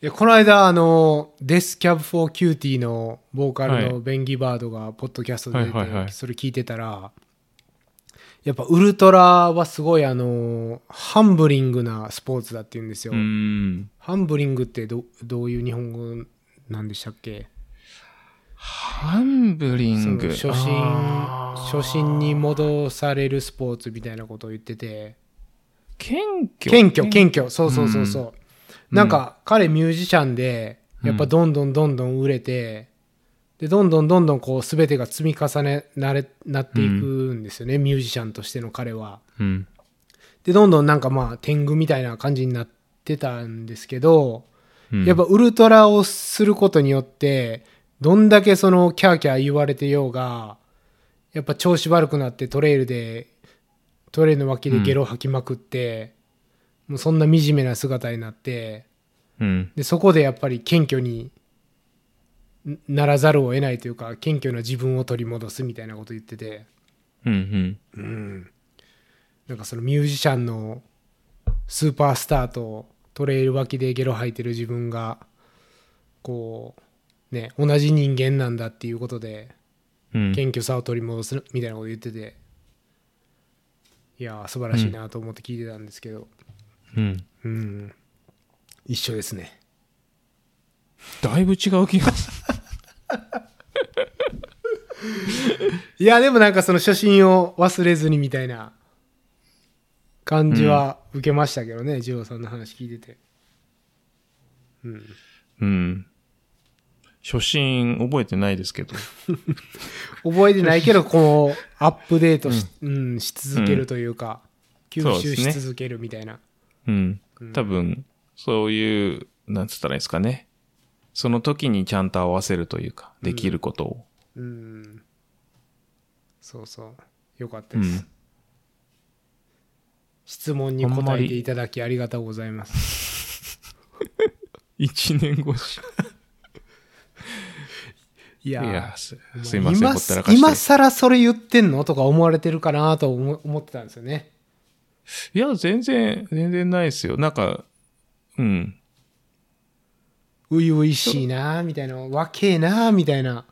[SPEAKER 1] いやこの間あの「デスキャブ・フォー・キューティー」のボーカル
[SPEAKER 3] は
[SPEAKER 1] の
[SPEAKER 3] い
[SPEAKER 1] ベン・ギバードがポッドキャストで出て、
[SPEAKER 3] はいはいはい
[SPEAKER 1] それ聞いてたらやっぱウルトラはすごいあのハンブリングなスポーツだって言うんですよ、
[SPEAKER 3] うーん。
[SPEAKER 1] ハンブリングってどどういう日本語なんでしたっけ
[SPEAKER 3] ハンブリング。
[SPEAKER 1] その初
[SPEAKER 3] あー
[SPEAKER 1] 心初心に戻されるスポーツみたいなことを言ってて
[SPEAKER 3] 謙虚。
[SPEAKER 1] 謙虚謙虚そうそうそうそう、なんか彼ミュージシャンでやっぱどんどんどんどん売れて、でどんどんどんどんこう全てが積み重ねなれなっていくんですよね、ミュージシャンとしての彼は。
[SPEAKER 3] うん。
[SPEAKER 1] でどんどんなんかまあ天狗みたいな感じになってたんですけど、
[SPEAKER 3] うん
[SPEAKER 1] やっぱウルトラをすることによってどんだけそのキャーキャー言われてようがやっぱ調子悪くなってトレイルでトレイルの脇でゲロ吐きまくって、もうそんな惨めな姿になって
[SPEAKER 3] うん。
[SPEAKER 1] でそこでやっぱり謙虚にならざるを得ないというか謙虚な自分を取り戻すみたいなこと言ってて。
[SPEAKER 3] うん。うん。
[SPEAKER 1] なんかそのミュージシャンのスーパースターとトレイル脇でゲロ吐いてる自分がこうね同じ人間なんだっていうことで
[SPEAKER 3] うん。
[SPEAKER 1] 謙虚さを取り戻すみたいなこと言ってていやー素晴らしいなと思って聞いてたんですけど
[SPEAKER 3] うん。
[SPEAKER 1] うん、一緒ですね
[SPEAKER 3] だいぶ違う気がす
[SPEAKER 1] いやでもなんかその初心を忘れずにみたいな感じは受けましたけどね、二郎さんの話聞いてて
[SPEAKER 3] る。うん。初心覚えてないですけど。
[SPEAKER 1] 覚えてないけ
[SPEAKER 3] (laughs)
[SPEAKER 1] ど、こう、アップデートし,、うんし続けるというか、吸
[SPEAKER 3] そうで
[SPEAKER 1] 収
[SPEAKER 3] すね
[SPEAKER 1] し続けるみたいな。
[SPEAKER 3] うん。多分、そういう、なんつったらいいですかね。その時にちゃんと合わせるというか、できることを。
[SPEAKER 1] うん。そうそう。よかったです。
[SPEAKER 3] うん
[SPEAKER 1] 質問に
[SPEAKER 3] あんま
[SPEAKER 1] 答えて
[SPEAKER 3] り
[SPEAKER 1] いただきありがとうございます。
[SPEAKER 3] 一年越し。
[SPEAKER 1] い
[SPEAKER 3] い
[SPEAKER 1] やー
[SPEAKER 3] や、すすいません、
[SPEAKER 1] 今
[SPEAKER 3] ほったらかして
[SPEAKER 1] 今。更それ言ってんのとか思われてるかなと思思ってたんですよね。
[SPEAKER 3] いや、全然、全然ないですよ。なんか、うん。
[SPEAKER 1] ういういしいなーみたいな、わけえなーみたいな。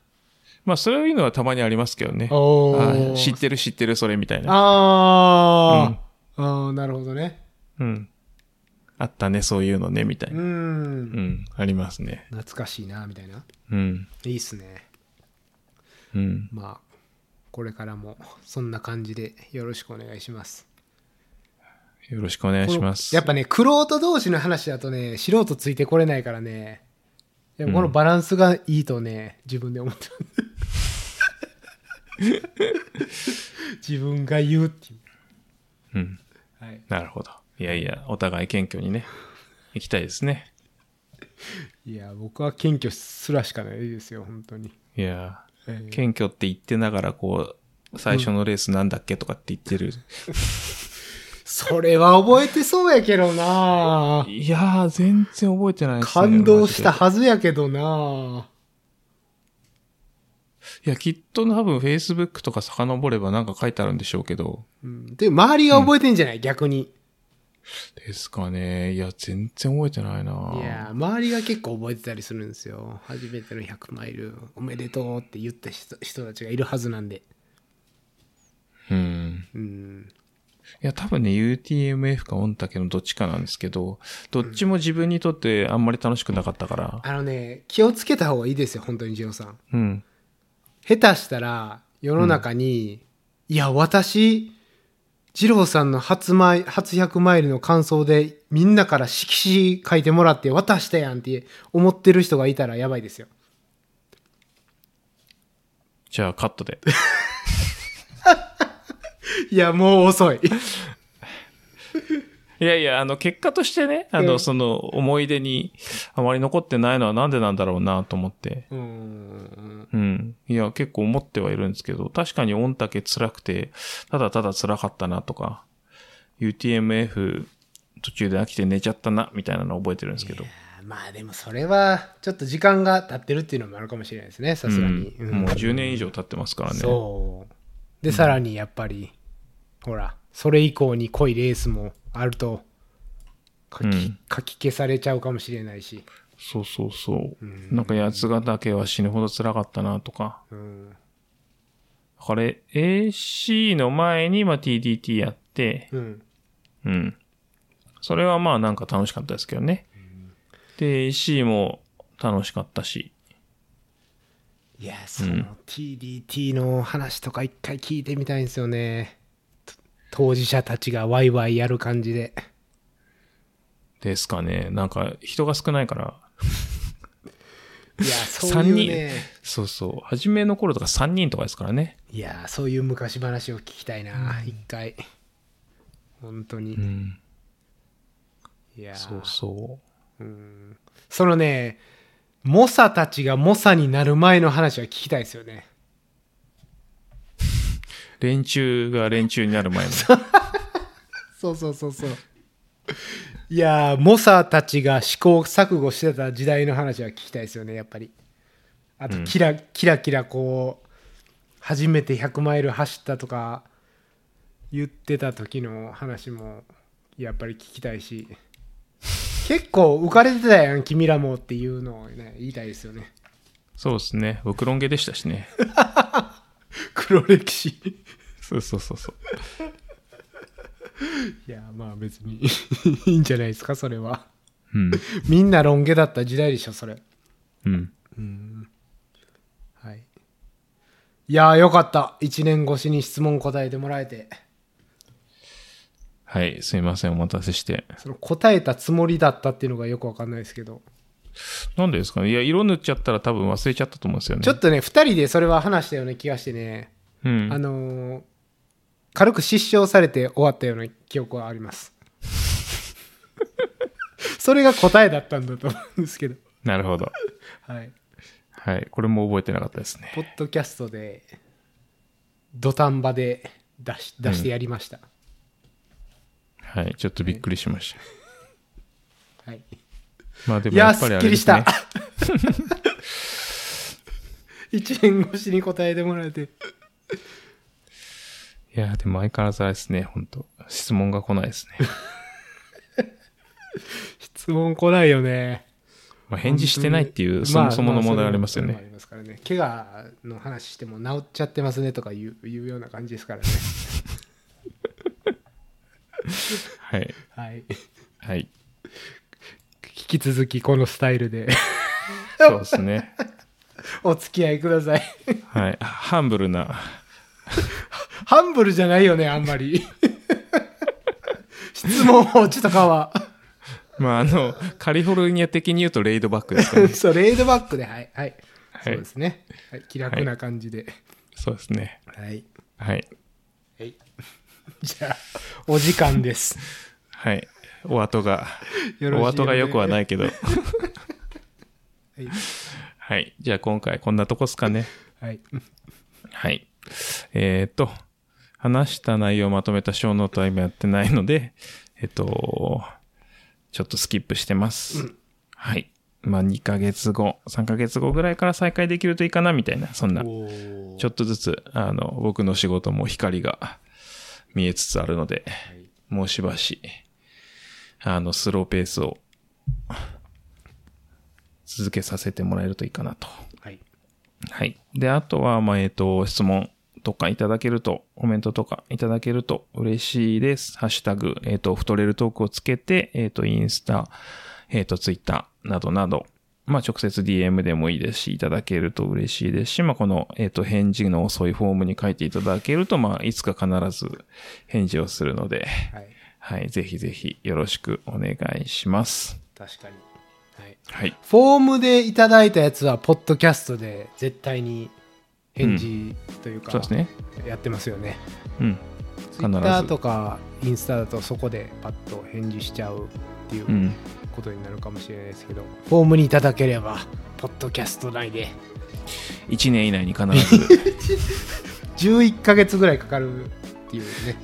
[SPEAKER 3] まあ、そういうのはたまにありますけどね。
[SPEAKER 1] お
[SPEAKER 3] あ
[SPEAKER 1] ー。
[SPEAKER 3] 知ってる、知ってる、それみたいな。
[SPEAKER 1] あー、あーなるほどね。
[SPEAKER 3] うん。あったね、そういうのね、みたいうな。
[SPEAKER 1] ん。
[SPEAKER 3] うん、ありますね。
[SPEAKER 1] 懐かしいなみたいな
[SPEAKER 3] うん。
[SPEAKER 1] いいっすね
[SPEAKER 3] うん。
[SPEAKER 1] まあこれからもそんな感じでよろしくお願いします
[SPEAKER 3] よろしくお願いします。
[SPEAKER 1] やっぱね玄人同士の話だとね素人ついてこれないからねでもこのバランスがいいとね、自分で思った自分が言うってい
[SPEAKER 3] うん。
[SPEAKER 1] う、はい、
[SPEAKER 3] なるほど。いやいや、お互い謙虚にね、行きたいですね。
[SPEAKER 1] いや僕は謙虚すらしかないですよ本当に、
[SPEAKER 3] いや
[SPEAKER 1] え
[SPEAKER 3] ー、
[SPEAKER 1] ー
[SPEAKER 3] 謙虚って言ってながら、こう、最初のレースなんだっけとかって言ってる。
[SPEAKER 1] それは覚えてそうやけどない
[SPEAKER 3] やー、全然覚えてないですね
[SPEAKER 1] 感動した
[SPEAKER 3] マジ
[SPEAKER 1] はずやけどな
[SPEAKER 3] でいや、きっと多分 Facebook とか遡ればなんか書いてあるんでしょうけど。
[SPEAKER 1] うんで、周りが覚えてんじゃない、逆に。
[SPEAKER 3] ですかね。いや、全然覚えてないない
[SPEAKER 1] やー、周りが結構覚えてたりするんですよ。初めての100マイル、おめでとうって言った人人たちがいるはずなんで。
[SPEAKER 3] うん。
[SPEAKER 1] うん。
[SPEAKER 3] いや、多分ね、UTMF かオンタケのどっちかなんですけど、どっちも自分にとってあんまり楽しくなかったから。
[SPEAKER 1] あのね、気をつけた方がいいですよ、本当に、ジオさん。
[SPEAKER 3] うん。
[SPEAKER 1] 下手したら、世の中に、いや、私、ジローさんの初マイ初100マイルの感想で、みんなから色紙書いてもらって渡したやんって思ってる人がいたらやばいですよ。
[SPEAKER 3] じゃあ、カットで。
[SPEAKER 1] いや、もう遅い。
[SPEAKER 3] いやいや、あの、結果としてね、あの、その、思い出にあまり残ってないのはなんでなんだろうなと思って。
[SPEAKER 1] うん。
[SPEAKER 3] うん。いや、結構思ってはいるんですけど、確かにオンタケ辛くて、ただただ辛かったなとか、UTMF 途中で飽きて寝ちゃったな、みたいなのを覚えてるんですけど。
[SPEAKER 1] まあでもそれはちょっと時間が経ってるっていうのもあるかもしれないですねさすがに、
[SPEAKER 3] うん
[SPEAKER 1] うん
[SPEAKER 3] もう10年以上経ってますからね。
[SPEAKER 1] そうで、さらにやっぱりほらそれ以降に濃いレースもあると書き,、
[SPEAKER 3] うん
[SPEAKER 1] 書き消されちゃうかもしれないし、
[SPEAKER 3] そうそうそう。なんか八ヶ岳は死ぬほど辛かったなとか。
[SPEAKER 1] うん
[SPEAKER 3] だから AC の前にまあ TDT やって、
[SPEAKER 1] うん、
[SPEAKER 3] うん。それはまあなんか楽しかったですけどね。で、AC も楽しかったし。
[SPEAKER 1] いやその TDT の話とか一回聞いてみたいんですよね、と当事者たちがワイワイやる感じで
[SPEAKER 3] ですかね。なんか、人が少ないから、
[SPEAKER 1] いやそういうね
[SPEAKER 3] そうそう。初めの頃とか3人とかですからね。
[SPEAKER 1] いやそういう昔話を聞きたいな一、回本当に、
[SPEAKER 3] うん。
[SPEAKER 1] いや
[SPEAKER 3] そうそ
[SPEAKER 1] そのね猛者たちが猛者になる前の話は聞きたいですよね
[SPEAKER 3] う。連中が連中になる
[SPEAKER 1] (laughs)
[SPEAKER 3] 前の。
[SPEAKER 1] そうそうそうそう。いやー、モサたちが試行錯誤してた時代の話は聞きたいですよね、やっぱり。あと、キラ、キラキラこう、初めて100マイル走ったとか言ってた時の話も、やっぱり聞きたいし。結構浮かれてたやん、君らもっていうのをね、言いたいですよね。
[SPEAKER 3] そうですね。僕ロン毛でしたしね。
[SPEAKER 1] 黒歴史。い
[SPEAKER 3] そうそうそうそう。
[SPEAKER 1] やー、まあ別にいいんじゃないですか、それは。
[SPEAKER 3] うん。
[SPEAKER 1] みんなロン毛だった時代でしょ、それ。
[SPEAKER 3] うん。
[SPEAKER 1] はい。いやーよかった。1年越しに質問答えてもらえて。
[SPEAKER 3] はい。すいません。お待たせして。
[SPEAKER 1] その答えたつもりだったっていうのがよくわかんないですけど。
[SPEAKER 3] なんでですかね。いや、色塗っちゃったら多分忘れちゃったと思うんですよね。
[SPEAKER 1] ちょっとね、2人でそれは話したような気がしてね、
[SPEAKER 3] うん。
[SPEAKER 1] あのー軽く失笑されて終わったような記憶はあります。 (laughs) それが答えだったんだと思うんですけど。
[SPEAKER 3] なるほど。
[SPEAKER 1] はい。
[SPEAKER 3] はい。これも覚えてなかったですね。
[SPEAKER 1] ポッドキャストで、土壇場で出し出してやりました。
[SPEAKER 3] はい。ちょっとびっくりしました。
[SPEAKER 1] はい。
[SPEAKER 3] まあで
[SPEAKER 1] い
[SPEAKER 3] もや
[SPEAKER 1] や、
[SPEAKER 3] っ
[SPEAKER 1] す
[SPEAKER 3] ぱり
[SPEAKER 1] っ
[SPEAKER 3] あ
[SPEAKER 1] き
[SPEAKER 3] れ
[SPEAKER 1] り
[SPEAKER 3] で
[SPEAKER 1] し
[SPEAKER 3] すね
[SPEAKER 1] た。。 (laughs) 一年越しに答えてもらえて。
[SPEAKER 3] いや、でも相変わらずあれですね。本当質問が来ないですね。
[SPEAKER 1] 質問来ないよね。
[SPEAKER 3] まあ、返事してないっていう、そ
[SPEAKER 1] ま
[SPEAKER 3] もそもの問題ありますよ
[SPEAKER 1] まあそれもあ
[SPEAKER 3] ね。
[SPEAKER 1] りますからね。怪我の話しても治っちゃってますねとかいういうような感じですからね。
[SPEAKER 3] はい。
[SPEAKER 1] はい。
[SPEAKER 3] はい。
[SPEAKER 1] 引き続きこのスタイルで (laughs)
[SPEAKER 3] そうですね。
[SPEAKER 1] お付き合いください。
[SPEAKER 3] はい。ハンブルな。
[SPEAKER 1] ハンブルじゃないよね、あんまり。 (laughs) 質問落ちとかは。
[SPEAKER 3] まあ、あの、カリフォルニア的に言うとレイドバックですかね。
[SPEAKER 1] そう、レイドバックで、はい。はい。
[SPEAKER 3] い
[SPEAKER 1] そうですね。はい、気楽な感じで。
[SPEAKER 3] そうですね。
[SPEAKER 1] はい
[SPEAKER 3] はい。
[SPEAKER 1] はい。じゃあ、お時間です。
[SPEAKER 3] はい。お後が、
[SPEAKER 1] よろしいよね
[SPEAKER 3] お後が良くはないけど。
[SPEAKER 1] い
[SPEAKER 3] はい。じゃあ今回こんなとこっすかね。
[SPEAKER 1] はい。
[SPEAKER 3] はい。えっ、と、話した内容をまとめた小ノートは今やってないので、えっ、と、ちょっとスキップしてます。はい。まあ2ヶ月後、3ヶ月後ぐらいから再開できるといいかなみたいな、そんな、ちょっとずつ、あの、僕の仕事も光が見えつつあるので、もうしばし、あの、スローペースを続けさせてもらえるといいかなと
[SPEAKER 1] はい。
[SPEAKER 3] はい。で、あとは、まあ、えっ、と、質問とかいただけると、コメントとかいただけると嬉しいです。ハッシュタグ、えっ、と、太れるトークをつけて、えっ、と、インスタ、えっ、と、ツイッターなどなど、まあ、直接 DM でもいいですし、いただけると嬉しいですし、まあ、この、えっ、と、返事の遅いフォームに書いていただけると、まあ、いつか必ず返事をするので、
[SPEAKER 1] はい。
[SPEAKER 3] はい。ぜひぜひよろしくお願いします。
[SPEAKER 1] 確かに。はい。
[SPEAKER 3] はい。
[SPEAKER 1] フォームでいただいたやつは、ポッドキャストで絶対に返事というか、
[SPEAKER 3] そうですね。
[SPEAKER 1] やってますよね。
[SPEAKER 3] うん。
[SPEAKER 1] ツ
[SPEAKER 3] 必ず。
[SPEAKER 1] イッターとかインスタだとそこでパッと返事しちゃうっていううんことになるかもしれないですけど、フォームにいただければ、ポッドキャスト内で
[SPEAKER 3] 1年以内に必 (laughs) ず。
[SPEAKER 1] 11ヶ月ぐらいかかるっていうね、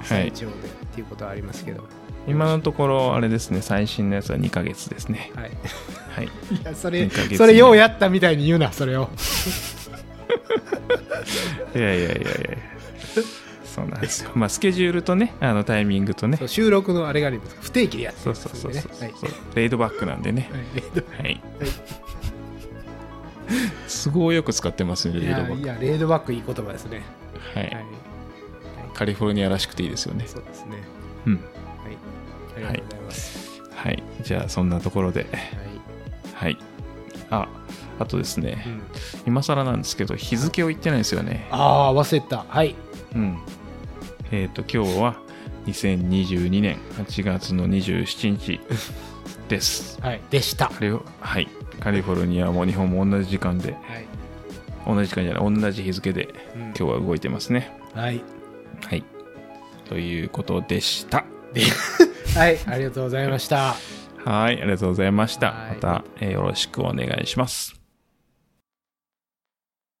[SPEAKER 3] はい
[SPEAKER 1] 最長でっていうことはありますけど、
[SPEAKER 3] 今のところあれですね最新のやつは2ヶ月ですね
[SPEAKER 1] はい。
[SPEAKER 3] はい
[SPEAKER 1] いや、それ
[SPEAKER 3] 二ヶ、月
[SPEAKER 1] それようやったみたいに言うな、それを。
[SPEAKER 3] いやいやいやいやいやそうなんです
[SPEAKER 1] (laughs)
[SPEAKER 3] よまあスケジュールとねあのタイミングとね
[SPEAKER 1] そう収録のあれがありますから不定期でやって
[SPEAKER 3] そ
[SPEAKER 1] ま
[SPEAKER 3] う
[SPEAKER 1] す
[SPEAKER 3] そ
[SPEAKER 1] ん
[SPEAKER 3] うそう
[SPEAKER 1] で
[SPEAKER 3] そ
[SPEAKER 1] ね
[SPEAKER 3] う
[SPEAKER 1] はい
[SPEAKER 3] そうレイドバックなんでねはい都合よく使ってますね
[SPEAKER 1] い
[SPEAKER 3] レイドバ
[SPEAKER 1] や
[SPEAKER 3] ッ
[SPEAKER 1] い
[SPEAKER 3] ク
[SPEAKER 1] やレードバックいい言葉ですね
[SPEAKER 3] は
[SPEAKER 1] はい
[SPEAKER 3] いカリフォルニアらしくていいですよね
[SPEAKER 1] そうですね
[SPEAKER 3] うん
[SPEAKER 1] はいありがとうございます
[SPEAKER 3] はいじゃあそんなところで
[SPEAKER 1] はい
[SPEAKER 3] はいあ、あとですね、
[SPEAKER 1] ん
[SPEAKER 3] 今更なんですけど、日付を言ってないんですよね。
[SPEAKER 1] ああ、忘れた。はい。
[SPEAKER 3] うん。えっ、と、今日は2022年8月の27日です。
[SPEAKER 1] はい。でした。
[SPEAKER 3] カリフはい、カリフォルニアも日本も同じ時間で、
[SPEAKER 1] はい。
[SPEAKER 3] 同じ時間じゃない、同じ日付で今日は動いてますね。
[SPEAKER 1] はい。
[SPEAKER 3] はい。ということでした。
[SPEAKER 1] はい。ありがとうございました。
[SPEAKER 3] はい、ありがとうございました。
[SPEAKER 1] は
[SPEAKER 3] ま
[SPEAKER 1] い
[SPEAKER 3] た、えーよろしくお願いします。